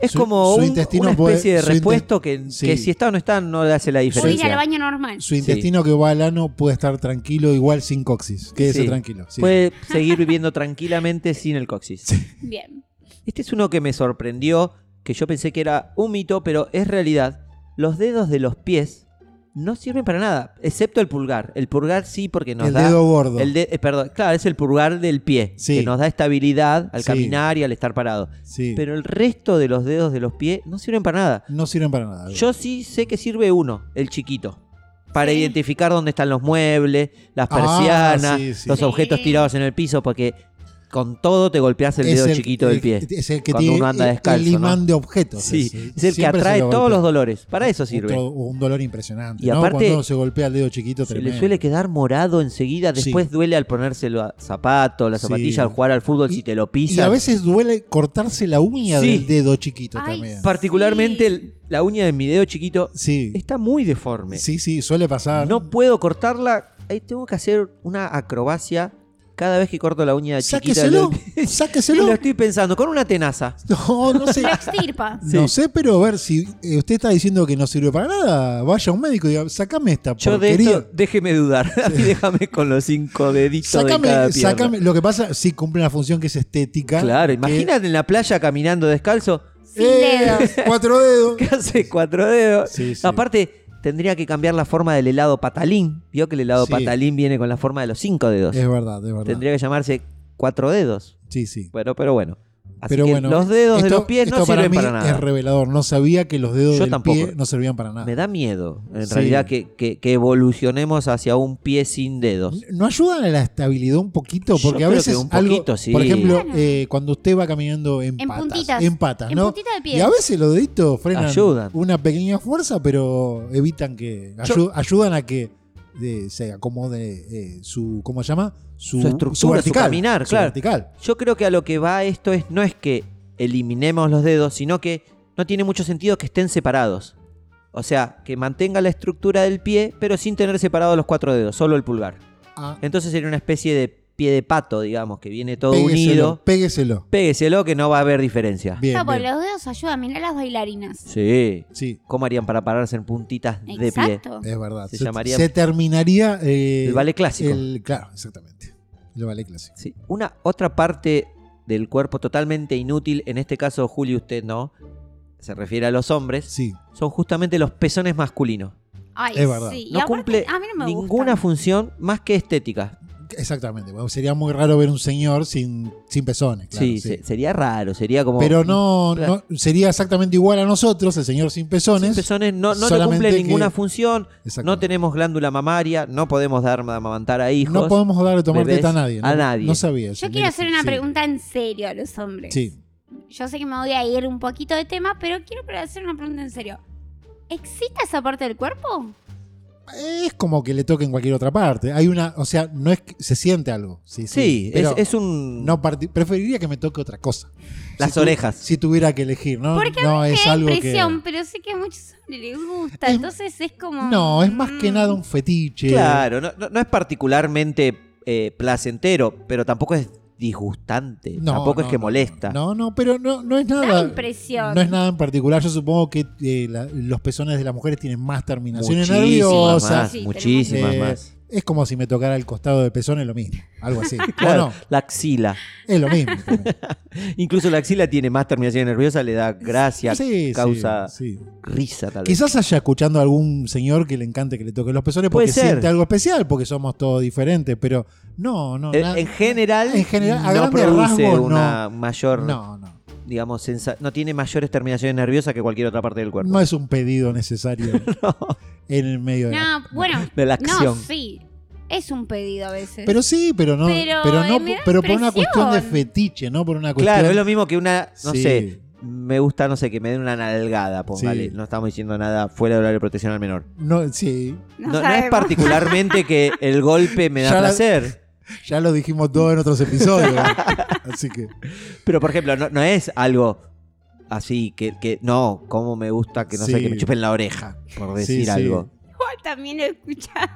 [SPEAKER 3] Es
[SPEAKER 1] Su-
[SPEAKER 3] como
[SPEAKER 1] su
[SPEAKER 3] un-
[SPEAKER 1] intestino
[SPEAKER 3] una
[SPEAKER 1] puede-
[SPEAKER 3] especie de
[SPEAKER 1] su inte-
[SPEAKER 3] repuesto que,
[SPEAKER 1] sí.
[SPEAKER 3] que si está o no está no le hace la
[SPEAKER 2] O ir al
[SPEAKER 3] diferencia.
[SPEAKER 2] baño normal.
[SPEAKER 1] Su intestino que va al ano puede estar tranquilo, igual sin coxis. Quédese
[SPEAKER 3] Sí.
[SPEAKER 1] tranquilo. sí.
[SPEAKER 3] Puede seguir viviendo tranquilamente sin el coxis.
[SPEAKER 2] Bien.
[SPEAKER 3] Este es uno que me sorprendió, que yo pensé que era un mito, pero es realidad. Los dedos de los pies no sirven para nada, excepto el pulgar. El pulgar sí porque nos
[SPEAKER 1] el
[SPEAKER 3] da...
[SPEAKER 1] dedo gordo.
[SPEAKER 3] el de- eh, perdón, claro, es el pulgar del pie,
[SPEAKER 1] Sí.
[SPEAKER 3] que nos da estabilidad al
[SPEAKER 1] Sí.
[SPEAKER 3] caminar y al estar parado.
[SPEAKER 1] sí.
[SPEAKER 3] Pero el resto de los dedos de los pies no sirven para nada.
[SPEAKER 1] No sirven para nada.
[SPEAKER 3] Yo sí sé que sirve uno, el chiquito. Para
[SPEAKER 2] Sí.
[SPEAKER 3] identificar dónde están los muebles, las
[SPEAKER 1] Ah,
[SPEAKER 3] persianas,
[SPEAKER 1] sí, sí.
[SPEAKER 3] los
[SPEAKER 2] Sí.
[SPEAKER 3] objetos tirados en el piso, porque con todo te golpeas el
[SPEAKER 1] Es
[SPEAKER 3] dedo chiquito del
[SPEAKER 1] el-
[SPEAKER 3] pie.
[SPEAKER 1] Es el que
[SPEAKER 3] cuando
[SPEAKER 1] tiene
[SPEAKER 3] uno anda
[SPEAKER 1] el-
[SPEAKER 3] descalzo,
[SPEAKER 1] el imán
[SPEAKER 3] ¿no?
[SPEAKER 1] de objetos.
[SPEAKER 3] Sí,
[SPEAKER 1] ese.
[SPEAKER 3] es el que
[SPEAKER 1] Siempre se
[SPEAKER 3] atrae
[SPEAKER 1] lo
[SPEAKER 3] todos los
[SPEAKER 1] golpea.
[SPEAKER 3] dolores. Para eso sirve.
[SPEAKER 1] Otro- un dolor impresionante.
[SPEAKER 3] Y
[SPEAKER 1] ¿no?
[SPEAKER 3] aparte-
[SPEAKER 1] Cuando uno se golpea el dedo chiquito,
[SPEAKER 3] Se
[SPEAKER 1] tremendo.
[SPEAKER 3] le suele quedar morado enseguida,
[SPEAKER 1] Sí.
[SPEAKER 3] después duele al ponérselo a zapato, la
[SPEAKER 1] Sí.
[SPEAKER 3] zapatilla, al jugar al fútbol,
[SPEAKER 1] Y-
[SPEAKER 3] si te lo
[SPEAKER 1] y
[SPEAKER 3] pisan.
[SPEAKER 1] a veces duele cortarse la uña
[SPEAKER 3] Sí.
[SPEAKER 1] del dedo chiquito
[SPEAKER 2] Ay,
[SPEAKER 1] también.
[SPEAKER 3] Particularmente
[SPEAKER 2] Sí.
[SPEAKER 3] el- la uña de mi dedo chiquito
[SPEAKER 1] Sí,
[SPEAKER 3] está muy deforme.
[SPEAKER 1] sí, sí, suele pasar.
[SPEAKER 3] No puedo cortarla. Ahí tengo que hacer una acrobacia cada vez que corto la uña chiquita. del
[SPEAKER 1] Sáqueselo,
[SPEAKER 3] dedo. Y
[SPEAKER 1] sáqueselo.
[SPEAKER 3] lo estoy pensando, con una tenaza.
[SPEAKER 1] No, no sé.
[SPEAKER 2] Lo extirpa.
[SPEAKER 1] No sé, pero a ver, si eh, usted está diciendo que no sirve para nada, vaya a un médico y diga, sacame esta
[SPEAKER 3] Yo de
[SPEAKER 1] porquería.
[SPEAKER 3] esto, déjeme dudar. A mí déjame con los cinco deditos de cada
[SPEAKER 1] Sácame,
[SPEAKER 3] pierna.
[SPEAKER 1] sácame. Lo que pasa, sí cumple una función que es estética.
[SPEAKER 3] Claro,
[SPEAKER 1] que-
[SPEAKER 3] imagínate en la playa caminando descalzo,
[SPEAKER 2] Sin
[SPEAKER 1] ¡Eh!
[SPEAKER 2] dedos.
[SPEAKER 1] Cuatro dedos.
[SPEAKER 3] que hace cuatro dedos.
[SPEAKER 1] Sí, sí.
[SPEAKER 3] Aparte, tendría que cambiar la forma del helado patalín. Vio que el helado
[SPEAKER 1] Sí.
[SPEAKER 3] patalín viene con la forma de los cinco dedos.
[SPEAKER 1] Es verdad, es verdad.
[SPEAKER 3] Tendría que llamarse cuatro dedos.
[SPEAKER 1] Sí, sí.
[SPEAKER 3] Bueno, pero bueno. Así
[SPEAKER 1] Pero
[SPEAKER 3] que
[SPEAKER 1] bueno,
[SPEAKER 3] los dedos de
[SPEAKER 1] esto-
[SPEAKER 3] los pies no
[SPEAKER 1] esto
[SPEAKER 3] sirven
[SPEAKER 1] mí
[SPEAKER 3] para nada.
[SPEAKER 1] Es revelador. No sabía que los dedos
[SPEAKER 3] Yo
[SPEAKER 1] del
[SPEAKER 3] tampoco.
[SPEAKER 1] pie no servían para nada.
[SPEAKER 3] Me da miedo, en
[SPEAKER 1] Ah. Sí.
[SPEAKER 3] realidad, que, que- que evolucionemos hacia un pie sin dedos.
[SPEAKER 1] ¿No ayudan a la estabilidad un poquito?
[SPEAKER 3] Yo
[SPEAKER 1] Porque a
[SPEAKER 3] creo
[SPEAKER 1] veces
[SPEAKER 3] que un
[SPEAKER 1] algo-
[SPEAKER 3] poquito, sí.
[SPEAKER 1] por ejemplo,
[SPEAKER 2] Claro.
[SPEAKER 1] eh, cuando usted va caminando en,
[SPEAKER 2] En
[SPEAKER 1] patas,
[SPEAKER 2] puntitas.
[SPEAKER 1] en patas,
[SPEAKER 2] En
[SPEAKER 1] ¿no?
[SPEAKER 2] puntita de
[SPEAKER 1] Y
[SPEAKER 2] pie.
[SPEAKER 1] a veces los deditos frenan
[SPEAKER 3] Ayudan.
[SPEAKER 1] una pequeña fuerza, pero evitan que ayu-
[SPEAKER 3] Yo-
[SPEAKER 1] ayudan a que eh, se acomode eh, su ¿cómo se llama? Su,
[SPEAKER 3] Su estructura, su caminar, claro.
[SPEAKER 1] vertical.
[SPEAKER 3] Yo creo que a lo que va esto es no es que eliminemos los dedos, sino que no tiene mucho sentido que estén separados. O sea, que mantenga la estructura del pie, pero sin tener separados los cuatro dedos, solo el pulgar.
[SPEAKER 1] Ah,
[SPEAKER 3] Entonces sería una especie de pie de pato, digamos, que viene todo
[SPEAKER 1] pégueselo,
[SPEAKER 3] unido.
[SPEAKER 1] pégueselo.
[SPEAKER 3] Pégueselo que no va a haber diferencia.
[SPEAKER 1] Bien,
[SPEAKER 2] No, Ah, porque
[SPEAKER 1] bien.
[SPEAKER 2] los dedos ayudan. Mirá las bailarinas.
[SPEAKER 3] Sí.
[SPEAKER 1] Sí,
[SPEAKER 3] ¿Cómo harían para pararse en puntitas de pie?
[SPEAKER 2] Exacto.
[SPEAKER 1] es verdad.
[SPEAKER 3] Se llamaría-
[SPEAKER 1] se terminaría eh,
[SPEAKER 3] El ballet clásico.
[SPEAKER 1] el- claro, exactamente. El ballet clásico.
[SPEAKER 3] Sí. Una otra parte del cuerpo totalmente inútil, en este caso, Julio, usted no, se refiere a los hombres,
[SPEAKER 1] Sí.
[SPEAKER 3] son justamente los pezones masculinos.
[SPEAKER 2] Ay,
[SPEAKER 1] Es verdad.
[SPEAKER 2] sí. Y
[SPEAKER 3] No
[SPEAKER 2] aparte,
[SPEAKER 3] cumple
[SPEAKER 2] a mí no me
[SPEAKER 3] ninguna
[SPEAKER 2] gustan.
[SPEAKER 3] función más que estética.
[SPEAKER 1] Exactamente. Bueno, sería muy raro ver un señor sin, sin pezones, claro.
[SPEAKER 3] sí,
[SPEAKER 1] sí.
[SPEAKER 3] se- sería raro, sería como...
[SPEAKER 1] Pero no,
[SPEAKER 3] Claro.
[SPEAKER 1] no- sería exactamente igual a nosotros, el señor sin pezones.
[SPEAKER 3] Sin pezones no, no te
[SPEAKER 1] solamente
[SPEAKER 3] cumple
[SPEAKER 1] que-
[SPEAKER 3] ninguna función, no
[SPEAKER 1] Exactamente.
[SPEAKER 3] tenemos glándula mamaria, no podemos dar de amamantar a hijos.
[SPEAKER 1] No podemos darle tomar
[SPEAKER 3] bebés,
[SPEAKER 1] teta a nadie. ¿no?
[SPEAKER 3] a nadie.
[SPEAKER 1] No sabía. eso,
[SPEAKER 2] Yo quiero
[SPEAKER 1] mire,
[SPEAKER 2] hacer
[SPEAKER 1] sí,
[SPEAKER 2] una
[SPEAKER 1] sí.
[SPEAKER 2] pregunta en serio a los hombres.
[SPEAKER 1] Sí.
[SPEAKER 2] Yo sé que me voy a ir un poquito de tema, pero quiero hacer una pregunta en serio. ¿Excita esa parte del cuerpo?
[SPEAKER 1] Es como que le toque en cualquier otra parte. Hay una, o sea, no es que se siente algo. Sí, sí.
[SPEAKER 3] sí, es,
[SPEAKER 1] pero
[SPEAKER 3] es un...
[SPEAKER 1] no parti- preferiría que me toque otra cosa.
[SPEAKER 3] Las
[SPEAKER 1] Si tu-
[SPEAKER 3] orejas.
[SPEAKER 1] Si tuviera que elegir, ¿no?
[SPEAKER 2] Porque
[SPEAKER 1] no Ah, es
[SPEAKER 2] Qué
[SPEAKER 1] algo que
[SPEAKER 2] impresión, pero sé que a muchos hombres les gusta,
[SPEAKER 1] Es-
[SPEAKER 2] entonces es como...
[SPEAKER 1] No, es más que
[SPEAKER 2] mm,
[SPEAKER 1] nada un fetiche.
[SPEAKER 3] Claro, no, no- no es particularmente eh, placentero, pero tampoco es disgustante,
[SPEAKER 1] No,
[SPEAKER 3] tampoco es
[SPEAKER 1] no,
[SPEAKER 3] que
[SPEAKER 1] no,
[SPEAKER 3] molesta.
[SPEAKER 1] No, no, pero no, no es
[SPEAKER 2] Da
[SPEAKER 1] nada.
[SPEAKER 2] impresión.
[SPEAKER 1] No es nada en particular. Yo supongo que eh, la- los pezones de las mujeres tienen más terminaciones
[SPEAKER 3] Muchísimas
[SPEAKER 1] nerviosas.
[SPEAKER 3] más,
[SPEAKER 2] Sí,
[SPEAKER 3] muchísimas
[SPEAKER 1] Eh,
[SPEAKER 3] más.
[SPEAKER 1] Es como si me tocara el costado de pezón, es lo mismo. Algo así.
[SPEAKER 3] Claro,
[SPEAKER 1] ¿O Ah, no?
[SPEAKER 3] la axila.
[SPEAKER 1] Es lo mismo. también.
[SPEAKER 3] Incluso la axila tiene más terminación nerviosa, le da gracia,
[SPEAKER 1] Sí,
[SPEAKER 3] causa
[SPEAKER 1] sí, sí.
[SPEAKER 3] risa tal vez.
[SPEAKER 1] Quizás haya escuchando a algún señor que le encante que le toquen los pezones porque
[SPEAKER 3] Puede ser.
[SPEAKER 1] siente algo especial, porque somos todos diferentes, pero no, no.
[SPEAKER 3] Eh,
[SPEAKER 1] na-
[SPEAKER 3] en general,
[SPEAKER 1] en general, a
[SPEAKER 3] no
[SPEAKER 1] grandes
[SPEAKER 3] produce
[SPEAKER 1] rasgos,
[SPEAKER 3] una mayor,
[SPEAKER 1] no, no.
[SPEAKER 3] digamos, sensa- no tiene mayores terminaciones nerviosas que cualquier otra parte del cuerpo.
[SPEAKER 1] No es un pedido necesario en el medio de la-
[SPEAKER 2] No, bueno,
[SPEAKER 3] de la
[SPEAKER 2] no,
[SPEAKER 3] acción.
[SPEAKER 2] sí. Es un pedido a veces.
[SPEAKER 1] Pero sí, pero no, pero,
[SPEAKER 2] ¿Eh? Pero,
[SPEAKER 1] no,
[SPEAKER 2] eh, me da
[SPEAKER 1] pero por una cuestión de
[SPEAKER 2] impresión.
[SPEAKER 1] fetiche, no por una cuestión.
[SPEAKER 3] Claro, es lo mismo que una, no
[SPEAKER 1] Sí.
[SPEAKER 3] sé, me gusta, no sé, que me den una nalgada, póngale.
[SPEAKER 1] Sí.
[SPEAKER 3] No estamos diciendo nada fuera del horario de protección al menor.
[SPEAKER 1] No, sí,
[SPEAKER 3] No,
[SPEAKER 2] no,
[SPEAKER 3] no es
[SPEAKER 2] sabemos.
[SPEAKER 3] particularmente que el golpe me da
[SPEAKER 1] Ya la-
[SPEAKER 3] placer,
[SPEAKER 1] ya lo dijimos todo en otros episodios. así que
[SPEAKER 3] pero por ejemplo, no, no es algo así que, que no, como me gusta que no sé,
[SPEAKER 1] Sí.
[SPEAKER 3] que me chupen la oreja, por decir
[SPEAKER 1] sí.
[SPEAKER 3] algo.
[SPEAKER 2] Igual también lo he escuchado.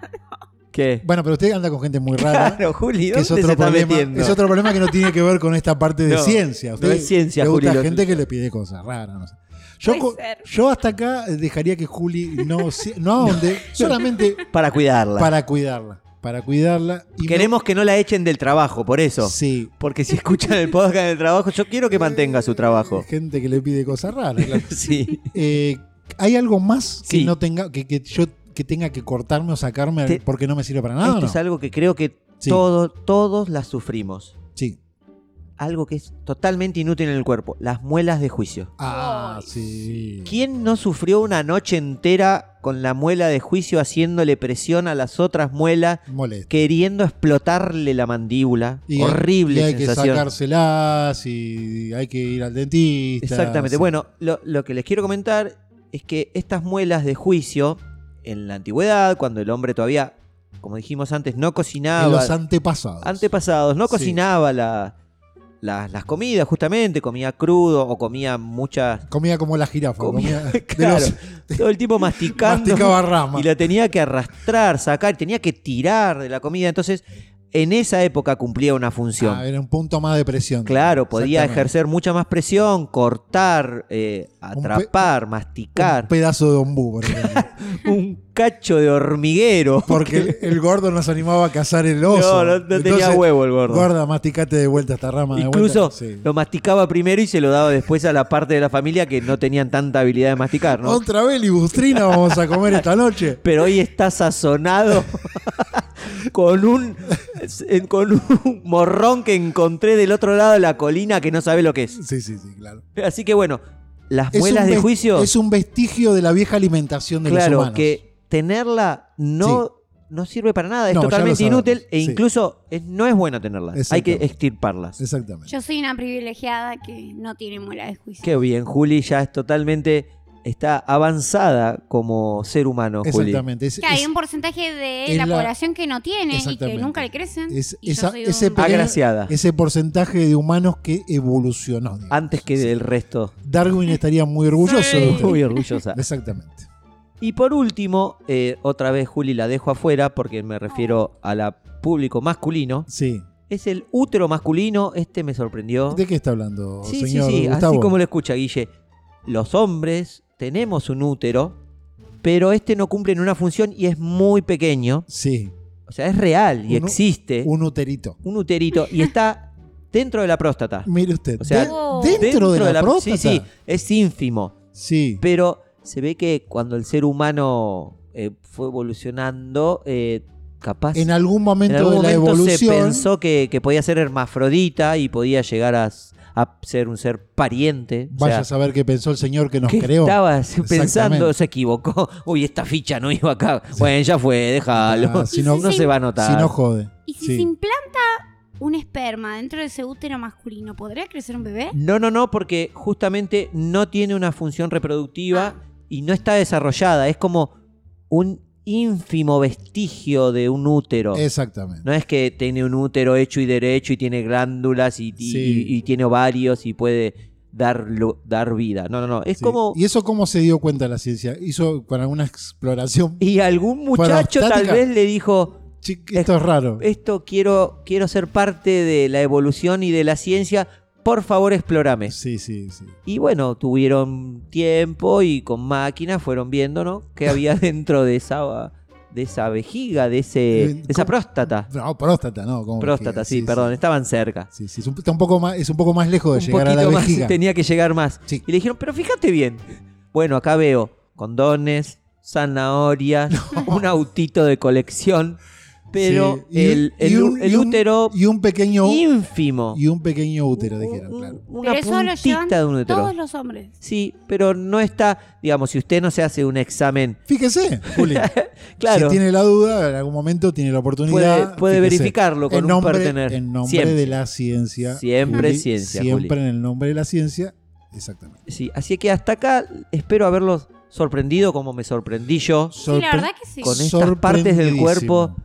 [SPEAKER 3] ¿Qué?
[SPEAKER 1] Bueno, pero usted anda con gente muy rara.
[SPEAKER 3] Claro, Juli,
[SPEAKER 1] que
[SPEAKER 3] ¿dónde
[SPEAKER 1] es otro,
[SPEAKER 3] se está
[SPEAKER 1] problema,
[SPEAKER 3] metiendo?
[SPEAKER 1] es otro problema que no tiene que ver con esta parte de
[SPEAKER 3] No,
[SPEAKER 1] ciencia. Usted
[SPEAKER 3] no es ciencia,
[SPEAKER 1] le gusta
[SPEAKER 3] Juli, lo
[SPEAKER 1] gente
[SPEAKER 3] tuyo.
[SPEAKER 1] que le pide cosas raras. no sé. Yo,
[SPEAKER 2] Puede
[SPEAKER 1] co-
[SPEAKER 2] ser.
[SPEAKER 1] yo hasta acá dejaría que Juli no, se- no ahonde, solamente
[SPEAKER 3] Para cuidarla.
[SPEAKER 1] para cuidarla. Para cuidarla. y no-
[SPEAKER 3] Queremos que no la echen del trabajo, por eso.
[SPEAKER 1] Sí.
[SPEAKER 3] Porque si escuchan el podcast del trabajo, yo quiero que mantenga su trabajo.
[SPEAKER 1] Gente que le pide cosas raras. claro.
[SPEAKER 3] Sí.
[SPEAKER 1] Eh, ¿Hay algo más que
[SPEAKER 3] Sí.
[SPEAKER 1] no tenga que, que yo que tenga que cortarme o sacarme
[SPEAKER 3] Te-
[SPEAKER 1] porque no me sirve para nada?
[SPEAKER 3] Esto
[SPEAKER 1] ¿o Ah, no?
[SPEAKER 3] es algo que creo que
[SPEAKER 1] Sí.
[SPEAKER 3] todos, todos las sufrimos.
[SPEAKER 1] Sí.
[SPEAKER 3] Algo que es totalmente inútil en el cuerpo. Las muelas de juicio.
[SPEAKER 1] Ah,
[SPEAKER 2] Ay,
[SPEAKER 1] sí.
[SPEAKER 3] ¿Quién no sufrió una noche entera con la muela de juicio haciéndole presión a las otras muelas,
[SPEAKER 1] Molesto.
[SPEAKER 3] queriendo explotarle la mandíbula?
[SPEAKER 1] Y hay-
[SPEAKER 3] Horrible
[SPEAKER 1] y hay
[SPEAKER 3] sensación.
[SPEAKER 1] que sacárselas y hay que ir al dentista.
[SPEAKER 3] Exactamente.
[SPEAKER 1] Sí.
[SPEAKER 3] Bueno, lo, lo que les quiero comentar es que estas muelas de juicio, en la antigüedad, cuando el hombre todavía, como dijimos antes, no
[SPEAKER 1] En
[SPEAKER 3] cocinaba,
[SPEAKER 1] los antepasados.
[SPEAKER 3] antepasados, no
[SPEAKER 1] Sí.
[SPEAKER 3] cocinaba la- la- las comidas, justamente, comía crudo o comía muchas...
[SPEAKER 1] comía como la jirafa. Comía,
[SPEAKER 3] Comía-
[SPEAKER 1] de
[SPEAKER 3] claro,
[SPEAKER 1] los-
[SPEAKER 3] todo el tipo masticando.
[SPEAKER 1] masticaba rama.
[SPEAKER 3] y la tenía que arrastrar, sacar, tenía que tirar de la comida. Entonces, en esa época cumplía una función.
[SPEAKER 1] Ah, era un punto más de presión.
[SPEAKER 3] Claro, podía
[SPEAKER 1] Exactamente.
[SPEAKER 3] ejercer mucha más presión, cortar, eh,
[SPEAKER 1] pe-
[SPEAKER 3] atrapar,
[SPEAKER 1] Un
[SPEAKER 3] masticar,
[SPEAKER 1] pedazo de ombú, por ejemplo.
[SPEAKER 3] un cacho de hormiguero.
[SPEAKER 1] Porque Ah, el, el gordo nos animaba a cazar el
[SPEAKER 3] No,
[SPEAKER 1] oso.
[SPEAKER 3] no, no tenía
[SPEAKER 1] Entonces,
[SPEAKER 3] huevo el gordo.
[SPEAKER 1] Gorda, masticate de vuelta esta rama. de
[SPEAKER 3] Incluso
[SPEAKER 1] vuelta. Sí.
[SPEAKER 3] lo masticaba primero y se lo daba después a la parte de la familia que no tenían tanta habilidad de masticar, ¿no?
[SPEAKER 1] Otra vez libustrina vamos a comer esta noche.
[SPEAKER 3] Pero hoy está sazonado con un con un morrón que encontré del otro lado de la colina que no sabe lo que es.
[SPEAKER 1] Sí, sí, sí, claro.
[SPEAKER 3] Así que bueno, las
[SPEAKER 1] Es
[SPEAKER 3] muelas
[SPEAKER 1] un
[SPEAKER 3] de
[SPEAKER 1] ves-
[SPEAKER 3] juicio.
[SPEAKER 1] Es un vestigio de la vieja alimentación de los
[SPEAKER 3] Claro,
[SPEAKER 1] humanos.
[SPEAKER 3] que tenerla no, no sirve para nada, es
[SPEAKER 1] No, ya lo
[SPEAKER 3] totalmente
[SPEAKER 1] sabemos,
[SPEAKER 3] inútil e
[SPEAKER 1] sí.
[SPEAKER 3] incluso es- no es bueno tenerlas. Hay que
[SPEAKER 1] Exactamente.
[SPEAKER 3] extirparlas.
[SPEAKER 1] Exactamente.
[SPEAKER 2] Yo soy una privilegiada que no tiene muela de juicio.
[SPEAKER 3] Qué bien, Juli ya es totalmente está avanzada como ser humano, Juli.
[SPEAKER 1] Exactamente. Es-
[SPEAKER 2] Que hay
[SPEAKER 1] es-
[SPEAKER 2] un porcentaje de
[SPEAKER 1] es
[SPEAKER 2] la,
[SPEAKER 1] la-
[SPEAKER 2] población que no tiene y que
[SPEAKER 1] Exactamente.
[SPEAKER 2] nunca le crecen.
[SPEAKER 1] Es-
[SPEAKER 2] Y yo
[SPEAKER 1] esa-
[SPEAKER 2] soy un-
[SPEAKER 1] ese pequeño-
[SPEAKER 3] Agraciada.
[SPEAKER 1] ese porcentaje de humanos que evolucionó. digamos.
[SPEAKER 3] Antes que del resto.
[SPEAKER 1] Darwin estaría muy orgulloso de usted.
[SPEAKER 3] Muy orgullosa.
[SPEAKER 1] Exactamente.
[SPEAKER 3] Y por último, eh, otra vez Juli la dejo afuera porque me refiero a la público masculino.
[SPEAKER 1] Sí.
[SPEAKER 3] Es el útero masculino, este me sorprendió.
[SPEAKER 1] ¿De qué está hablando,
[SPEAKER 3] Sí,
[SPEAKER 1] Oh, señor
[SPEAKER 3] sí, sí,
[SPEAKER 1] Gustavo?
[SPEAKER 3] así como lo escucha Guille. Los hombres tenemos un útero, pero este no cumple una función y es muy pequeño.
[SPEAKER 1] Sí,
[SPEAKER 3] O sea, es real y
[SPEAKER 1] Un u-
[SPEAKER 3] existe un,
[SPEAKER 1] un uterito.
[SPEAKER 3] uterito y está dentro de la próstata.
[SPEAKER 1] Mire usted.
[SPEAKER 3] O sea,
[SPEAKER 1] de- dentro, de la, próstata.
[SPEAKER 3] Sí, sí, es ínfimo.
[SPEAKER 1] Sí.
[SPEAKER 3] Pero se ve que cuando el ser humano eh, fue evolucionando, eh, capaz
[SPEAKER 1] en algún momento
[SPEAKER 3] en algún
[SPEAKER 1] de la
[SPEAKER 3] momento
[SPEAKER 1] evolución.
[SPEAKER 3] se pensó que, que podía ser hermafrodita y podía llegar a, s- a ser un ser pariente. O
[SPEAKER 1] Vaya
[SPEAKER 3] sea,
[SPEAKER 1] a saber qué pensó el señor que nos
[SPEAKER 3] ¿qué
[SPEAKER 1] creó.
[SPEAKER 3] estabas pensando?
[SPEAKER 1] Exactamente.
[SPEAKER 3] Se equivocó. Uy, esta ficha no iba acá. Bueno, ya fue, déjalo.
[SPEAKER 1] Ah, si no-
[SPEAKER 3] no se va a notar.
[SPEAKER 1] Si no jode.
[SPEAKER 2] y si
[SPEAKER 1] Sí.
[SPEAKER 2] se implanta un esperma dentro de ese útero masculino, ¿podría crecer un bebé?
[SPEAKER 3] no, no, no, porque justamente no tiene una función reproductiva y no está desarrollada. Es como un ínfimo vestigio de un útero.
[SPEAKER 1] Exactamente.
[SPEAKER 3] No es que tiene un útero hecho y derecho y tiene glándulas y, y-
[SPEAKER 1] Sí.
[SPEAKER 3] y- y tiene ovarios y puede dar, lu- dar vida. No, no, no. Es
[SPEAKER 1] Sí.
[SPEAKER 3] como.
[SPEAKER 1] ¿Y eso cómo se dio cuenta la ciencia? ¿Hizo con alguna exploración?
[SPEAKER 3] Y algún
[SPEAKER 1] Bueno,
[SPEAKER 3] muchacho tal
[SPEAKER 1] estática.
[SPEAKER 3] vez le dijo:
[SPEAKER 1] Chi- Esto es raro.
[SPEAKER 3] Esto quiero, quiero ser parte de la evolución y de la ciencia. Por favor, explórame.
[SPEAKER 1] Sí, sí, sí.
[SPEAKER 3] Y bueno, tuvieron tiempo y con máquinas fueron viendo, ¿no? ¿Qué había dentro de esa, de esa vejiga, de, ese,
[SPEAKER 1] Eh,
[SPEAKER 3] de esa
[SPEAKER 1] ¿cómo?
[SPEAKER 3] próstata?
[SPEAKER 1] No, próstata, ¿no? ¿Cómo
[SPEAKER 3] Próstata,
[SPEAKER 1] que-
[SPEAKER 3] sí, perdón, estaban cerca.
[SPEAKER 1] Sí, sí, es un, está un poco más, es un poco más lejos de
[SPEAKER 3] un
[SPEAKER 1] llegar a la
[SPEAKER 3] poquito más,
[SPEAKER 1] vejiga.
[SPEAKER 3] tenía que llegar más.
[SPEAKER 1] Sí.
[SPEAKER 3] Y le dijeron, pero fíjate bien. Bueno, acá veo condones, zanahorias, un autito de colección, pero
[SPEAKER 1] Sí, y-
[SPEAKER 3] el,
[SPEAKER 1] y
[SPEAKER 3] el u-
[SPEAKER 1] un-
[SPEAKER 3] el
[SPEAKER 1] y un-
[SPEAKER 3] útero
[SPEAKER 1] Y un pequeño,
[SPEAKER 3] ínfimo.
[SPEAKER 1] y un pequeño útero,
[SPEAKER 3] Un-
[SPEAKER 1] dijeron,
[SPEAKER 3] un-
[SPEAKER 1] claro.
[SPEAKER 3] Una
[SPEAKER 2] Pero eso lo llevan
[SPEAKER 3] puntita de un útero.
[SPEAKER 2] Todos los hombres.
[SPEAKER 3] Sí, pero no está, digamos, si usted no se hace un examen,
[SPEAKER 1] Fíjese, Juli.
[SPEAKER 3] claro,
[SPEAKER 1] Si tiene la duda, en algún momento tiene la
[SPEAKER 3] puede,
[SPEAKER 1] oportunidad.
[SPEAKER 3] puede
[SPEAKER 1] fíjese.
[SPEAKER 3] verificarlo con
[SPEAKER 1] en
[SPEAKER 3] un
[SPEAKER 1] nombre,
[SPEAKER 3] partener.
[SPEAKER 1] En nombre
[SPEAKER 3] Siempre.
[SPEAKER 1] de la ciencia.
[SPEAKER 3] Siempre
[SPEAKER 1] Juli,
[SPEAKER 3] ciencia,
[SPEAKER 1] Siempre
[SPEAKER 3] Juli.
[SPEAKER 1] en el nombre de la ciencia. Exactamente.
[SPEAKER 3] Sí, así que hasta acá espero haberlos sorprendido como me sorprendí yo
[SPEAKER 2] Sí, la verdad que sí.
[SPEAKER 3] con estas partes del
[SPEAKER 1] Sorprendidísimo.
[SPEAKER 3] cuerpo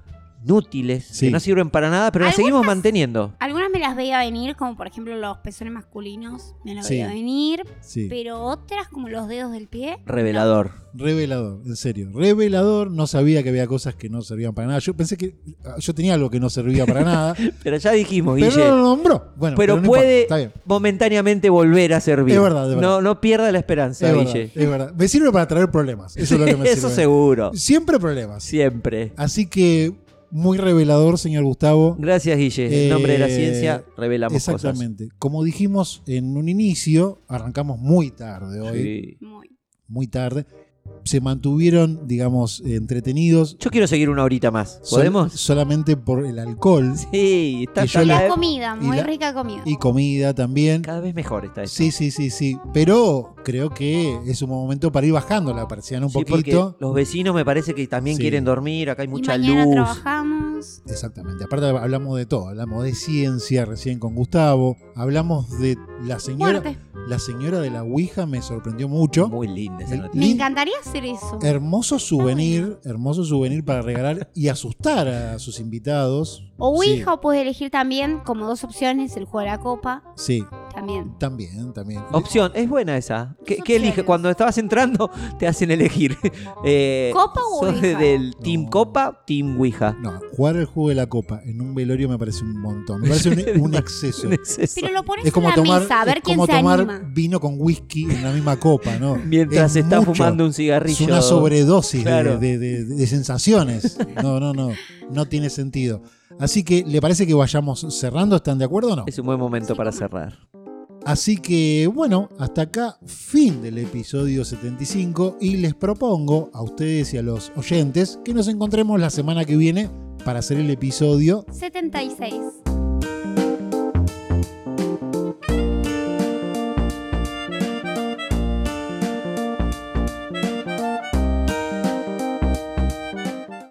[SPEAKER 3] inútiles,
[SPEAKER 1] Sí.
[SPEAKER 3] que no sirven para nada, pero las seguimos manteniendo.
[SPEAKER 2] Algunas me las veía venir, como por ejemplo los pezones masculinos, me las
[SPEAKER 1] Sí.
[SPEAKER 2] veía venir,
[SPEAKER 1] Sí.
[SPEAKER 2] pero otras como los dedos del pie.
[SPEAKER 3] Revelador.
[SPEAKER 1] Revelador, en serio. Revelador, no sabía que había cosas que no servían para nada. Yo pensé que ah, yo tenía algo que no servía para nada,
[SPEAKER 3] Pero ya dijimos,
[SPEAKER 1] pero
[SPEAKER 3] Guille.
[SPEAKER 1] no lo nombró. Bueno,
[SPEAKER 3] pero
[SPEAKER 1] no
[SPEAKER 3] puede
[SPEAKER 1] importa, está bien.
[SPEAKER 3] momentáneamente volver a servir.
[SPEAKER 1] Es verdad, es verdad.
[SPEAKER 3] No, no pierda la esperanza,
[SPEAKER 1] Es verdad,
[SPEAKER 3] Guille.
[SPEAKER 1] es verdad. Me sirve para traer problemas. Eso es lo que me
[SPEAKER 3] Eso
[SPEAKER 1] sirve.
[SPEAKER 3] seguro.
[SPEAKER 1] Siempre problemas.
[SPEAKER 3] Siempre.
[SPEAKER 1] Así que muy revelador, señor Gustavo.
[SPEAKER 3] Gracias, Guille. En nombre de la
[SPEAKER 1] Eh,
[SPEAKER 3] ciencia revelamos cosas.
[SPEAKER 1] Exactamente. Como dijimos en un inicio, arrancamos muy tarde hoy.
[SPEAKER 3] Sí.
[SPEAKER 2] Muy.
[SPEAKER 1] Muy tarde. Se mantuvieron, digamos, entretenidos.
[SPEAKER 3] Yo quiero seguir una horita más.
[SPEAKER 1] sol-
[SPEAKER 3] ¿Podemos?
[SPEAKER 1] solamente por el alcohol
[SPEAKER 3] Sí, está
[SPEAKER 1] Y yo
[SPEAKER 3] está
[SPEAKER 1] le-
[SPEAKER 3] cada,
[SPEAKER 2] Comida,
[SPEAKER 1] y
[SPEAKER 2] muy
[SPEAKER 1] la-
[SPEAKER 2] rica comida.
[SPEAKER 1] y comida también.
[SPEAKER 3] cada vez mejor está esto.
[SPEAKER 1] Sí, sí, sí, sí. Pero creo que es un momento para ir bajando la persiana un
[SPEAKER 3] Sí, porque
[SPEAKER 1] poquito.
[SPEAKER 3] los vecinos me parece que también
[SPEAKER 1] Sí.
[SPEAKER 3] quieren dormir, acá hay
[SPEAKER 2] Y
[SPEAKER 3] mucha
[SPEAKER 2] mañana
[SPEAKER 3] luz.
[SPEAKER 2] trabajamos.
[SPEAKER 1] Exactamente. Aparte hablamos de todo. Hablamos de ciencia recién con Gustavo. Hablamos de la señora.
[SPEAKER 2] Muerte.
[SPEAKER 1] La señora de la Ouija me sorprendió mucho.
[SPEAKER 3] Muy linda esa
[SPEAKER 1] El-
[SPEAKER 3] noticia.
[SPEAKER 2] Me
[SPEAKER 1] Lin- Eh,
[SPEAKER 2] encantaría hacer eso.
[SPEAKER 1] Hermoso souvenir, hermoso souvenir para regalar y asustar a sus invitados.
[SPEAKER 2] O
[SPEAKER 1] Sí,
[SPEAKER 2] Ouija, o puedes elegir también como dos opciones, el juego de la copa,
[SPEAKER 1] Sí,
[SPEAKER 2] también.
[SPEAKER 1] también, también.
[SPEAKER 3] Opción, es buena esa. ¿Qué,
[SPEAKER 2] Dos
[SPEAKER 3] qué elige?
[SPEAKER 2] opciones.
[SPEAKER 3] Cuando estabas entrando te hacen elegir. Eh,
[SPEAKER 2] ¿Copa o
[SPEAKER 3] ¿Sos
[SPEAKER 2] Ouija?
[SPEAKER 3] del Team
[SPEAKER 1] No.
[SPEAKER 3] Copa, Team Ouija?
[SPEAKER 1] No, jugar el juego de la copa en un velorio me parece un montón. Me parece un, un exceso.
[SPEAKER 3] Un exceso.
[SPEAKER 2] Pero lo pones
[SPEAKER 1] Es como
[SPEAKER 2] en la
[SPEAKER 1] tomar,
[SPEAKER 2] mesa, a ver
[SPEAKER 1] es
[SPEAKER 2] quién
[SPEAKER 1] como
[SPEAKER 2] se
[SPEAKER 1] tomar
[SPEAKER 2] anima.
[SPEAKER 1] vino con whisky en la misma copa, ¿no?
[SPEAKER 3] Mientras
[SPEAKER 1] Es
[SPEAKER 3] estás
[SPEAKER 1] mucho.
[SPEAKER 3] fumando un cigarrillo.
[SPEAKER 1] Es una sobredosis de-
[SPEAKER 3] Claro.
[SPEAKER 1] de, de- de sensaciones. No, no, no. No tiene sentido. Así que, ¿le parece que vayamos cerrando? ¿Están de acuerdo o no?
[SPEAKER 3] Es un buen momento
[SPEAKER 2] Sí,
[SPEAKER 3] para
[SPEAKER 2] cómo.
[SPEAKER 3] cerrar.
[SPEAKER 1] Así que bueno, hasta acá fin del episodio 75 y les propongo a ustedes y a los oyentes que nos encontremos la semana que viene para hacer el episodio
[SPEAKER 2] 76.